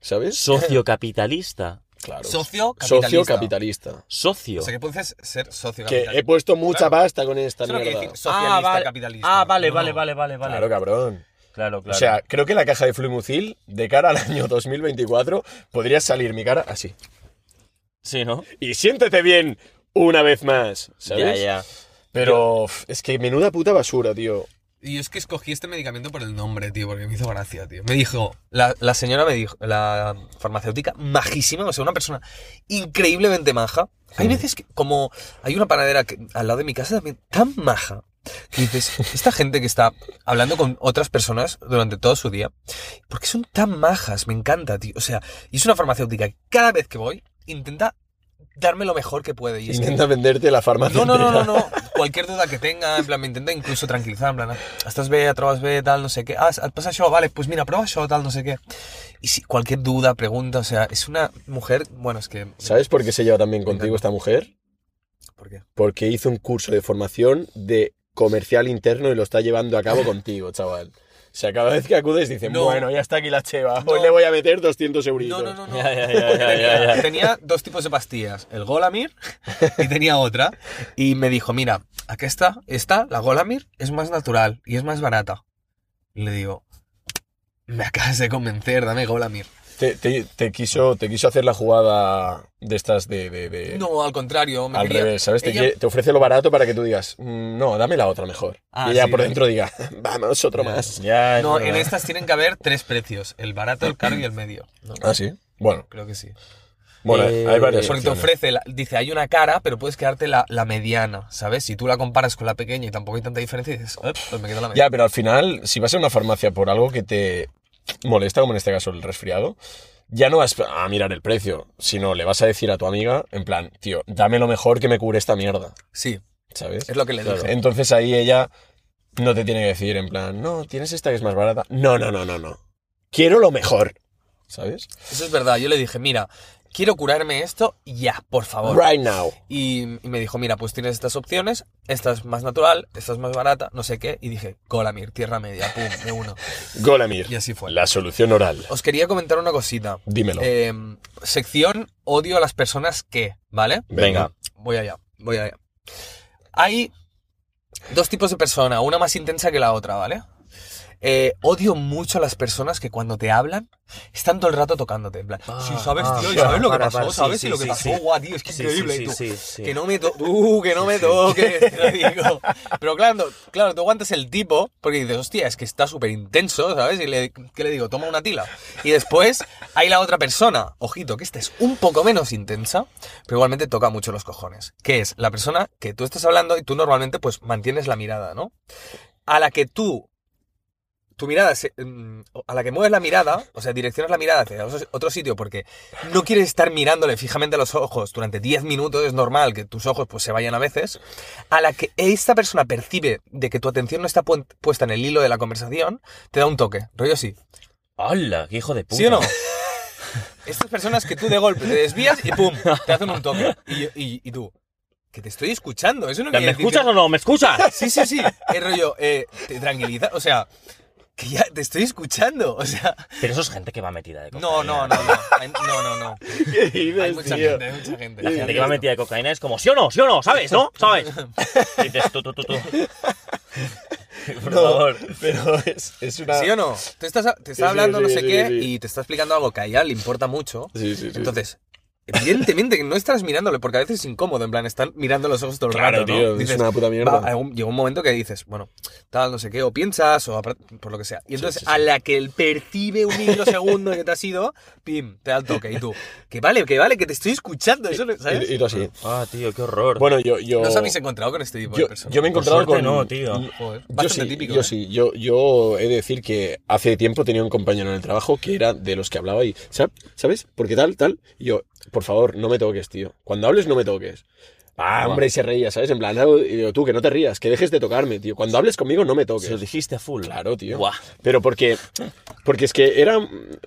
Speaker 1: ¿Sabes?
Speaker 2: Socio capitalista.
Speaker 1: Claro.
Speaker 3: Socio capitalista.
Speaker 1: Socio capitalista.
Speaker 2: Socio.
Speaker 3: O sea, que puedes ser socio
Speaker 1: Que
Speaker 3: capitalista.
Speaker 1: he puesto mucha
Speaker 3: Claro.
Speaker 1: pasta con esta
Speaker 3: Eso no quiere
Speaker 1: mierda.
Speaker 3: decir socialista
Speaker 2: ah, vale.
Speaker 3: capitalista.
Speaker 2: Ah, vale,
Speaker 3: No.
Speaker 2: vale, vale, vale, vale.
Speaker 1: Claro, cabrón.
Speaker 2: claro, claro.
Speaker 1: O sea, creo que la caja de Fluimucil, de cara al año 2024, podría salir mi cara así.
Speaker 2: sí, ¿no?
Speaker 1: Y siéntete bien una vez más, ¿sabes?
Speaker 2: Ya, ya.
Speaker 1: Pero uf, es que menuda puta basura, tío.
Speaker 3: Y yo es que escogí este medicamento por el nombre, tío, porque me hizo gracia, tío. Me dijo, la, la señora me dijo, la farmacéutica, majísima, o sea, una persona increíblemente maja. Hay veces que, como hay una panadera que- al lado de mi casa también tan maja, que dices, esta gente que está hablando con otras personas durante todo su día, porque son tan majas, me encanta, tío. O sea, y es una farmacéutica que cada vez que voy intenta darme lo mejor que puede. Y es que-
Speaker 1: Intenta venderte la farmacia.
Speaker 3: no, no, no, no,
Speaker 1: entera.
Speaker 3: no. Cualquier duda que tenga, en plan, me intenta incluso tranquilizar, en plan, estás bé, trobes bé, tal, no sé qué. Ah, et passa això, vale, pues mira, prueba això, tal, no sé qué. Y si cualquier duda, pregunta, o sea, es una mujer, bueno, es que...
Speaker 1: ¿Sabes por qué se lleva tan bien contigo esta mujer?
Speaker 3: ¿Por qué?
Speaker 1: Porque hizo un curso de formación de comercial interno y lo está llevando a
Speaker 3: *laughs*
Speaker 1: cabo contigo, chaval. O sea, cada vez que acudes dicen,
Speaker 3: No.
Speaker 1: bueno, ya está aquí la cheva, hoy
Speaker 3: No.
Speaker 1: le voy a meter 200 euritos.
Speaker 3: No, no, no, no.
Speaker 2: Ya, ya, ya, ya, ya,
Speaker 3: *laughs*
Speaker 2: ya.
Speaker 3: Tenía dos tipos de pastillas,
Speaker 1: *laughs*
Speaker 3: el Golamir y tenía otra. Y me dijo, mira, aquí está, esta, la Golamir, es más natural y es más barata. Y le digo, me acabas de convencer, dame Golamir.
Speaker 1: Te, te- te quiso, te quiso hacer la jugada de estas de... de- de-
Speaker 3: No, al contrario. Me
Speaker 1: al
Speaker 3: quería-
Speaker 1: revés, ¿sabes? Te,
Speaker 3: ella-
Speaker 1: quiere- te ofrece lo barato para que tú digas, "Mm, no, dame la otra mejor.
Speaker 3: Ah,
Speaker 1: y ella
Speaker 3: sí,
Speaker 1: por
Speaker 3: ¿no?
Speaker 1: dentro diga, *laughs* vamos, otro más.
Speaker 2: Ya, es
Speaker 3: No, en
Speaker 2: verdad.
Speaker 3: estas tienen que haber tres precios: el barato, el caro y
Speaker 1: *clears throat*
Speaker 3: el medio. No,
Speaker 1: Ah, sí. Bueno,
Speaker 3: creo que sí.
Speaker 1: bueno
Speaker 2: Eh,
Speaker 1: hay varias
Speaker 3: Porque te
Speaker 1: opciones.
Speaker 3: ofrece, la- dice, hay una cara, pero puedes quedarte la, la mediana, ¿sabes? Si tú la comparas con la pequeña y tampoco hay tanta diferencia, dices, "Eh, pues me quedo la mediana.
Speaker 1: Ya, pero al final, si vas a una farmacia por algo que te molesta, como en este caso el resfriado, ya no vas a mirar el precio, sino le vas a decir a tu amiga, en plan, tío, dame lo mejor que me cure esta mierda,
Speaker 3: Sí,
Speaker 1: ¿sabes?
Speaker 3: es lo que le dije.
Speaker 1: Entonces ahí ella no te tiene que decir, en plan, no, tienes esta que es más barata. No, no, no, no, no. Quiero lo mejor, ¿sabes?
Speaker 3: Eso es verdad, yo le dije, mira, quiero curarme esto ya, por favor.
Speaker 1: Right now.
Speaker 3: Y, y me dijo, mira, pues tienes estas opciones, esta es más natural, esta es más barata, no sé qué. Y dije, Colamir, tierra media, pum, de uno.
Speaker 1: Golamir.
Speaker 3: Y así fue.
Speaker 1: La solución oral.
Speaker 3: Os quería comentar una cosita.
Speaker 1: Dímelo.
Speaker 3: Eh, sección odio a las personas que, ¿vale?
Speaker 2: Venga.
Speaker 3: Voy allá, voy allá. Hay dos tipos de persona, una más intensa que la otra, ¿vale? Eh, odio mucho a las personas que cuando te hablan están todo el rato tocándote. En plan, sí, sabes,
Speaker 2: ah,
Speaker 3: tío, y
Speaker 2: para,
Speaker 3: sabes lo que
Speaker 2: para,
Speaker 3: pasó,
Speaker 2: para, sí,
Speaker 3: sabes,
Speaker 2: sí,
Speaker 3: y lo que
Speaker 2: sí,
Speaker 3: pasó,
Speaker 2: sí.
Speaker 3: guau, tío, es que
Speaker 2: Sí,
Speaker 3: increíble.
Speaker 2: sí,
Speaker 3: y tú,
Speaker 2: sí, sí,
Speaker 3: Que
Speaker 2: sí.
Speaker 3: no me toques, uh, que no me toques, te lo digo. Pero claro, claro, tú aguantas el tipo porque dices, hostia, es que está súper intenso, ¿sabes? Y le, ¿qué le digo? Toma una tila. Y después hay la otra persona, ojito, que esta es un poco menos intensa, pero igualmente toca mucho los cojones. Que es la persona que tú estás hablando y tú normalmente pues mantienes la mirada, ¿no? A la que tú, tu mirada, se- mm, a la que mueves la mirada, o sea, direccionas la mirada hacia os- otro sitio porque no quieres estar mirándole fijamente a los ojos durante 10 minutos, es normal que tus ojos pues se vayan a veces, a la que esta persona percibe de que tu atención no está puen- puesta en el hilo de la conversación, te da un toque, rollo así.
Speaker 2: ¡Hala! ¡Qué hijo de puta!
Speaker 3: ¿Sí o no? Estas personas que tú de golpe te desvías y pum, te hacen un toque. Y, y- y tú, que te estoy escuchando, eso no *laughs*
Speaker 2: ¿Me
Speaker 3: quiere decir
Speaker 2: escuchas
Speaker 3: que-
Speaker 2: o no? ¿Me
Speaker 3: *laughs*
Speaker 2: escuchas?
Speaker 3: Sí, sí, sí. Es rollo, eh, te tranquiliza, o sea, que ya te estoy escuchando, o sea,
Speaker 2: Pero eso es gente que va metida de cocaína.
Speaker 3: no, no, no, no, hay- no, no, no.
Speaker 1: ¿Qué dices,
Speaker 3: Hay mucha
Speaker 1: tío?
Speaker 3: gente, ¿eh? hay mucha gente.
Speaker 2: La gente que va metida de cocaína es como, ¿sí o no? ¿Sí o no? ¿Sabes? ¿No?
Speaker 3: *laughs*
Speaker 2: ¿Sabes? Y dices tú, tú, tú, tú. Por favor.
Speaker 1: Pero es, es una...
Speaker 3: ¿Sí o no? Tú estás, te
Speaker 1: Sí,
Speaker 3: está
Speaker 1: sí,
Speaker 3: hablando no
Speaker 1: sí,
Speaker 3: sé
Speaker 1: sí,
Speaker 3: qué
Speaker 1: sí.
Speaker 3: y te está explicando algo que a ella le importa mucho.
Speaker 1: Sí, sí, sí.
Speaker 3: Entonces, evidentemente que no estás mirándole porque a veces es incómodo. En plan, están mirando los ojos todo el
Speaker 1: Claro,
Speaker 3: rato. ¿no?
Speaker 1: tío, es una puta mierda.
Speaker 3: va, hay un- llega un momento que dices, bueno, tal, no sé qué, o piensas, o apar- por lo que sea. Y entonces, a la que él percibe un microsegundo que te has ido, pim, te da el toque. Y tú, que vale, que vale, que te estoy escuchando. Eso, no- ¿sabes?
Speaker 1: Y, y tú así.
Speaker 2: Ah, tío, qué horror.
Speaker 1: Bueno, yo... yo...
Speaker 3: ¿No os habéis encontrado con este tipo
Speaker 1: Yo,
Speaker 3: de personas?
Speaker 1: yo me he
Speaker 2: Por
Speaker 1: encontrado
Speaker 2: suerte
Speaker 1: con.
Speaker 2: no, tío.
Speaker 3: Joder,
Speaker 1: yo
Speaker 3: bastante
Speaker 1: sí,
Speaker 3: típico.
Speaker 1: yo
Speaker 3: ¿eh?
Speaker 1: sí. Yo, yo he de decir que hace tiempo tenía un compañero en el trabajo que era de los que hablaba y. "Sab- ¿Sabes? Porque tal, tal. Y yo, por favor, no me toques, tío. Cuando hables, no me toques. Ah, hombre, y se reía, ¿sabes? En plan, ah, y digo, tú, que no te rías, que dejes de tocarme, tío. Cuando hables conmigo, no me toques.
Speaker 2: Se lo dijiste a full.
Speaker 1: Claro, tío.
Speaker 2: Buah.
Speaker 1: Pero porque, porque es que era,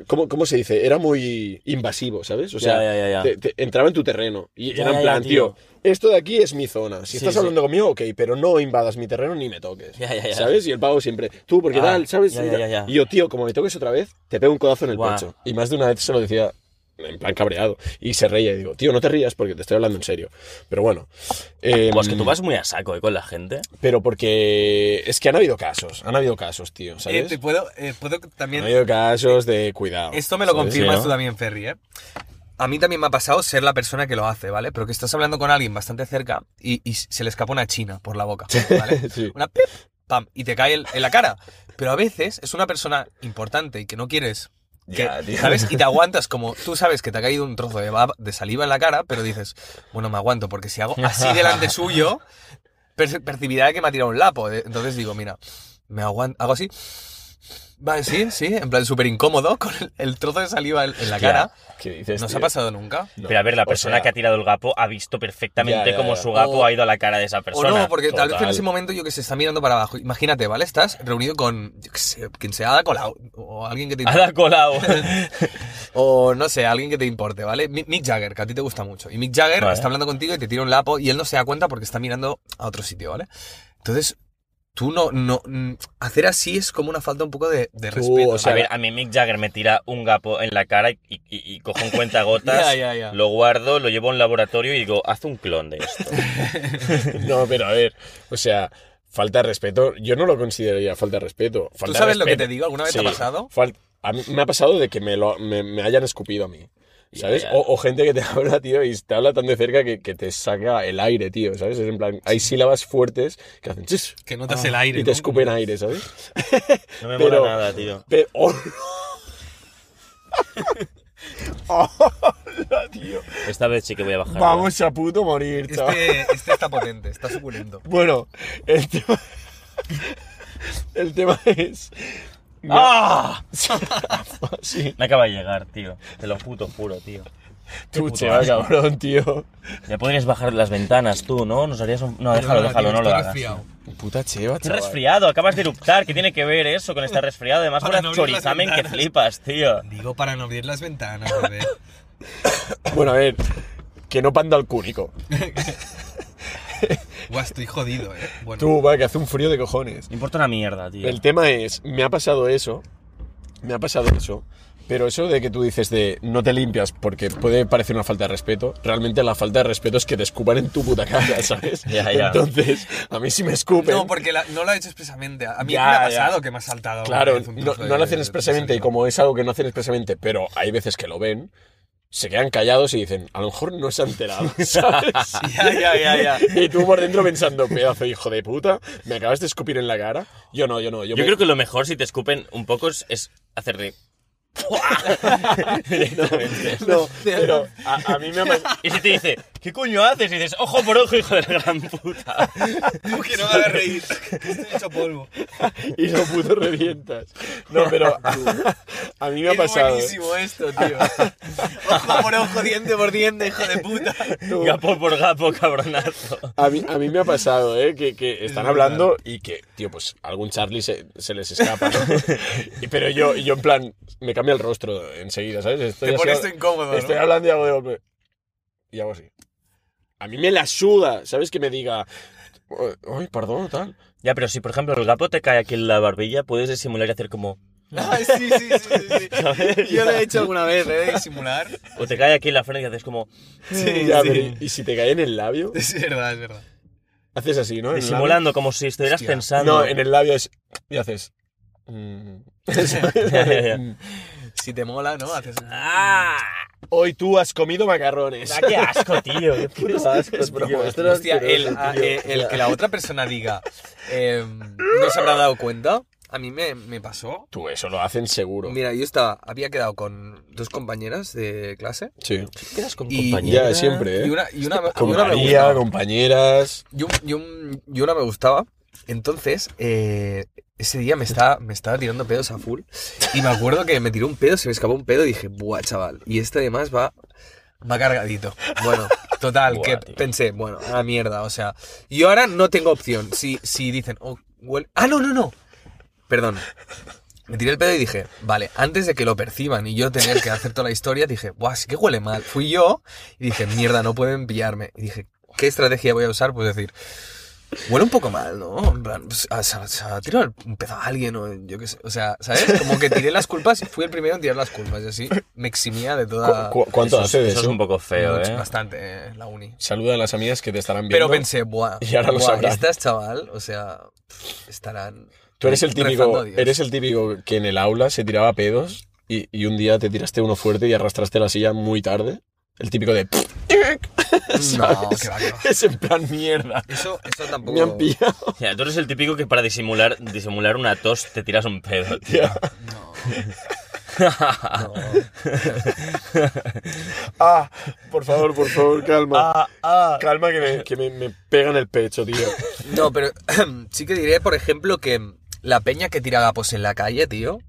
Speaker 1: ¿cómo, cómo se dice? Era muy invasivo, ¿sabes? O
Speaker 2: Ya,
Speaker 1: sea,
Speaker 2: ya, ya, ya.
Speaker 1: te- te- entraba en tu terreno y
Speaker 2: Ya,
Speaker 1: era
Speaker 2: ya,
Speaker 1: en plan,
Speaker 2: ya, tío.
Speaker 1: tío. esto de aquí es mi zona. Si
Speaker 2: Sí,
Speaker 1: estás
Speaker 2: sí.
Speaker 1: hablando conmigo, ok, pero no invadas mi terreno ni me toques.
Speaker 2: Ya, ya, ya.
Speaker 1: ¿Sabes? Y el pavo siempre, tú, porque
Speaker 2: Ah,
Speaker 1: tal, ¿sabes?
Speaker 2: ya, ya, ya, ya.
Speaker 1: Y yo, tío, como me toques otra vez, te pego un codazo en el
Speaker 2: Guau.
Speaker 1: pecho. Y más de una vez se lo decía en plan cabreado y se reía y digo, tío, no te rías porque te estoy hablando en serio. Pero bueno. eh,
Speaker 3: Em,
Speaker 2: Pues que tú vas muy a saco ¿eh? con la gente.
Speaker 1: Pero porque es que han habido casos, han habido casos, tío,
Speaker 3: Eh,
Speaker 1: ¿sabes?
Speaker 3: te puedo, eh, puedo también
Speaker 1: No hay casos de cuidado.
Speaker 3: Esto me lo
Speaker 1: ¿sabes?
Speaker 3: confirmas
Speaker 2: Sí, ¿no?
Speaker 3: tú también, Ferry, ¿eh? A mí también me ha pasado ser la persona que lo hace, ¿vale? Pero que estás hablando con alguien bastante cerca y, y se le escapa una china por la boca,
Speaker 2: *laughs*
Speaker 3: ¿vale?
Speaker 1: *laughs* Sí.
Speaker 3: Una pip, pam, y te cae el- en la cara. Pero a veces es una persona importante y que no quieres... que-
Speaker 1: Ya, tío.
Speaker 3: ¿Sabes? Y te aguantas como tú sabes que te ha caído un trozo de, bab- de saliva en la cara, pero dices, bueno, me aguanto porque si hago así delante suyo, per- percibirá que me ha tirado un lapo. Eh, Entonces digo, mira, me aguanto, hago así. Vale, sí, sí, en plan súper incómodo *laughs* con el, el trozo de saliva en, en la
Speaker 2: Hostia,
Speaker 3: cara.
Speaker 1: ¿Qué dices,
Speaker 3: ¿No
Speaker 1: Pues
Speaker 3: os
Speaker 1: tío?
Speaker 3: ha pasado nunca?
Speaker 1: No.
Speaker 2: Pero a ver, la
Speaker 1: O
Speaker 2: persona
Speaker 1: sea,
Speaker 2: que ha tirado el gapo ha visto perfectamente
Speaker 1: Ya, ya,
Speaker 2: cómo
Speaker 1: ya.
Speaker 2: su gapo
Speaker 3: O-
Speaker 2: ha ido a la cara de esa persona.
Speaker 3: O no, porque tal vez en
Speaker 2: Total. *laughs*
Speaker 3: ese momento yo que se está mirando para abajo. Imagínate, ¿vale? Estás reunido con, yo qué sé, quien sea, Ada Colau, o alguien que te
Speaker 2: Ha dado colado.
Speaker 3: O no sé, alguien que te importe, ¿vale? Mi- Mick Jagger, que a ti te gusta mucho. Y Mick Jagger
Speaker 2: Vale.
Speaker 3: está hablando contigo y te tira un lapo y él no se da cuenta porque está mirando a otro sitio, ¿vale? Entonces, tú no. no mm, hacer así es como una falta un poco de, de
Speaker 1: Tú,
Speaker 3: respeto.
Speaker 1: o
Speaker 3: ¿no?
Speaker 1: sea,
Speaker 2: a ver, a mí Mick Jagger me tira un gapo en la cara y, y- y cojo un cuentagotas,
Speaker 3: Ya, ya, ya.
Speaker 2: lo guardo, lo llevo a un laboratorio y digo, haz un clon de esto.
Speaker 1: *laughs* No, pero a ver, o sea, falta de respeto. Yo no lo consideraría falta de respeto. Falta
Speaker 3: ¿Tú
Speaker 1: de
Speaker 3: sabes lo que
Speaker 1: respeto.
Speaker 3: te digo? ¿Alguna vez te ha
Speaker 1: Sí.
Speaker 3: pasado?
Speaker 1: Fal- a mí me ha pasado de que me, lo, me, me hayan escupido a mí. ¿Sabes?
Speaker 2: Ya, ya.
Speaker 1: O, o gente que te *laughs* habla, tío, y te habla tan de cerca que, que te saca el aire, tío, ¿sabes? Es en plan, hay sílabas fuertes que hacen chis
Speaker 4: Que
Speaker 2: Ah.
Speaker 4: notas el aire.
Speaker 1: y te
Speaker 4: ¿no?
Speaker 1: escupen aire, ¿sabes?
Speaker 2: No me
Speaker 1: Pero- ¡Oh!
Speaker 2: mola nada, tío.
Speaker 1: *laughs* Pero, ¡Hola! ¡Hola, tío!
Speaker 2: Esta vez sí que voy a bajar.
Speaker 1: Vamos a puto morir, chaval.
Speaker 3: Este, este está potente, está suculento.
Speaker 1: Bueno, el tema... *laughs* el tema es...
Speaker 2: ¡Ah!
Speaker 1: Sí,
Speaker 2: Me acaba de llegar, tío. Te lo puto juro, tío.
Speaker 1: tú,
Speaker 2: puto
Speaker 1: chaval,
Speaker 2: asco.
Speaker 1: cabrón, tío.
Speaker 2: Ya podrías bajar las ventanas tú, ¿no? Nos harías un... No,
Speaker 4: Perdona,
Speaker 2: *laughs* déjalo, déjalo,
Speaker 4: tío,
Speaker 2: no lo
Speaker 4: estoy
Speaker 2: hagas.
Speaker 4: resfriado.
Speaker 1: Puta cheva,
Speaker 2: Qué
Speaker 1: chaval.
Speaker 2: resfriado, acabas de eruptar. ¿Qué tiene que ver eso con estar resfriado? Además,
Speaker 4: Para
Speaker 2: con
Speaker 4: no
Speaker 2: un
Speaker 4: abrir las
Speaker 2: chorizamen que
Speaker 4: ventanas.
Speaker 2: flipas, tío.
Speaker 4: Digo para no abrir las ventanas, bebé.
Speaker 1: *laughs*
Speaker 2: *laughs*
Speaker 1: Bueno, a ver, que no panda al cúnico.
Speaker 4: Buah, estoy jodido, eh. Bueno,
Speaker 1: Tú, va, que hace un frío de cojones.
Speaker 2: Me importa una mierda, tío.
Speaker 1: El tema es, me ha pasado eso, me ha pasado eso, pero eso de que tú dices de no te limpias porque puede parecer una falta de respeto, realmente la falta de respeto es que te escupan en tu puta cara, *laughs* ¿sabes?
Speaker 2: Ya, ya.
Speaker 1: Entonces, a mí sí me escupen.
Speaker 3: No, porque la- no lo ha hecho expresamente. A mí
Speaker 1: Ya,
Speaker 3: me ha
Speaker 1: ya.
Speaker 3: pasado que me ha saltado.
Speaker 1: Claro,
Speaker 3: alguna vez un
Speaker 1: no,
Speaker 3: trozo de-
Speaker 1: no lo hacen
Speaker 3: de
Speaker 1: expresamente y
Speaker 3: *laughs* saliva.
Speaker 1: como es algo que no hacen expresamente, pero hay veces que lo ven, se quedan callados y dicen, a lo mejor no se ha
Speaker 3: *laughs*
Speaker 1: enterado, ¿sabes?
Speaker 3: Ya, ya, ya, ya.
Speaker 1: Y tú por dentro pensando, pedazo de hijo de puta, ¿me acabas de escupir en la cara? Yo no, yo no. Yo,
Speaker 2: Yo
Speaker 1: me- *laughs*
Speaker 2: creo que lo mejor si te escupen un poco es, es hacerte.
Speaker 3: *laughs*
Speaker 1: No, pero a, a mí me ha pas-
Speaker 2: *laughs* Y si te dice, ¿qué coño haces? Y dices, ojo por ojo, hijo de la gran puta.
Speaker 4: Tú que no me hagas
Speaker 3: *laughs*
Speaker 4: reír. Estoy hecho polvo.
Speaker 1: *laughs* Y lo puto revientas. No,
Speaker 3: *laughs*
Speaker 1: pero *laughs* a, a mí *laughs* me ha
Speaker 3: Es
Speaker 1: pasado. ¿eh?
Speaker 3: buenísimo esto,
Speaker 1: *laughs*
Speaker 3: tío. ojo por ojo, diente por diente, hijo
Speaker 1: *laughs*
Speaker 3: de puta.
Speaker 1: Tú,
Speaker 2: Gapo por gapo, cabronazo.
Speaker 1: A mí, a mí me ha pasado, ¿eh? Que, que están hablando y que, tío, pues algún Charlie se, se les escapa,
Speaker 3: *laughs*
Speaker 1: ¿no? Y- Pero yo, yo, en plan, me cambia el rostro enseguida, ¿sabes? Estoy
Speaker 3: Te
Speaker 1: así
Speaker 3: pones
Speaker 1: hab-
Speaker 3: tú incómodo, ¿no?
Speaker 1: Estoy hablando y hago de golpe. Y hago así. A mí me la suda, ¿sabes? Que me diga, "Oh, ay, perdón, tal.
Speaker 2: Ya, pero si por ejemplo el gapo te cae aquí en la barbilla, puedes disimular y hacer como.
Speaker 3: Ah, sí, sí, sí, sí,
Speaker 1: *laughs*
Speaker 3: sí. Yo lo he hecho alguna vez, ¿eh? De disimular.
Speaker 2: O te cae aquí en la frente y haces como.
Speaker 3: Sí,
Speaker 1: Ya,
Speaker 3: sí.
Speaker 1: pero,
Speaker 3: *laughs*
Speaker 1: ¿y si te cae en el labio?
Speaker 4: Es verdad, es verdad.
Speaker 1: Haces así, ¿no? En el labio.
Speaker 2: Disimulando, como si estuvieras
Speaker 4: Hostia.
Speaker 2: pensando.
Speaker 1: No, en el labio es. Y
Speaker 3: *laughs*
Speaker 1: haces. mm.
Speaker 2: Ya, ya, ya.
Speaker 3: Si te mola, ¿no? Haces...
Speaker 2: ¡Ah!
Speaker 1: *laughs* Hoy tú has comido macarrones.
Speaker 2: ¡Qué asco, tío! ¡Qué puto asco,
Speaker 1: Es broma,
Speaker 2: tío!
Speaker 1: es broma.
Speaker 3: Hostia, el, a- eh, el que la otra persona diga em, no se habrá dado cuenta, a mí me, me pasó.
Speaker 1: *laughs* Tú eso lo hacen seguro.
Speaker 3: Mira, yo estaba, había quedado con dos compañeras de clase
Speaker 1: Sí.
Speaker 2: Quedas con
Speaker 3: Y-
Speaker 2: compañera.
Speaker 1: Ya, siempre, ¿eh?
Speaker 3: y una, y una, y
Speaker 1: Con
Speaker 3: una me
Speaker 1: María,
Speaker 3: gustaba.
Speaker 1: compañeras.
Speaker 3: Y, un- y un- y una me gustaba. Entonces, eh, ese día me estaba, me estaba tirando pedos a full. Y me acuerdo que me tiró un pedo, se me escapó un pedo y dije, buah, chaval. Y este además va, va cargadito. Bueno, total,
Speaker 2: Buah,
Speaker 3: que
Speaker 2: tío.
Speaker 3: pensé, bueno, a la mierda. O sea, yo ahora no tengo opción. Si, si dicen, oh, huele- Ah, no, no, no. Perdón. Me tiré el pedo y dije, vale, antes de que lo perciban y yo tener que hacer toda la historia, dije, guau, sí que huele mal. Fui yo y dije, mierda, no pueden pillarme. Y dije, ¿qué estrategia voy a usar? Pues decir, huele un poco mal, ¿no? En plan, pues, ah, se ha- se ha tirado un pedo a alguien o yo qué sé. O sea, ¿sabes? Como que tiré las culpas y fui el primero en tirar las culpas y así me eximía de toda...
Speaker 1: ¿Cu- cu- cuánto
Speaker 2: Eso es-
Speaker 1: hace de
Speaker 2: eso
Speaker 1: eso?
Speaker 2: es un poco feo,
Speaker 3: No,
Speaker 2: ¿eh?
Speaker 3: Bastante, eh, la uni.
Speaker 1: Saluda a las amigas que te estarán viendo.
Speaker 3: Pero pensé, buah,
Speaker 1: Y ahora lo
Speaker 3: buah,
Speaker 1: sabrán.
Speaker 3: estas, chaval, o sea, pf, estarán...
Speaker 1: Tú eres el
Speaker 3: rezando
Speaker 1: típico,
Speaker 3: a Dios.
Speaker 1: eres el típico que en el aula se tiraba pedos y, y un día te tiraste uno fuerte y arrastraste la silla muy tarde. El típico de.
Speaker 3: *laughs*
Speaker 1: *laughs*
Speaker 3: No,
Speaker 1: ¿sabes?
Speaker 3: que va, que va.
Speaker 1: *laughs* Es en plan mierda.
Speaker 3: Eso, eso tampoco...
Speaker 1: Me han
Speaker 3: *laughs*
Speaker 1: pillado.
Speaker 2: Ya, tú eres el típico que para disimular, disimular una tos te tiras un pedo, tío.
Speaker 1: tía.
Speaker 3: No.
Speaker 2: *laughs*
Speaker 1: Ah, por favor, por favor, calma.
Speaker 2: Ah, ah.
Speaker 1: Calma que me, que me, me pega en el pecho, tío.
Speaker 3: No, pero *clears throat* sí que diré, por ejemplo, que la peña que tira gapos en la calle, tío,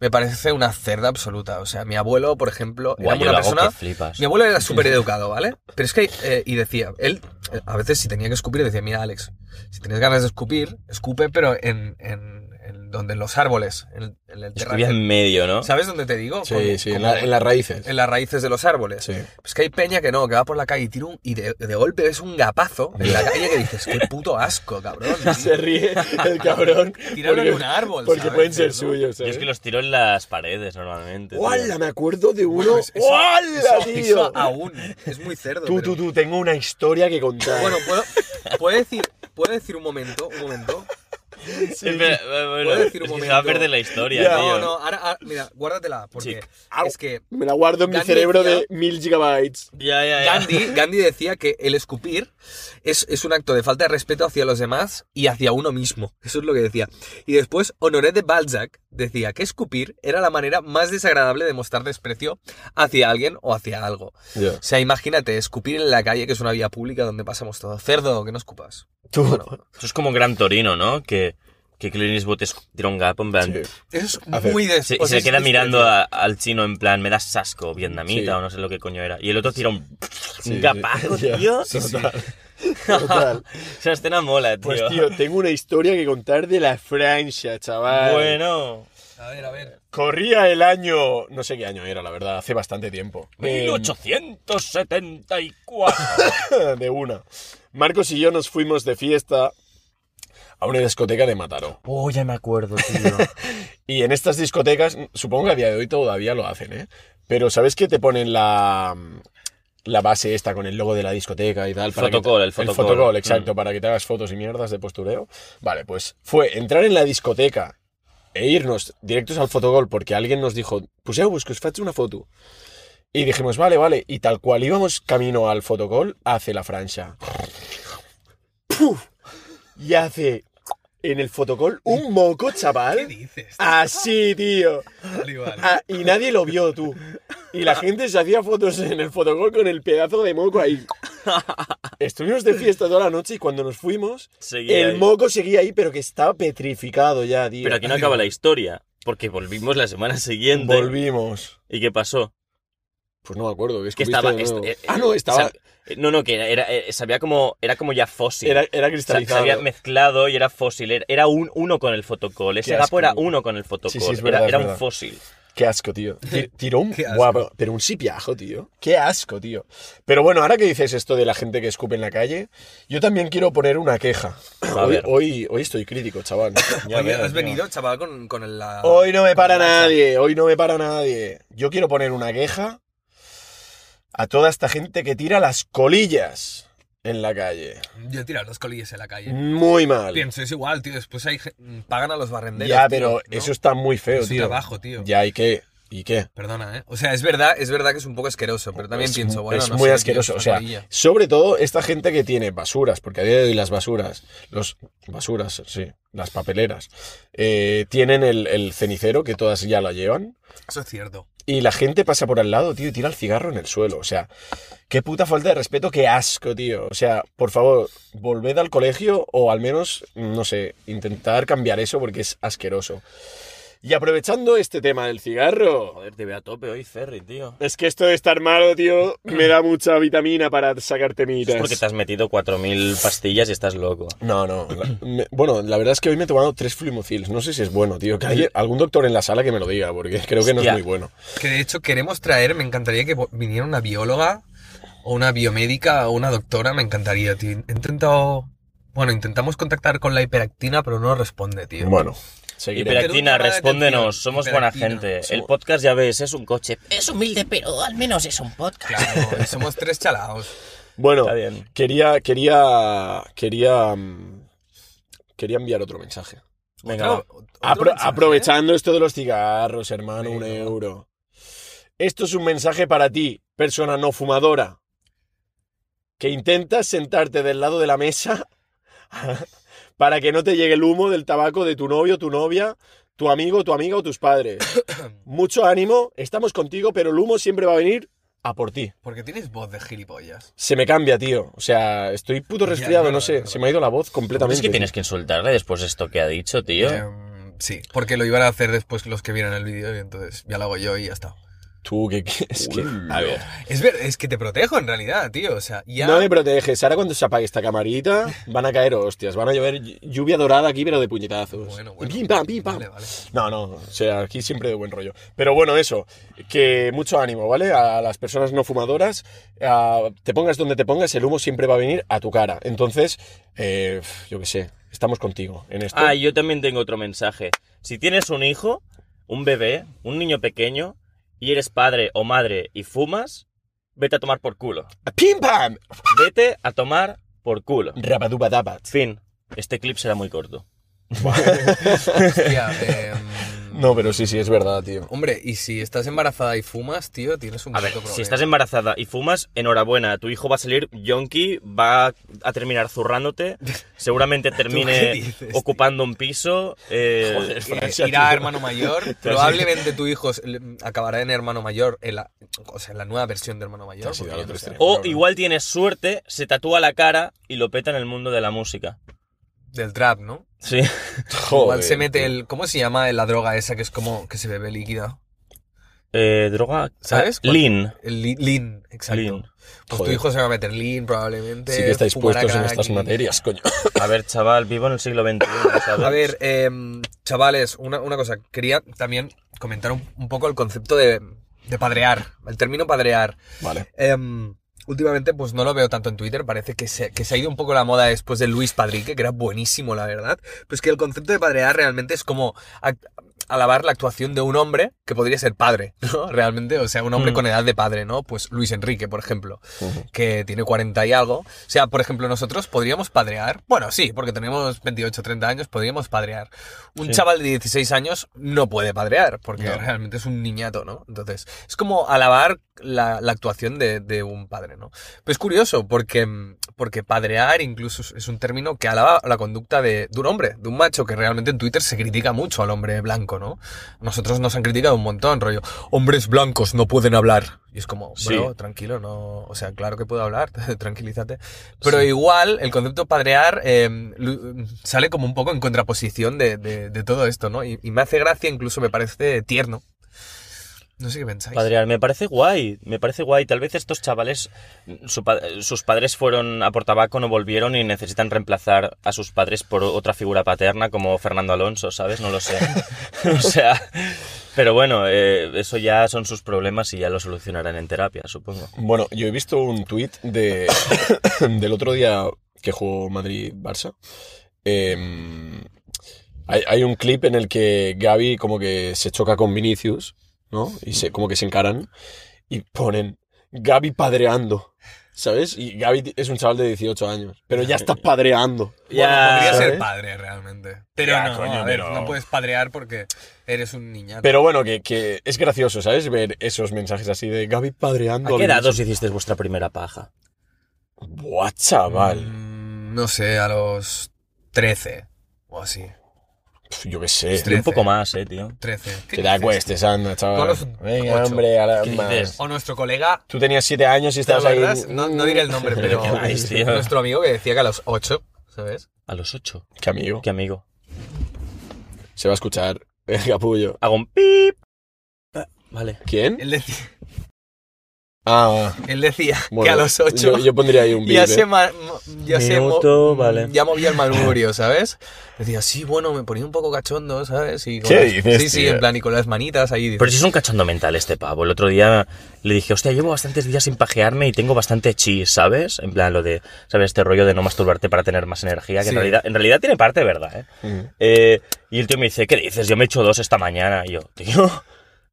Speaker 3: me parece una cerda absoluta. O sea, mi abuelo, por ejemplo,
Speaker 2: Guau,
Speaker 3: era
Speaker 2: yo lo
Speaker 3: una
Speaker 2: hago
Speaker 3: persona...
Speaker 2: que flipas.
Speaker 3: Mi abuelo
Speaker 1: *laughs*
Speaker 3: era súper educado, ¿vale? Pero es que, eh, y decía, él eh, a veces si tenía que escupir, decía, mira, Alex, si tienes ganas de escupir, escupe, pero en, en, en donde en los árboles, en, en el
Speaker 2: Escribía en
Speaker 3: terreno.
Speaker 2: medio, ¿no?
Speaker 3: ¿Sabes dónde te digo?
Speaker 1: Sí,
Speaker 3: Como-
Speaker 1: sí, en,
Speaker 3: como-
Speaker 1: la- en las raíces.
Speaker 3: en las raíces de los árboles. *laughs*
Speaker 1: Sí.
Speaker 3: Pues que hay peña que no, que va por la calle y tira un, y de, de golpe ves un gapazo en la calle que dices, qué puto asco,
Speaker 1: *laughs*
Speaker 3: cabrón.
Speaker 1: Se ríe el cabrón.
Speaker 3: Tíralo
Speaker 1: porque-
Speaker 3: en un árbol,
Speaker 1: Porque
Speaker 3: ¿sabes?
Speaker 1: pueden ser
Speaker 3: ¿no?
Speaker 1: suyos.
Speaker 2: Yo
Speaker 1: ¿sabes?
Speaker 2: es que los tiro en las paredes normalmente. tío.
Speaker 1: ¡Hala! Me acuerdo de uno.
Speaker 3: Bueno, es- eso-
Speaker 1: ¡Hala,
Speaker 3: eso-
Speaker 1: tío!
Speaker 3: eso aún, es muy cerdo.
Speaker 1: tú,
Speaker 3: pero-
Speaker 1: tú, tú, tengo una historia que contar.
Speaker 3: Bueno, ¿puedo, puedo decir, puedo decir un momento, un momento.
Speaker 2: Espera, bueno,
Speaker 3: ¿Puedo decir
Speaker 2: es que se
Speaker 3: un momento?
Speaker 2: va a perder la historia,
Speaker 1: Ya.
Speaker 2: tío.
Speaker 3: No, no, ahora, ahora- mira, guárdatela, porque
Speaker 2: Sí.
Speaker 1: Au.
Speaker 3: es que
Speaker 1: Me la guardo en mi
Speaker 3: Gandhi
Speaker 1: cerebro
Speaker 3: decía-
Speaker 1: de mil gigabytes.
Speaker 2: Ya, ya, ya.
Speaker 3: Gandhi, Gandhi decía que el escupir es, es un acto de falta de respeto hacia los demás y hacia uno mismo. Eso es lo que decía. Y después, Honoré de Balzac decía que escupir era la manera más desagradable de mostrar desprecio hacia alguien o hacia algo. O sea, imagínate, escupir en la calle, que es una vía pública donde pasamos todo. Cerdo, que no escupas.
Speaker 1: Tú.
Speaker 2: Eso es como Gran Torino, ¿no? Que, que Clint Eastwood es- tira un gapo en plan...
Speaker 1: Sí.
Speaker 3: Eso
Speaker 1: A
Speaker 3: es
Speaker 1: ver,
Speaker 3: muy
Speaker 2: Y
Speaker 3: des-
Speaker 2: se, y
Speaker 3: o
Speaker 1: Pues
Speaker 2: se le
Speaker 3: sea, es
Speaker 2: queda
Speaker 3: desprecio.
Speaker 2: mirando a- al chino en plan, me das sasco, vietnamita
Speaker 1: Sí.
Speaker 2: o no sé lo que coño era. Y el otro tira un,
Speaker 1: Sí,
Speaker 2: un
Speaker 1: sí.
Speaker 2: gapazo,
Speaker 1: *laughs* Ya,
Speaker 2: tío.
Speaker 1: Total.
Speaker 2: *laughs*
Speaker 1: Total.
Speaker 2: Esa escena mola, tío.
Speaker 1: Pues tío, tengo una historia que contar de la Francia, chaval.
Speaker 2: Bueno.
Speaker 4: A ver, a ver.
Speaker 1: Corría el año, no sé qué año era, la verdad, hace bastante tiempo. Eh,
Speaker 2: 1874.
Speaker 1: *laughs* de una. Marcos y yo nos fuimos de fiesta a una discoteca de Mataró.
Speaker 2: oh, ya me acuerdo, tío.
Speaker 1: Y en estas discotecas, supongo que a día de hoy todavía lo hacen, ¿eh? Pero ¿sabes que te ponen la, la base esta con el logo de la discoteca y tal? que te-
Speaker 2: fotocall, el fotocall.
Speaker 1: exacto,
Speaker 2: Mm.
Speaker 1: para que te hagas fotos y mierdas de postureo. Vale, pues fue entrar en la discoteca e irnos directos al fotogol porque alguien nos dijo, pues eu, que os faig una foto. Y dijimos, vale, vale. Y tal cual íbamos camino al fotogol, hace la francha. Puf. Y hace en el fotocol un moco,
Speaker 4: ¿Qué
Speaker 1: chaval.
Speaker 4: dices?
Speaker 1: Así, tío.
Speaker 4: Vale, vale.
Speaker 1: Ah, y nadie lo vio, tú. Y la gente se hacía fotos en el fotogol con el pedazo de moco ahí. Estuvimos de fiesta toda la noche y cuando nos fuimos,
Speaker 2: Seguía
Speaker 1: el
Speaker 2: ahí.
Speaker 1: moco seguía ahí, pero que estaba petrificado ya, tío.
Speaker 2: Pero aquí no acaba la historia, porque volvimos la semana siguiente.
Speaker 1: Volvimos.
Speaker 2: ¿Y qué pasó?
Speaker 1: Pues no me acuerdo, es
Speaker 2: Que
Speaker 1: que
Speaker 2: estaba...
Speaker 1: estaba.
Speaker 2: est- eh,
Speaker 1: ah, no, estaba.
Speaker 2: sab- eh, no, no, que era, eh, sabía como, era como ya fósil.
Speaker 1: Era, era
Speaker 2: O sea, se
Speaker 1: cristalizado.
Speaker 2: había mezclado y era fósil. Era, era un, uno con el fotocol. Ese
Speaker 1: Qué
Speaker 2: gapo
Speaker 1: asco.
Speaker 2: era uno con el fotocol.
Speaker 1: Sí, sí, es
Speaker 2: Era-
Speaker 1: verdad,
Speaker 2: era
Speaker 1: es
Speaker 2: un
Speaker 1: verdad.
Speaker 2: fósil.
Speaker 1: Qué asco, tío. Ti- Tiró un
Speaker 4: Qué asco.
Speaker 1: guapo, pero un sipiajo, tío. Qué asco, tío. Pero bueno, ahora que dices esto de la gente que escupe en la calle, yo también quiero poner una queja.
Speaker 2: A
Speaker 1: Hoy,
Speaker 2: ver.
Speaker 1: hoy, hoy estoy crítico, chaval.
Speaker 2: Ya
Speaker 3: Oye,
Speaker 2: veo,
Speaker 3: has
Speaker 2: tío.
Speaker 3: venido, chaval, con, con el... la-
Speaker 1: Hoy no me para
Speaker 3: con la-
Speaker 1: nadie, hoy no me para nadie. Yo quiero poner una queja a toda esta gente que tira las colillas en la calle.
Speaker 4: Yo he tirado los colillas en la calle.
Speaker 1: Muy mal.
Speaker 4: Pienso, es igual, tío. Después hay, ge- mm, pagan a los barrenderos.
Speaker 1: Ya,
Speaker 4: tío,
Speaker 1: pero
Speaker 4: ¿no?
Speaker 1: eso está muy feo,
Speaker 4: Es su
Speaker 1: tío.
Speaker 4: trabajo, tío.
Speaker 1: Ya, ¿y qué? ¿Y qué?
Speaker 4: Perdona, ¿eh?
Speaker 3: O sea, es verdad, es verdad que es un poco asqueroso, pero también
Speaker 1: Es-
Speaker 3: pienso, bueno,
Speaker 1: es
Speaker 3: no
Speaker 1: muy
Speaker 3: sé,
Speaker 1: asqueroso.
Speaker 3: tío,
Speaker 1: O sea,
Speaker 3: zapadilla.
Speaker 1: sobre todo esta gente que tiene basuras, porque a día de hoy las basuras, los basuras, sí, las papeleras, eh, tienen el, el cenicero que todas ya lo llevan.
Speaker 4: Eso es cierto.
Speaker 1: Y la gente pasa por al lado, tío, y tira el cigarro en el suelo. O sea, qué puta falta de respeto, qué asco, tío. O sea, por favor, volved al colegio o al menos, no sé, intentar cambiar eso porque es asqueroso. Y aprovechando este tema del cigarro,
Speaker 2: Joder, te veo a tope hoy, Ferry, tío.
Speaker 1: es que esto de estar malo, tío, me da mucha vitamina para sacarte
Speaker 2: Eso es porque te
Speaker 1: mitas.
Speaker 2: has metido 4.000 pastillas y estás loco.
Speaker 1: No, no. la- me- bueno, la verdad es que hoy me he tomado tres flumocils. No sé si es bueno, tío. Que hay algún doctor en la sala que me lo diga, porque creo que no es
Speaker 2: Hostia.
Speaker 1: muy bueno.
Speaker 4: Que de hecho queremos traer, me encantaría que vo- viniera una bióloga o una biomédica o una doctora, me encantaría, tío. He intentado... Bueno, intentamos contactar con la hiperactina, pero no responde, tío.
Speaker 1: Bueno,
Speaker 4: Hiperacti-
Speaker 1: seguiremos.
Speaker 4: Pero
Speaker 2: Hiperactina,
Speaker 4: un llamado de
Speaker 2: respóndenos.
Speaker 4: atención,
Speaker 2: Somos buena
Speaker 4: hiperactina.
Speaker 2: gente. El
Speaker 1: Somos-
Speaker 2: podcast, ya ves, es un coche.
Speaker 5: Es humilde, pero al menos es un podcast.
Speaker 4: Claro, somos tres
Speaker 1: *laughs*
Speaker 4: chalaos.
Speaker 1: Bueno,
Speaker 2: Está bien.
Speaker 1: quería, quería, quería, mm, quería enviar otro mensaje.
Speaker 2: Venga, va.
Speaker 4: Otro- otro
Speaker 1: Apro-
Speaker 4: mensaje, ¿eh?
Speaker 1: aprovechando esto de los cigarros, hermano, un
Speaker 4: Venga.
Speaker 1: euro. Esto es un mensaje para ti, persona no fumadora, que intentas sentarte del lado de la mesa *laughs* para que no te llegue el humo del tabaco de tu novio, tu novia, tu amigo, tu amiga o
Speaker 4: *coughs*
Speaker 1: tus padres. Mucho ánimo, estamos contigo, pero el humo siempre va a venir a por ti.
Speaker 4: Porque tienes voz de gilipollas.
Speaker 1: Se me cambia, tío. O sea, estoy puto
Speaker 4: Ya,
Speaker 1: resfriado,
Speaker 4: claro,
Speaker 1: no sé.
Speaker 4: claro.
Speaker 1: Se me ha ido la voz completamente.
Speaker 2: Es que tienes que insultarle después de esto que ha dicho, tío.
Speaker 4: Em, sí, porque lo iban a hacer después los que vieron el vídeo y entonces ya lo hago yo y ya está.
Speaker 1: Tú, que, que- es que... A ver.
Speaker 4: Es ver, es que te protejo en realidad, tío. O sea, ya...
Speaker 1: No me proteges. Ahora cuando se apague esta camarita, van a caer hostias. Van a llover llu- lluvia dorada aquí, pero de puñetazos.
Speaker 4: Bueno, bueno.
Speaker 1: Pim, pam, pim, pam.
Speaker 4: Vale, vale.
Speaker 1: No, no. O sea, aquí siempre de buen rollo. Pero bueno, eso. Que mucho ánimo, ¿vale? A las personas no fumadoras. a- te pongas donde te pongas, el humo siempre va a venir a tu cara. Entonces, eh, yo qué sé. Estamos contigo en esto.
Speaker 2: Ah, y yo también tengo otro mensaje. Si tienes un hijo, un bebé, un niño pequeño, y eres padre o madre y fumas, vete a tomar por culo.
Speaker 1: ¡Pim, pam!
Speaker 2: Vete a tomar por culo.
Speaker 1: Rabadubadabat.
Speaker 2: Fin. Este clip será muy corto.
Speaker 4: Hostia,
Speaker 3: eh,
Speaker 1: *laughs* No, pero sí, sí, es verdad, tío.
Speaker 3: hombre, y si estás embarazada y fumas, tío, tienes un
Speaker 2: A ver,
Speaker 3: puto problema.
Speaker 2: si estás embarazada y fumas, enhorabuena. Tu hijo va a salir yonki, va a terminar zurrándote, *laughs* seguramente termine
Speaker 3: dices, tío?
Speaker 2: ocupando un piso. eh,
Speaker 3: Eh, irá a hermano mayor. Probablemente tu hijo se- le- acabará en hermano mayor, en la, o sea, en la nueva versión de hermano mayor.
Speaker 1: Sí, sí,
Speaker 3: porque
Speaker 1: al
Speaker 3: ya
Speaker 1: otro
Speaker 3: no
Speaker 1: extremo.
Speaker 2: o
Speaker 3: sé,
Speaker 2: igual tienes suerte, se tatúa la cara y lo peta en el mundo de la música.
Speaker 3: Del trap, ¿no?
Speaker 2: Sí. *laughs*
Speaker 1: Joder.
Speaker 3: igual se mete
Speaker 1: tío.
Speaker 3: el. ¿Cómo se llama la droga esa que es como que se bebe líquida?
Speaker 2: Eh, droga.
Speaker 3: ¿Sabes?
Speaker 2: ah, Lean.
Speaker 3: El li- lean, exacto.
Speaker 2: Lean.
Speaker 3: Pues tu
Speaker 1: Joder.
Speaker 3: hijo se va a meter lean, probablemente.
Speaker 1: Sí que estáis
Speaker 3: fumará
Speaker 1: puestos en
Speaker 3: crack
Speaker 1: estas
Speaker 3: y-
Speaker 1: materias, coño.
Speaker 2: A ver, chaval, vivo en el siglo
Speaker 3: *laughs*
Speaker 2: XXI. ¿sabes?
Speaker 3: A ver, eh, chavales, una, una cosa. Quería también comentar un, un poco el concepto de, de padrear, el término padrear.
Speaker 1: Vale.
Speaker 3: Em, últimamente, pues no lo veo tanto en Twitter. Parece que se, que se ha ido un poco la moda después de Luis Padrique, que era buenísimo, la verdad. Pero es que el concepto de padrear realmente es como ac- alabar la actuación de un hombre que podría ser padre, *laughs* ¿no? Realmente, o sea, un hombre
Speaker 2: Mm.
Speaker 3: con edad de padre, ¿no? Pues Luis Enrique, por ejemplo, que tiene 40 y algo. O sea, por ejemplo, nosotros podríamos padrear. Bueno, sí, porque tenemos 28, 30 años, podríamos padrear. Un
Speaker 2: Sí.
Speaker 3: chaval de 16 años no puede padrear, porque realmente es un niñato, ¿no? Entonces, es como alabar la, la actuación de, de un padre, ¿no? Pero es curioso, porque, mm, porque padrear incluso es- es un término que alaba la conducta de, de un hombre, de un macho, que realmente en Twitter se critica mucho al hombre blanco, ¿no? Nosotros nos han criticado un montón, rollo, hombres blancos no pueden hablar. Y es como,
Speaker 2: Sí.
Speaker 3: bro, tranquilo, no. O sea, claro que puedo hablar, *laughs* tranquilízate. Pero igual, el concepto padrear eh, lu- sale como un poco en contraposición de, de- de todo esto, ¿no? Y, y me hace gracia, incluso me parece tierno. No sé qué pensáis.
Speaker 2: Padrear, me parece guay, me parece guay. Tal vez estos chavales, su pa- sus padres fueron a por tabaco, no volvieron y necesitan reemplazar a sus padres por otra figura paterna como Fernando Alonso, ¿sabes? No lo
Speaker 3: *laughs*
Speaker 2: sé. *laughs* o sea, pero bueno, eh, eso ya son sus problemas y ya lo solucionarán en terapia, supongo.
Speaker 1: Bueno, yo he visto un tuit de, *coughs* del otro día que jugó Madrid-Barça. Eh, hay, hay un clip en el que Gaby como que se choca con Vinicius, ¿no? Y se, como que se encaran y ponen Gaby padreando, ¿sabes? Y Gaby es un chaval de 18 años, pero ya estás padreando.
Speaker 3: Bueno, podría
Speaker 1: ¿sabes?
Speaker 3: ser padre realmente. Pero
Speaker 1: Ya,
Speaker 3: no,
Speaker 1: coño,
Speaker 3: a ver,
Speaker 1: pero-
Speaker 3: no puedes padrear porque eres un niñato.
Speaker 1: Pero bueno, que, que es gracioso, ¿sabes? Ver esos mensajes así de Gaby padreando.
Speaker 2: ¿A qué edad
Speaker 1: Vinicius.
Speaker 2: os hicisteis vuestra primera paja?
Speaker 1: Buah, chaval.
Speaker 3: Mm, no sé, a los 13 o así.
Speaker 1: Pf, Yo qué sé.
Speaker 2: Yo un
Speaker 3: Trece.
Speaker 2: poco más, eh, tío.
Speaker 3: 13.
Speaker 1: Que te acuestes, anda,
Speaker 3: Tú a
Speaker 1: chaval.
Speaker 3: los
Speaker 1: Venga,
Speaker 3: ocho.
Speaker 1: hombre, ahora
Speaker 2: ¿Qué
Speaker 1: más.
Speaker 2: dices?
Speaker 3: O nuestro colega,
Speaker 1: Tú tenías siete años y
Speaker 3: ¿te
Speaker 1: estabas ahí.
Speaker 3: acuerdas? No, no diré
Speaker 1: *laughs*
Speaker 3: el nombre, pero
Speaker 2: ¿Qué vais,
Speaker 3: *laughs*
Speaker 2: tío?
Speaker 3: nuestro amigo que decía que a los 8, ¿sabes?
Speaker 2: A los ocho.
Speaker 1: Qué amigo.
Speaker 2: Qué amigo.
Speaker 1: Se va a escuchar el capullo.
Speaker 2: Hago un pip. Ah, Vale.
Speaker 1: ¿Quién?
Speaker 3: Él decía,
Speaker 1: Ah,
Speaker 3: él decía que
Speaker 1: bueno,
Speaker 3: a los 8
Speaker 1: Yo, yo pondría
Speaker 3: *laughs*
Speaker 1: ahí un
Speaker 3: ya
Speaker 1: vídeo.
Speaker 3: se, ma- mo- ya se mo- mm,
Speaker 2: Minuto, vale.
Speaker 3: ya movía el malburio, ¿sabes? Decía, sí, bueno, me ponía un poco cachondo, ¿sabes? Y con
Speaker 1: ¿Qué
Speaker 3: las-
Speaker 1: dices,
Speaker 3: Sí, sí,
Speaker 1: tío?
Speaker 3: en plan, y con las manitas ahí.
Speaker 2: Pero si es un cachondo mental este pavo. El otro día le dije, hostia, llevo bastantes días sin pajearme y tengo bastante chi, ¿sabes? En plan, lo de, ¿sabes? Este rollo de no masturbarte para tener más energía, que en,
Speaker 3: Sí. Mm.
Speaker 2: realidad, en realidad tiene parte, de ¿verdad? eh? Eh, y el tío me dice, ¿qué dices? Yo me he hecho dos esta mañana. Y yo, tío,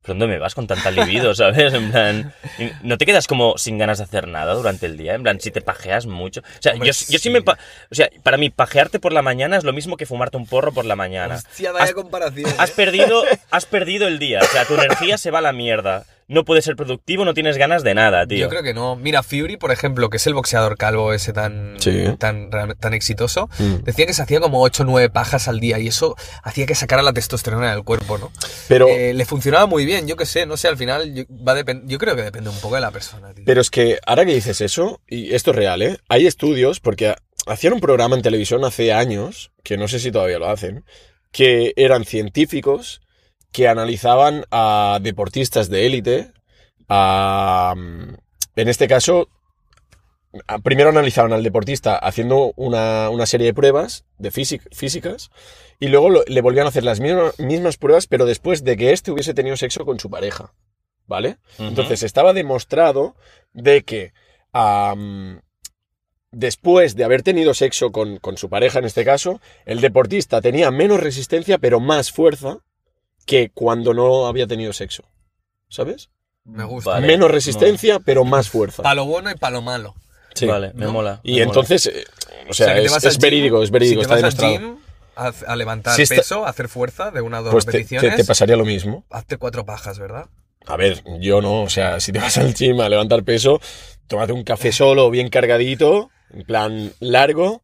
Speaker 2: ¿pero dónde me vas con tanta libido,
Speaker 3: *laughs*
Speaker 2: ¿sabes? En plan, y ¿no te quedas como sin ganas de hacer nada durante el día? En plan, si te pajeas mucho. O sea,
Speaker 3: Hombre,
Speaker 2: yo, yo sí
Speaker 3: sí.
Speaker 2: me... pa- o sea, para mí, pajearte por la mañana es lo mismo que fumarte un porro por la mañana.
Speaker 3: Hostia, vaya
Speaker 2: Has-
Speaker 3: comparación.
Speaker 2: Has perdido, has perdido el día. O sea, tu energía se va a la mierda. No puedes ser productivo, no tienes ganas de nada, tío.
Speaker 3: Yo creo que no. Mira, Fury, por ejemplo, que es el boxeador calvo ese tan,
Speaker 1: Sí.
Speaker 3: tan, real- tan exitoso,
Speaker 1: Mm.
Speaker 3: decía que se hacía como 8 o 9 pajas al día y eso hacía que sacara la testosterona del cuerpo, ¿no?
Speaker 1: Pero,
Speaker 3: Eh, le funcionaba muy bien, yo qué sé, no sé, al final yo, va a depen- yo creo que depende un poco de la persona, tío.
Speaker 1: pero es que ahora que dices eso, y esto es real, ¿eh? Hay estudios, porque ha- hacían un programa en televisión hace años, que no sé si todavía lo hacen, que eran científicos que analizaban a deportistas de élite, a, mm, en este caso, a- primero analizaban al deportista haciendo una, una serie de pruebas de físic- físicas y luego lo- le volvían a hacer las misma- mismas pruebas, pero después de que éste hubiese tenido sexo con su pareja. ¿Vale?
Speaker 2: Ujú.
Speaker 1: Entonces estaba demostrado de que am, después de haber tenido sexo con, con su pareja, en este caso, el deportista tenía menos resistencia, pero más fuerza que cuando no había tenido sexo. ¿Sabes?
Speaker 3: me gusta.
Speaker 2: Vale. Ah,
Speaker 1: menos resistencia, pero más fuerza.
Speaker 3: Pa' lo bueno y pa' lo malo.
Speaker 1: Sí.
Speaker 2: Vale, me
Speaker 3: ¿No?
Speaker 2: mola. me
Speaker 1: Y
Speaker 2: mola.
Speaker 1: entonces, eh, o sea,
Speaker 3: que te
Speaker 1: es,
Speaker 3: vas al
Speaker 1: es
Speaker 3: gym,
Speaker 1: verídico, es verídico,
Speaker 3: si te
Speaker 1: está
Speaker 3: vas al
Speaker 1: demostrado.
Speaker 3: gym, a, a levantar
Speaker 1: Si esta-
Speaker 3: peso, a hacer fuerza de una o dos
Speaker 1: Pues te, te-
Speaker 3: repeticiones.
Speaker 1: te pasaría lo mismo.
Speaker 3: Hazte cuatro pajas, ¿verdad?
Speaker 1: A ver, yo no, o sea, si te vas al gym a levantar peso, tómate un café solo, bien cargadito, en plan largo,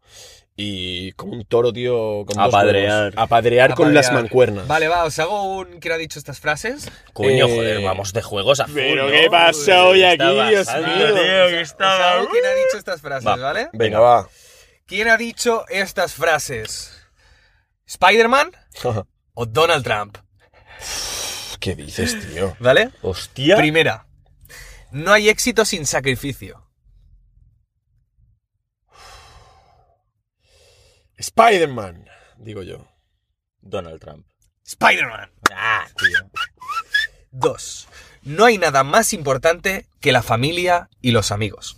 Speaker 1: y como un toro, tío, con dos
Speaker 2: Apadrear.
Speaker 1: huevos. Apadrear con las
Speaker 3: Apalear.
Speaker 1: mancuernas.
Speaker 3: Vale, va, os hago un. ¿Quién ha dicho estas frases?
Speaker 2: Coño,
Speaker 1: Eh,
Speaker 2: joder, vamos de juegos a full,
Speaker 1: pero
Speaker 2: ¿no?
Speaker 1: ¿qué pasa hoy
Speaker 2: Está
Speaker 1: aquí, Dios
Speaker 2: bastante,
Speaker 1: mío?
Speaker 2: tío, que
Speaker 3: Os hago
Speaker 2: estaba-
Speaker 3: ¿Quién ha dicho estas frases,
Speaker 2: Va.
Speaker 3: ¿vale?
Speaker 1: Venga, va.
Speaker 3: ¿Quién ha dicho estas frases? ¿Spider-Man o Donald Trump?
Speaker 1: *laughs* ¿Qué dices, tío?
Speaker 3: ¿Vale?
Speaker 2: Hostia.
Speaker 3: Primera. No hay éxito sin sacrificio.
Speaker 1: Spider-Man, digo yo.
Speaker 2: Donald Trump.
Speaker 3: Spider-Man.
Speaker 2: Ah, tío.
Speaker 3: Dos. No hay nada más importante que la familia y los amigos.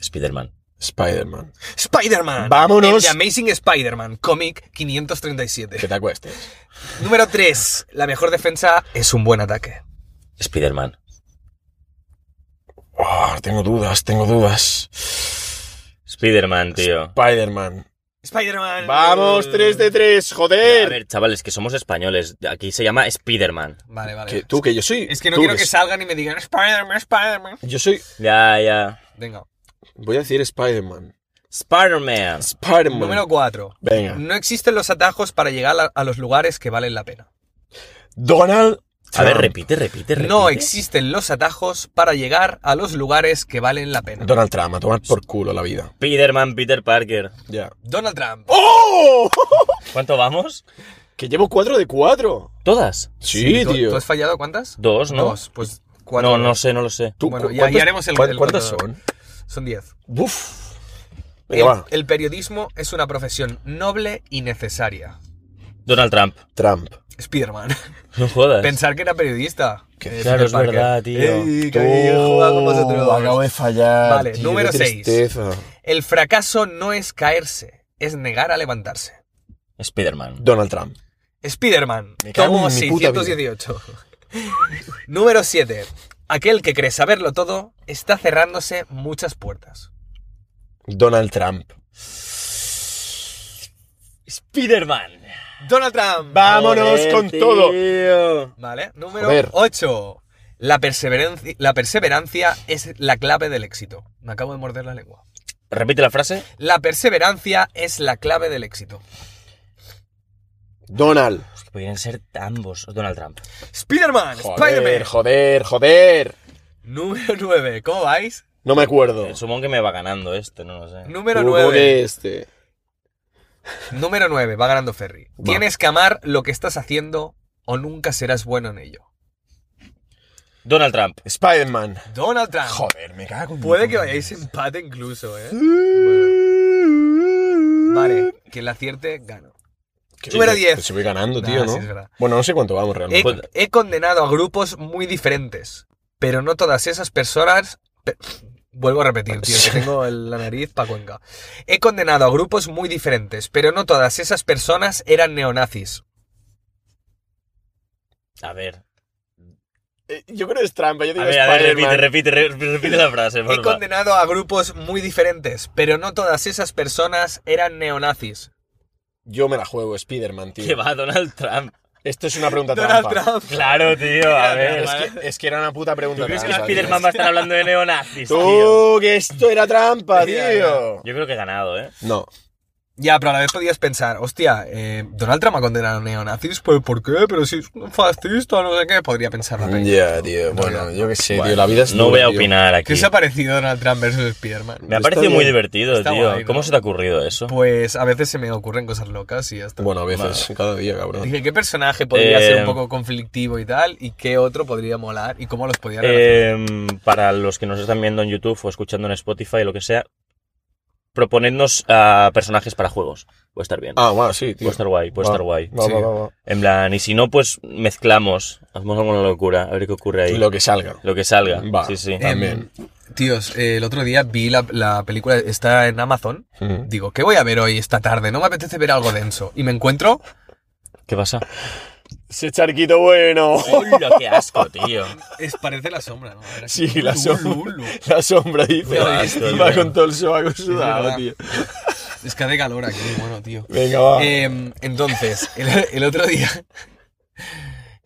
Speaker 2: Spider-Man.
Speaker 1: Spider-Man.
Speaker 3: Spider-Man.
Speaker 1: Vámonos.
Speaker 3: The Amazing Spider-Man, cómic 537.
Speaker 1: Que te acuestes.
Speaker 3: Número 3. La mejor defensa es un buen ataque.
Speaker 2: Spider-Man.
Speaker 1: Ah, tengo dudas, tengo dudas.
Speaker 2: Spider-Man, tío.
Speaker 1: Spider-Man.
Speaker 3: Spider-Man.
Speaker 1: Vamos, 3 de 3,
Speaker 2: A
Speaker 1: joder.
Speaker 2: ver, chavales, que somos españoles. Aquí se llama Spider-Man.
Speaker 3: Vale, vale.
Speaker 1: Que tú, que yo soy.
Speaker 3: Es que no
Speaker 1: tú,
Speaker 3: quiero que salgan y me digan Spider-Man, Spider-Man.
Speaker 1: Yo soy.
Speaker 2: Ya, ya.
Speaker 3: Venga.
Speaker 1: Voy a decir Spider-Man.
Speaker 2: Spider-Man.
Speaker 1: Spider-Man.
Speaker 3: Número 4.
Speaker 1: Mm. Venga.
Speaker 3: No existen los atajos para llegar a, a los lugares que valen la pena.
Speaker 1: Donald.
Speaker 2: A ver,
Speaker 1: Trump.
Speaker 2: repite, repite, repite.
Speaker 3: No existen los atajos para llegar a los lugares que valen la pena.
Speaker 1: Donald Trump, a tomar por culo la vida.
Speaker 2: Spider-Man, Peter Parker.
Speaker 1: Ya.
Speaker 3: Donald Trump.
Speaker 1: ¡Oh! *laughs*
Speaker 2: ¿Cuánto vamos?
Speaker 1: Que llevo 4 de 4.
Speaker 2: ¿Todas?
Speaker 1: Sí,
Speaker 3: ¿Tú,
Speaker 1: tío.
Speaker 3: tú has fallado cuántas?
Speaker 2: Dos, ¿no?
Speaker 3: Dos. Pues cuatro.
Speaker 2: No, no sé, no lo sé.
Speaker 1: Tú,
Speaker 3: bueno,
Speaker 1: cu-
Speaker 3: ya- ya haremos el-
Speaker 1: cuán-
Speaker 3: el
Speaker 1: ¿Cuántas
Speaker 3: otro.
Speaker 1: son?
Speaker 3: Son diez.
Speaker 1: Buf. Venga,
Speaker 3: El,
Speaker 1: va.
Speaker 3: el periodismo es una profesión noble y necesaria.
Speaker 2: Donald Trump.
Speaker 1: Trump.
Speaker 3: Spiderman. *laughs*
Speaker 2: No jodas.
Speaker 3: Pensar que era periodista. Eh,
Speaker 2: claro,
Speaker 3: Peter
Speaker 2: es
Speaker 3: Parker.
Speaker 2: verdad, tío.
Speaker 3: Ey, que bien jugado con vosotros.
Speaker 1: Acabo de fallar.
Speaker 3: Vale,
Speaker 1: tío,
Speaker 3: número
Speaker 1: qué
Speaker 3: seis.
Speaker 1: tristeza.
Speaker 3: El fracaso no es caerse, es negar a levantarse.
Speaker 2: Spider-Man.
Speaker 1: Donald Trump.
Speaker 3: Spider-Man,
Speaker 1: Me cago
Speaker 3: tomo
Speaker 1: en mi puta vida.
Speaker 3: 618. *laughs* Número 7. Aquel que cree saberlo todo está cerrándose muchas puertas.
Speaker 1: Donald Trump.
Speaker 2: Spider-Man.
Speaker 3: Donald Trump.
Speaker 1: Vámonos
Speaker 2: Joder,
Speaker 1: con
Speaker 2: tío.
Speaker 1: todo.
Speaker 3: Vale, número
Speaker 1: Joder.
Speaker 3: 8. La perseverancia, la perseverancia es la clave del éxito. Me acabo de morder la lengua.
Speaker 2: Repite la frase.
Speaker 3: La perseverancia es la clave del éxito.
Speaker 1: Donald.
Speaker 2: Pues que podrían ser ambos. Donald Trump.
Speaker 3: Spider-Man,
Speaker 1: Joder,
Speaker 3: Spider-Man.
Speaker 1: joder, joder.
Speaker 3: Número 9. ¿Cómo vais?
Speaker 1: No me acuerdo.
Speaker 2: Supongo que me va ganando este, no lo sé.
Speaker 3: Número
Speaker 1: Hubo
Speaker 3: 9.
Speaker 1: de este.
Speaker 3: Número 9, va ganando Ferry.
Speaker 1: Va.
Speaker 3: Tienes que amar lo que estás haciendo o nunca serás bueno en ello.
Speaker 2: Donald Trump.
Speaker 1: Spider-Man.
Speaker 3: Donald Trump.
Speaker 1: Joder, me cago en
Speaker 3: Puede
Speaker 1: mi-
Speaker 3: que vayáis empate incluso, ¿eh? Bueno. Vale, que la acierte, gano.
Speaker 1: Que-
Speaker 3: Número
Speaker 1: que-
Speaker 3: 10.
Speaker 1: que Si voy ganando,
Speaker 3: Nah,
Speaker 1: tío,
Speaker 3: sí, es verdad.
Speaker 1: ¿no? Bueno, no sé cuánto vamos
Speaker 3: He,
Speaker 1: realmente.
Speaker 3: he condenado a grupos muy diferentes, pero no todas esas personas... pe- Vuelvo a repetir,
Speaker 1: *laughs*
Speaker 3: tío, que tengo el- la nariz pa' cuenca. He condenado a grupos muy diferentes, pero no todas esas personas eran neonazis.
Speaker 2: A ver.
Speaker 1: Eh, Yo creo que es trampa. Yo
Speaker 2: A
Speaker 1: digo
Speaker 2: ver, a ver, repite,
Speaker 1: Spider-Man.
Speaker 2: repite, re- repite la frase,
Speaker 3: He
Speaker 2: porfa.
Speaker 3: condenado a grupos muy diferentes, pero no todas esas personas eran neonazis.
Speaker 1: Yo me la juego, Spider-Man, tío.
Speaker 2: Que va Donald Trump.
Speaker 1: Esto es una pregunta
Speaker 3: Donald
Speaker 1: trampa.
Speaker 3: Trump.
Speaker 2: Claro, tío, a ver.
Speaker 1: Es que, es que era una puta pregunta.
Speaker 2: ¿Tú crees que
Speaker 1: trampa, tío.
Speaker 2: Spider-Man va a estar hablando de neonazis, tío?
Speaker 1: Tú, que esto era trampa, tío.
Speaker 2: Yo creo que he ganado, ¿eh?
Speaker 1: No.
Speaker 3: Ya, pero a la vez podías pensar, hostia, eh, Donald Trump ha condenado a neonazis, pues ¿por qué? Pero si es un fascista, no sé qué, podría pensar la
Speaker 1: Mm, Ya,
Speaker 3: peña.
Speaker 1: tío. Bueno, yo qué sé,
Speaker 2: Bueno,
Speaker 1: tío. La vida es
Speaker 2: No
Speaker 1: dura,
Speaker 2: voy a
Speaker 1: tío.
Speaker 2: opinar aquí.
Speaker 3: ¿Qué os ha parecido Donald Trump versus Spider-Man?
Speaker 2: Me ha
Speaker 1: Está
Speaker 2: parecido muy
Speaker 1: bien.
Speaker 2: divertido,
Speaker 3: Está
Speaker 2: tío.
Speaker 3: guay, ¿no?
Speaker 2: ¿Cómo se te ha ocurrido eso?
Speaker 3: Pues a veces se me ocurren cosas locas y ya está.
Speaker 1: Bueno, a veces, cada día, cabrón.
Speaker 3: Dije, ¿qué personaje podría
Speaker 2: Eh,
Speaker 3: ser un poco conflictivo y tal? ¿Y qué otro podría molar? ¿Y cómo los
Speaker 1: Eh,
Speaker 3: podía relacionar?
Speaker 2: Em, para los que nos están viendo en YouTube o escuchando en Spotify o lo que sea, proponednos a personajes para juegos. Puede estar bien.
Speaker 1: Ah, bueno, sí, tío.
Speaker 2: puede estar guay, puede
Speaker 1: Va,
Speaker 2: estar guay.
Speaker 1: va,
Speaker 3: Sí.
Speaker 1: va, va, va.
Speaker 2: En plan, y si no, pues mezclamos. Hacemos alguna locura, a ver qué ocurre ahí.
Speaker 1: Lo que salga.
Speaker 2: Lo que salga.
Speaker 1: Va.
Speaker 2: Sí, sí.
Speaker 1: Eh, También.
Speaker 3: Tíos, eh, el otro día vi la, la película, está en Amazon.
Speaker 1: Ujú.
Speaker 3: Digo, ¿qué voy a ver hoy esta tarde? No me apetece ver algo denso. Y me encuentro.
Speaker 2: ¿Qué pasa?
Speaker 1: Ese charquito bueno. *laughs*
Speaker 2: ¡Hola, qué asco, tío!
Speaker 3: Es, parece la sombra, ¿no? Era así,
Speaker 1: Sí, la
Speaker 3: ulu,
Speaker 1: sombra.
Speaker 3: ulu.
Speaker 1: La sombra dice. *laughs*
Speaker 2: Qué asco,
Speaker 1: Va
Speaker 2: tío.
Speaker 1: con todo el sobaco
Speaker 3: verdad.
Speaker 1: sudado, tío.
Speaker 3: Es que hace calor aquí, bueno, tío.
Speaker 1: Venga, va.
Speaker 3: Eh, entonces, el, el otro día. *laughs*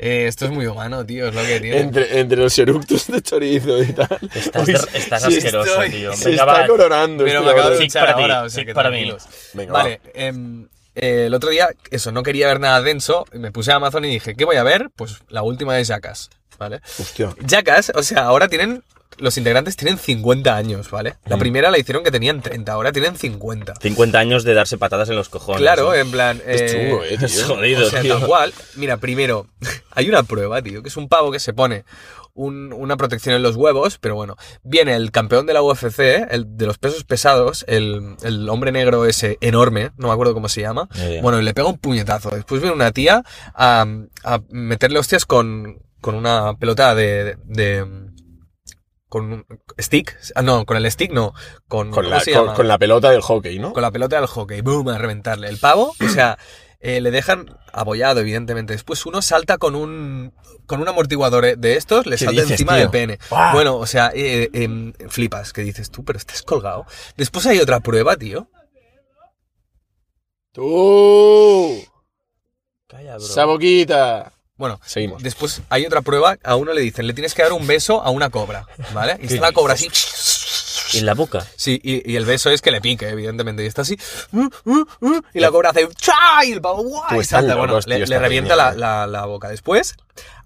Speaker 3: Eh, esto es muy humano, tío, es lo que tiene.
Speaker 1: entre, entre los eructos de chorizo y tal.
Speaker 2: Estás,
Speaker 1: Uy,
Speaker 2: der- estás
Speaker 1: se-
Speaker 2: asqueroso,
Speaker 3: estoy-
Speaker 2: tío.
Speaker 1: Se
Speaker 2: Venga,
Speaker 1: está
Speaker 2: va.
Speaker 1: coronando.
Speaker 3: Pero
Speaker 1: este
Speaker 3: me acabo de
Speaker 1: cabrón.
Speaker 2: Tic
Speaker 3: duchar
Speaker 2: para ti,
Speaker 3: ahora, o sea
Speaker 2: tic
Speaker 3: que
Speaker 2: para mí.
Speaker 3: tranquilos.
Speaker 1: Venga, va.
Speaker 3: Vale, em, eh, el otro día, eso, no quería ver nada denso, y me puse a Amazon y dije, ¿qué voy a ver? Pues la última de Jackass, ¿vale?
Speaker 1: Hostia.
Speaker 3: Jackass, o sea, ahora tienen, los integrantes tienen 50 años, ¿vale? La
Speaker 1: Mm.
Speaker 3: primera la hicieron que tenían 30, ahora tienen 50.
Speaker 2: 50 años de darse patadas en los cojones.
Speaker 3: Claro,
Speaker 2: ¿no?
Speaker 3: en plan...
Speaker 1: Es
Speaker 3: eh,
Speaker 1: chungo, eh,
Speaker 2: Es
Speaker 1: tío.
Speaker 2: jodido,
Speaker 3: o sea,
Speaker 2: tío.
Speaker 3: tal cual. Mira, primero, *laughs* hay una prueba, tío, que es un pavo que se pone un- una protección en los huevos, pero bueno, viene el campeón de la UFC, el de los pesos pesados, el, el hombre negro ese enorme, no me acuerdo cómo se llama.
Speaker 2: Ni idea.
Speaker 3: Bueno, y le pega un puñetazo. Después viene una tía a, a meterle hostias con, con una pelota de. de- de- con un stick, ah, no, con el stick no, con,
Speaker 1: Con
Speaker 3: ¿cómo
Speaker 1: la,
Speaker 3: se
Speaker 1: con,
Speaker 3: llama?
Speaker 1: con la pelota del hockey, ¿no?
Speaker 3: con la pelota al hockey, boom, a reventarle. El pavo, o sea, eh, le dejan abollado, evidentemente. Después uno salta con un con un amortiguador eh, de estos, le
Speaker 1: ¿Qué
Speaker 3: salta
Speaker 1: dices,
Speaker 3: encima
Speaker 1: tío? Ah.
Speaker 3: del pene.
Speaker 2: Ah,
Speaker 1: ¡Guau!
Speaker 3: Bueno, o sea, eh, em, flipas, que dices tú, pero estás colgado. Después hay otra prueba, tío.
Speaker 1: ¡Tú!
Speaker 2: Calla, bro.
Speaker 1: ¡Esa boquita!
Speaker 3: Bueno,
Speaker 1: Seguimos.
Speaker 3: después hay otra prueba, a uno le dicen, le tienes que dar un beso a una cobra, ¿vale? Y está la cobra así.
Speaker 2: En la boca.
Speaker 3: Sí, y, y el beso es que le pique, evidentemente. Y está así. "Uh, uh, uh", y la cobra hace. ¡Cha! Y el pavo. ¡guau!
Speaker 1: Tú
Speaker 3: Y
Speaker 1: están
Speaker 3: salta. Bueno,
Speaker 1: locos,
Speaker 3: le,
Speaker 1: tío,
Speaker 3: le
Speaker 1: esta
Speaker 3: revienta
Speaker 1: peña,
Speaker 3: la,
Speaker 1: eh.
Speaker 3: la- la boca. Después,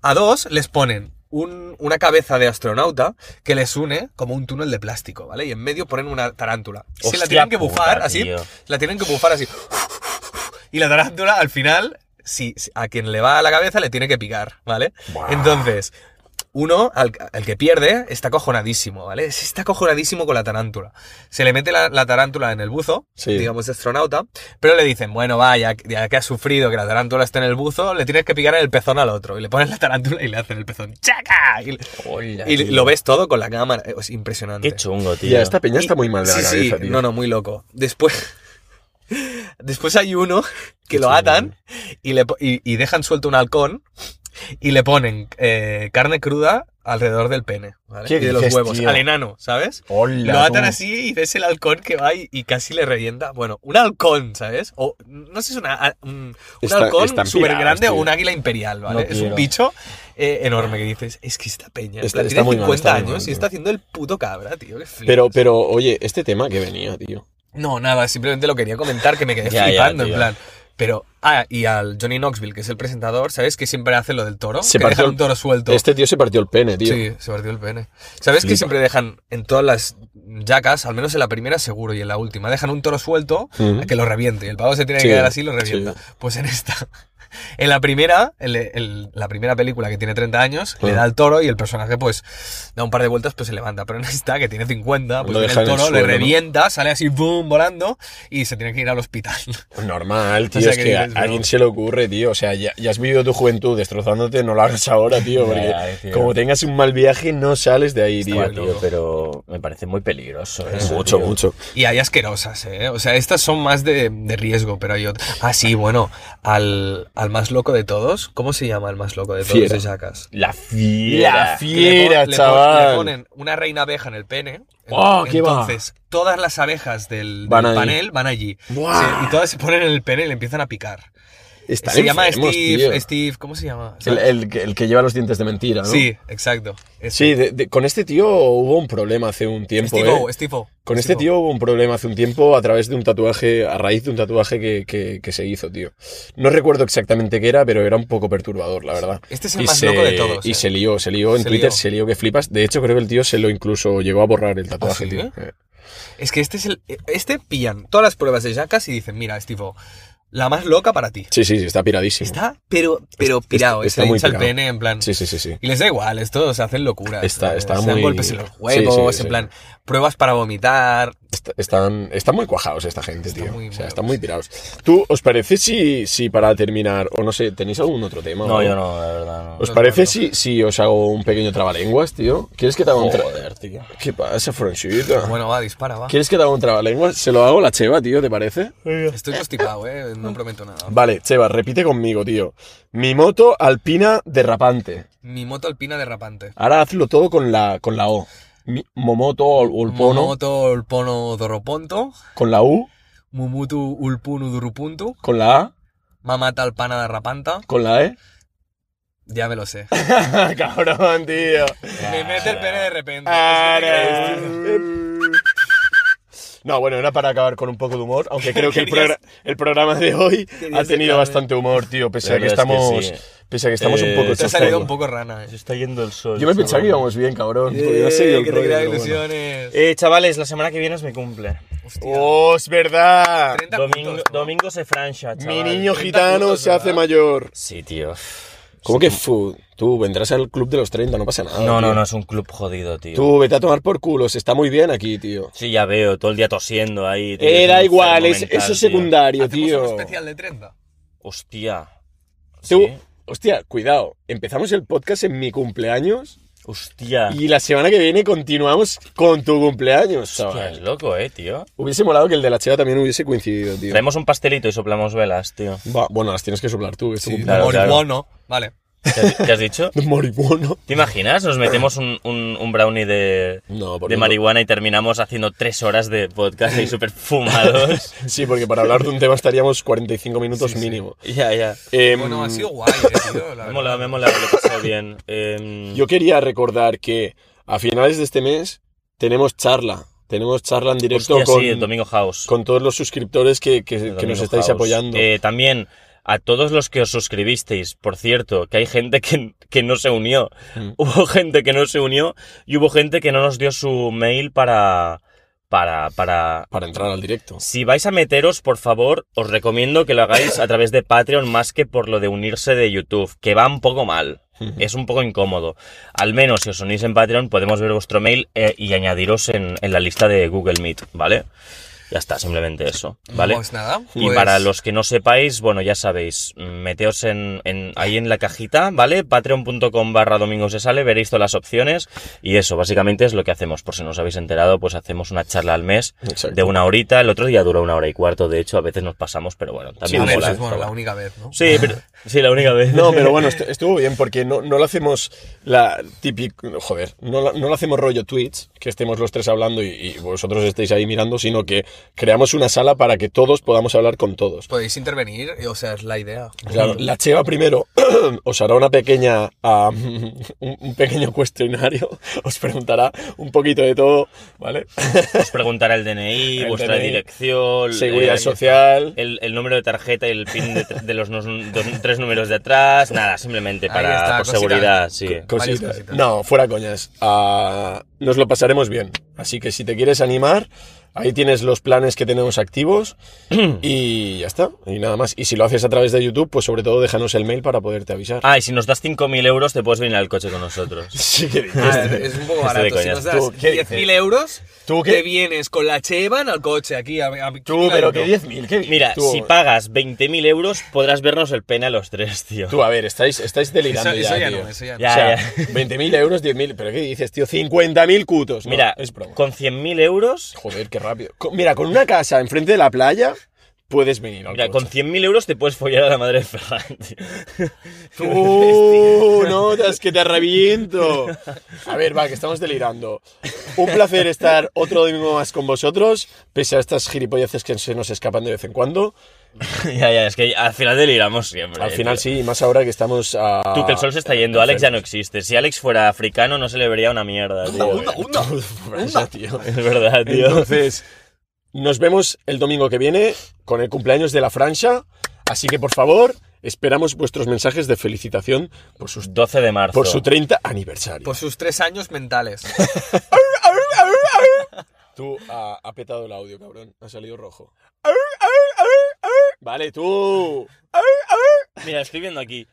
Speaker 3: a dos les ponen un- una cabeza de astronauta que les une como un túnel de plástico, ¿vale? Y en medio ponen una tarántula. se la
Speaker 2: Hostia
Speaker 3: tienen que bufar
Speaker 2: puta,
Speaker 3: así.
Speaker 2: tío.
Speaker 3: La tienen que bufar así. Y la tarántula, al final, si, si- a quien le va a la cabeza le tiene que picar, ¿vale? Entonces, uno, al, al que pierde, está acojonadísimo, ¿vale? Se Está acojonadísimo con la tarántula. Se le mete la, la tarántula en el buzo,
Speaker 1: Sí.
Speaker 3: digamos de astronauta, pero le dicen, bueno, va, ya, ya que has sufrido que la tarántula esté en el buzo, le tienes que picar en el pezón al otro. Y le pones la tarántula y le hacen el pezón. ¡Chaca! Y, y lo ves todo con la cámara. Es impresionante.
Speaker 2: Qué chungo, tío.
Speaker 1: Ya, esta peña está muy mal de la
Speaker 3: Sí, sí,
Speaker 1: cabeza, tío.
Speaker 3: no, no, muy loco. Después, *laughs* después hay uno que lo atan y, le, po- y, y dejan suelto un halcón y le ponen eh, carne cruda alrededor del pene, ¿vale?
Speaker 1: ¿Qué
Speaker 3: Y de los
Speaker 1: dices,
Speaker 3: huevos,
Speaker 1: tío?
Speaker 3: al enano, ¿sabes?
Speaker 1: Hola,
Speaker 3: lo atan
Speaker 1: tú.
Speaker 3: así y ves el halcón que va y, y casi le revienta. Bueno, un halcón, ¿sabes? O no sé si es una, a- un, un
Speaker 1: Está-
Speaker 3: halcón
Speaker 1: están
Speaker 3: súper grande
Speaker 1: pirados, tío.
Speaker 3: o un águila imperial, ¿vale?
Speaker 2: No
Speaker 3: es un
Speaker 2: quiero.
Speaker 3: bicho eh, enorme que dices, es que esta peña en
Speaker 1: Está-
Speaker 3: plan,
Speaker 1: está
Speaker 3: tiene
Speaker 1: muy mal,
Speaker 3: 50
Speaker 1: está muy
Speaker 3: años
Speaker 1: mal,
Speaker 3: y
Speaker 1: tío.
Speaker 3: está haciendo el puto cabra, tío. que flipas.
Speaker 1: Pero, pero, oye, este tema que venía, tío.
Speaker 3: No, nada, simplemente lo quería comentar que me quedé
Speaker 2: Ya, ya,
Speaker 3: flipando, en
Speaker 2: tío.
Speaker 3: plan. Pero, ah, y al Johnny Knoxville, que es el presentador, ¿sabes? Que siempre hace lo del toro.
Speaker 1: Se
Speaker 3: que
Speaker 1: partió
Speaker 3: dejan
Speaker 1: el-
Speaker 3: un toro suelto.
Speaker 1: Este tío se partió el pene, tío.
Speaker 3: sí, se partió el pene. ¿Sabes que siempre dejan en todas las yacas, al menos en la primera seguro y en la última, dejan un toro suelto
Speaker 1: Ujú.
Speaker 3: a que lo reviente? Y el pavo se tiene
Speaker 1: Sí,
Speaker 3: que quedar así y lo revienta.
Speaker 1: sí.
Speaker 3: Pues en esta. *laughs* En la primera, el- el- la primera película que tiene 30 años, le
Speaker 1: Ujú.
Speaker 3: da el toro y el personaje pues da un par de vueltas, pues se levanta. Pero en esta, que tiene 50, pues
Speaker 1: Lo
Speaker 3: viene
Speaker 1: deja
Speaker 3: el
Speaker 1: en el
Speaker 3: toro, le
Speaker 1: suelo, ¿no?
Speaker 3: revienta, sale así, boom, volando y se tiene que ir al hospital.
Speaker 1: Pues Normal, tío,
Speaker 3: O sea,
Speaker 1: es
Speaker 3: que
Speaker 1: que,
Speaker 3: dices,
Speaker 1: a
Speaker 3: bro.
Speaker 1: a alguien se le ocurre, tío. O sea, ya, ya has vivido tu juventud destrozándote, no lo hagas ahora, tío.
Speaker 2: Ya,
Speaker 1: Porque
Speaker 2: ya, tío.
Speaker 1: como tengas un mal viaje, no sales de ahí, tío.
Speaker 2: Tío, tío, pero me parece muy peligroso. eso,
Speaker 1: mucho,
Speaker 2: tío.
Speaker 1: mucho.
Speaker 3: Y hay asquerosas, ¿eh? O sea, estas son más de, de riesgo, pero hay otras. Ah, sí, bueno, al, al más loco de todos. ¿Cómo se llama el más loco de todos
Speaker 1: Fiera.
Speaker 3: de Jackass?
Speaker 2: La fiera.
Speaker 1: La
Speaker 3: Que le pon-
Speaker 1: fiera,
Speaker 3: le pon-
Speaker 1: chaval.
Speaker 3: Le ponen una reina abeja en el pene.
Speaker 1: ¡Oh, qué va!
Speaker 3: Entonces, todas las abejas del, del
Speaker 1: Van ahí.
Speaker 3: panel van allí.
Speaker 1: ¡Buah!
Speaker 3: Se- y todas se ponen en el pene y le empiezan a picar.
Speaker 1: Están
Speaker 3: se llama
Speaker 1: enfermos, tío.
Speaker 3: Steve, Steve, ¿cómo se llama?
Speaker 1: El, el que- el que lleva los dientes de mentira, ¿no?
Speaker 3: Sí, exacto.
Speaker 1: Sí, de- de- con este tío hubo un problema hace un tiempo,
Speaker 3: Steve O,
Speaker 1: ¿eh?
Speaker 3: Steve O.
Speaker 1: Con
Speaker 3: Steve
Speaker 1: este
Speaker 3: O.
Speaker 1: tío hubo un problema hace un tiempo a través de un tatuaje, a raíz de un tatuaje que, que- que se hizo, tío. No recuerdo exactamente qué era, pero era un poco perturbador, la verdad.
Speaker 3: Este es el más loco de todos,
Speaker 1: Y
Speaker 3: eh.
Speaker 1: se lió, se lió en
Speaker 3: Se
Speaker 1: Twitter,
Speaker 3: lió.
Speaker 1: se lió que flipas. De hecho, creo que el tío se lo incluso llegó a borrar el tatuaje,
Speaker 3: ¿Ah, sí,
Speaker 1: tío.
Speaker 3: eh?
Speaker 1: Eh,
Speaker 3: Es que este es el. Este pillan todas las pruebas de Jackass y dicen, mira, Estivo, la más loca para ti.
Speaker 1: Sí, sí, sí, está piradísimo.
Speaker 3: Está, pero, pero pirado.
Speaker 1: está
Speaker 3: Está,
Speaker 1: muy
Speaker 3: hincha el
Speaker 1: pirado.
Speaker 3: pene, en plan.
Speaker 1: Sí, sí, sí, sí.
Speaker 3: Y les da igual, esto se hacen locuras.
Speaker 1: Está-
Speaker 3: ¿sabes?
Speaker 1: está
Speaker 3: se dan
Speaker 1: muy-
Speaker 3: golpes en los
Speaker 1: sí,
Speaker 3: huevos,
Speaker 1: sí,
Speaker 3: en
Speaker 1: sí.
Speaker 3: plan, pruebas para vomitar.
Speaker 1: Est- Están, están muy cuajados esta gente, tío.
Speaker 3: muy
Speaker 1: o sea,
Speaker 3: malos.
Speaker 1: están muy pirados. ¿Tú os parece si, si para terminar, o no sé, tenéis algún otro tema? o
Speaker 2: No,
Speaker 1: algo?
Speaker 2: yo no, la verdad.
Speaker 1: ¿Os parece si, si os hago un pequeño trabalenguas, tío? ¿Quieres que te haga
Speaker 2: No.
Speaker 1: un tra-
Speaker 2: Joder, tío.
Speaker 1: ¿Qué pasa, Franchita?
Speaker 3: Bueno, va, dispara, va.
Speaker 1: ¿Quieres que te haga un trabalenguas? Se lo hago a la Cheva, tío, ¿te parece?
Speaker 3: Estoy constipado, eh. No prometo nada.
Speaker 1: Vale, Cheva, repite conmigo, tío. Mi moto alpina derrapante.
Speaker 3: Mi moto alpina derrapante.
Speaker 1: Ahora hazlo todo con la, con la O. Mi- momoto o el pono
Speaker 3: Moto olpono dorroponto.
Speaker 1: con la U.
Speaker 4: Mumutu Ulpunu Durupuntu,
Speaker 1: ¿Con la A?
Speaker 4: Mamata Alpana de Rapanta,
Speaker 1: ¿Con la E?
Speaker 4: ya me lo sé.
Speaker 1: Cabrón, tío.
Speaker 4: Me mete el pene de repente.
Speaker 1: No, bueno, era para acabar con un poco de humor, aunque creo que el, progra- el programa de hoy ha tenido bastante humor, tío, pese
Speaker 2: La
Speaker 1: a que
Speaker 2: verdad es que
Speaker 1: estamos,
Speaker 2: sí.
Speaker 1: pese a que estamos un
Speaker 2: Eh,
Speaker 1: poco
Speaker 2: te
Speaker 4: Te ha
Speaker 1: hechos
Speaker 4: salido
Speaker 1: polvo.
Speaker 4: un poco rana, eh.
Speaker 2: Se está yendo el sol.
Speaker 1: Yo me pensaba que
Speaker 2: chaval.
Speaker 1: íbamos bien, cabrón. porque yo
Speaker 4: Eh,
Speaker 1: he seguido el
Speaker 4: que te
Speaker 1: rollo,
Speaker 4: creas
Speaker 1: pero bueno.
Speaker 4: ilusiones.
Speaker 2: Eh, chavales, la semana que viene es mi cumple.
Speaker 1: ¡Oh, es verdad!
Speaker 4: 30
Speaker 2: Domingo,
Speaker 4: puntos, ¿no?
Speaker 2: domingo se francha, chaval.
Speaker 1: Mi niño Ah, gitano
Speaker 4: puntos,
Speaker 1: se
Speaker 4: ¿verdad?
Speaker 1: hace mayor.
Speaker 2: Sí, tío.
Speaker 1: ¿Cómo que fu? Tú vendrás al club de los 30, no pasa nada.
Speaker 2: No, no,
Speaker 1: tío.
Speaker 2: no, es un club jodido, tío.
Speaker 1: Tú vete a tomar por culo, se está muy bien aquí, tío.
Speaker 2: Sí, ya veo, todo el día tosiendo ahí. tío, es
Speaker 1: Era
Speaker 2: un
Speaker 1: Eh, igual,
Speaker 2: enfermo
Speaker 1: es-
Speaker 2: mental,
Speaker 1: eso es
Speaker 2: tío.
Speaker 1: secundario,
Speaker 4: Hacemos
Speaker 1: tío.
Speaker 4: un especial de 30.
Speaker 2: Hostia.
Speaker 1: Tú,
Speaker 2: Sí.
Speaker 1: hostia, cuidado. Empezamos el podcast en mi cumpleaños
Speaker 2: Hostia.
Speaker 1: y la semana que viene continuamos con tu cumpleaños,
Speaker 2: Hostia, es
Speaker 1: chaval.
Speaker 2: loco, eh, tío.
Speaker 1: Hubiese molado que el de la chiva también hubiese coincidido, tío.
Speaker 2: Traemos un pastelito y soplamos velas, tío.
Speaker 1: Va, bueno, las tienes que soplar tú, que es tu cumpleaños.
Speaker 2: Claro, claro.
Speaker 4: Marihuano. Vale.
Speaker 2: ¿Qué has, qué
Speaker 1: *laughs*
Speaker 2: has dicho?
Speaker 1: De marihuana.
Speaker 2: ¿Te imaginas? Nos metemos un, un- un brownie de,
Speaker 1: No, porque
Speaker 2: de
Speaker 1: no.
Speaker 2: marihuana y terminamos haciendo tres horas de podcast y súper fumados.
Speaker 1: *laughs* *laughs* Sí, porque para hablar de un tema estaríamos 45 minutos mínimo.
Speaker 2: ya, ya.
Speaker 1: Em,
Speaker 4: Bueno, ha sido guay, eh, tío. la
Speaker 2: Me
Speaker 4: verdad.
Speaker 2: mola, me mola, lo he pasado bien. Em,
Speaker 1: Yo quería recordar que a finales de este mes tenemos charla. Tenemos charla en directo
Speaker 2: hostia,
Speaker 1: con,
Speaker 2: sí, Domingo House.
Speaker 1: con todos los suscriptores que, que- que
Speaker 2: Domingo
Speaker 1: nos estáis
Speaker 2: House.
Speaker 1: apoyando.
Speaker 2: Eh, también a todos los que os suscribisteis, por cierto, que hay gente que, que no se unió.
Speaker 1: Mm.
Speaker 2: *laughs* Hubo gente que no se unió y hubo gente que no nos dio su mail para. Para, para,
Speaker 1: para entrar al directo.
Speaker 2: Si vais a meteros, por favor, os recomiendo que lo hagáis a través de Patreon más que por lo de unirse de YouTube, que va un poco mal. Es un poco incómodo. Al menos si os unís en Patreon podemos ver vuestro mail eh, y añadiros en, en la lista de Google Meet, ¿vale? Ya está, simplemente eso, ¿vale?
Speaker 4: Pues nada.
Speaker 2: Y
Speaker 4: pues-
Speaker 2: para los que no sepáis, bueno, ya sabéis, mm, meteos en, en- ahí en la cajita, ¿vale? Patreon.com barra Domingos de Sale, veréis todas las opciones. Y eso, básicamente es lo que hacemos. Por si no os habéis enterado, pues hacemos una charla al mes
Speaker 1: Exacto.
Speaker 2: de una horita. El otro día duró una hora y cuarto, de hecho, a veces nos pasamos, pero bueno,
Speaker 4: Sí,
Speaker 2: también
Speaker 4: a ver,
Speaker 2: mola,
Speaker 4: pues, bueno,
Speaker 2: está
Speaker 4: la
Speaker 2: guay.
Speaker 4: única vez, ¿no?
Speaker 2: Sí, pero- sí, la única vez.
Speaker 1: No, pero bueno, est- estuvo bien porque no, no lo hacemos la típico, joder, no, la- no lo hacemos rollo tweets, que estemos los tres hablando y, y vosotros estéis ahí mirando, sino que creamos una sala para que todos podamos hablar con todos.
Speaker 4: Podéis intervenir, eh, o sea, es la idea.
Speaker 1: Claro, la Cheva primero *clears throat* os hará una pequeña, ah, *laughs* un, un pequeño cuestionario, *laughs* os preguntará un poquito de todo, ¿vale?
Speaker 2: *laughs* Os preguntará el
Speaker 1: *laughs*
Speaker 2: DNI,
Speaker 1: El
Speaker 2: vuestra
Speaker 1: DNI,
Speaker 2: dirección,
Speaker 1: Seguridad
Speaker 2: eh,
Speaker 1: social.
Speaker 2: El, el número de tarjeta y el pin de, tre- de los nos- dos- tres números de atrás, nada, simplemente
Speaker 4: Ahí
Speaker 2: para
Speaker 4: está,
Speaker 2: por
Speaker 4: cositas.
Speaker 2: seguridad, sí.
Speaker 4: Varias
Speaker 1: eh, Cositas.
Speaker 4: cositas.
Speaker 1: No, fuera coñas. Ah, nos lo pasaremos bien. Así que si te quieres animar, ahí tienes los planes que tenemos
Speaker 2: *clears throat*
Speaker 1: activos y ya está. Y nada más. Y si lo haces a través de YouTube, pues sobre todo déjanos el mail para poderte avisar.
Speaker 2: Ah, y si nos das 5.000 euros te puedes venir al coche con nosotros.
Speaker 1: *laughs* Sí, que dices,
Speaker 4: Ah,
Speaker 1: tío.
Speaker 4: *laughs* es un poco
Speaker 2: Esto
Speaker 4: barato.
Speaker 2: de
Speaker 4: Si
Speaker 2: coña.
Speaker 4: nos das
Speaker 1: Tú, ¿qué
Speaker 4: 10.000 euros,
Speaker 1: ¿Tú
Speaker 4: ¿Tú
Speaker 1: qué?
Speaker 4: te vienes con la cheva en el coche aquí. A, a-
Speaker 1: Tú,
Speaker 4: claro,
Speaker 1: pero
Speaker 4: no.
Speaker 1: que 10.000. ¿qué dices?
Speaker 2: Mira,
Speaker 1: Tú-
Speaker 2: si pagas 20.000 euros podrás vernos el pene a los tres, tío.
Speaker 1: Tú, a ver, estáis, estáis delirando
Speaker 4: Eso, eso
Speaker 1: ya,
Speaker 4: ya
Speaker 1: tío.
Speaker 4: no, eso ya no.
Speaker 2: Ya,
Speaker 1: O sea,
Speaker 2: ya.
Speaker 1: 20.000 euros, 10.000. ¿Pero qué dices, tío? 50.000 cutos. No,
Speaker 2: Mira,
Speaker 1: es broma.
Speaker 2: con 100.000 euros,
Speaker 1: Joder, qué rápido. Con- mira, con una casa enfrente de la playa puedes venir al
Speaker 2: mira,
Speaker 1: coche.
Speaker 2: con 100.000 euros te puedes follar a la madre de Ferran, tío. *laughs*
Speaker 1: *laughs* Tú notas que te reviento. A ver, va, que estamos delirando. Un placer estar otro domingo más con vosotros, pese a estas gilipolleces que se nos escapan de vez en cuando.
Speaker 2: ya, ya, es que al final deliramos siempre.
Speaker 1: Al
Speaker 2: eh,
Speaker 1: final
Speaker 2: tío.
Speaker 1: sí, Ah, y más ahora que estamos a...
Speaker 2: Tú, que el sol se está yendo, Alex ya no existe. Si Alex fuera africano no se le vería una mierda, tío.
Speaker 4: Unda, unda,
Speaker 1: *laughs* Anda, tío.
Speaker 2: Es verdad, tío.
Speaker 1: Entonces, nos vemos el domingo que viene con el cumpleaños de la Francia. Así que, por favor, esperamos vuestros mensajes de felicitación por, sus,
Speaker 2: 12 de marzo.
Speaker 1: por su 30 aniversario.
Speaker 4: Por sus tres años mentales.
Speaker 1: *laughs* Tú ha, ha petado el audio, cabrón. Ha salido rojo. Vale, tú.
Speaker 2: Mira, estoy viendo aquí.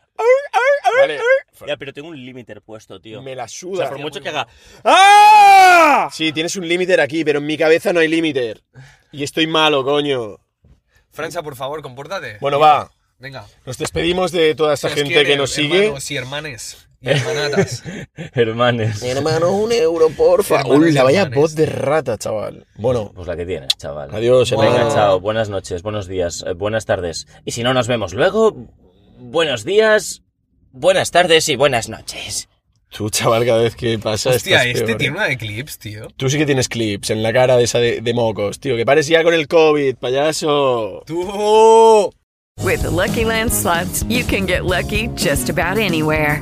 Speaker 1: Vale.
Speaker 2: Ya, pero tengo un límite puesto, tío.
Speaker 1: Me la
Speaker 2: O
Speaker 1: suda.
Speaker 2: sea, por mucho que haga... ¡Ah!
Speaker 1: Sí, tienes un límite aquí, pero en mi cabeza no hay límite. Y estoy malo, coño.
Speaker 4: Francia, por favor, compórtate.
Speaker 1: Bueno, va.
Speaker 4: Venga.
Speaker 1: Nos despedimos de toda esta
Speaker 4: Se os
Speaker 1: gente
Speaker 4: quiere,
Speaker 1: que nos sigue.
Speaker 4: Hermanos y hermanes. Y
Speaker 1: *laughs*
Speaker 4: hermanatas.
Speaker 2: Hermanes.
Speaker 1: Hermano, un euro, porfa.
Speaker 4: Hermanos,
Speaker 1: Uy, la vaya
Speaker 4: hermanes.
Speaker 1: voz de rata, chaval. Bueno,
Speaker 2: Pues la que tienes, chaval.
Speaker 1: adiós,
Speaker 4: Bueno.
Speaker 2: Venga,
Speaker 1: hermano.
Speaker 2: chao. Buenas noches, buenos días, eh, buenas tardes. Y si no nos vemos luego, buenos días, buenas tardes y buenas noches.
Speaker 1: Tú, chaval, cada vez que pasa.
Speaker 4: Hostia,
Speaker 1: estás
Speaker 4: este
Speaker 1: peor,
Speaker 4: tiene
Speaker 1: eh.
Speaker 4: una de clips, tío.
Speaker 1: Tú sí que tienes clips en la cara de esa de, de mocos, tío. Que pares ya con el COVID, payaso.
Speaker 4: ¡Tú!
Speaker 6: With the Lucky Land slots, you can get lucky just about anywhere.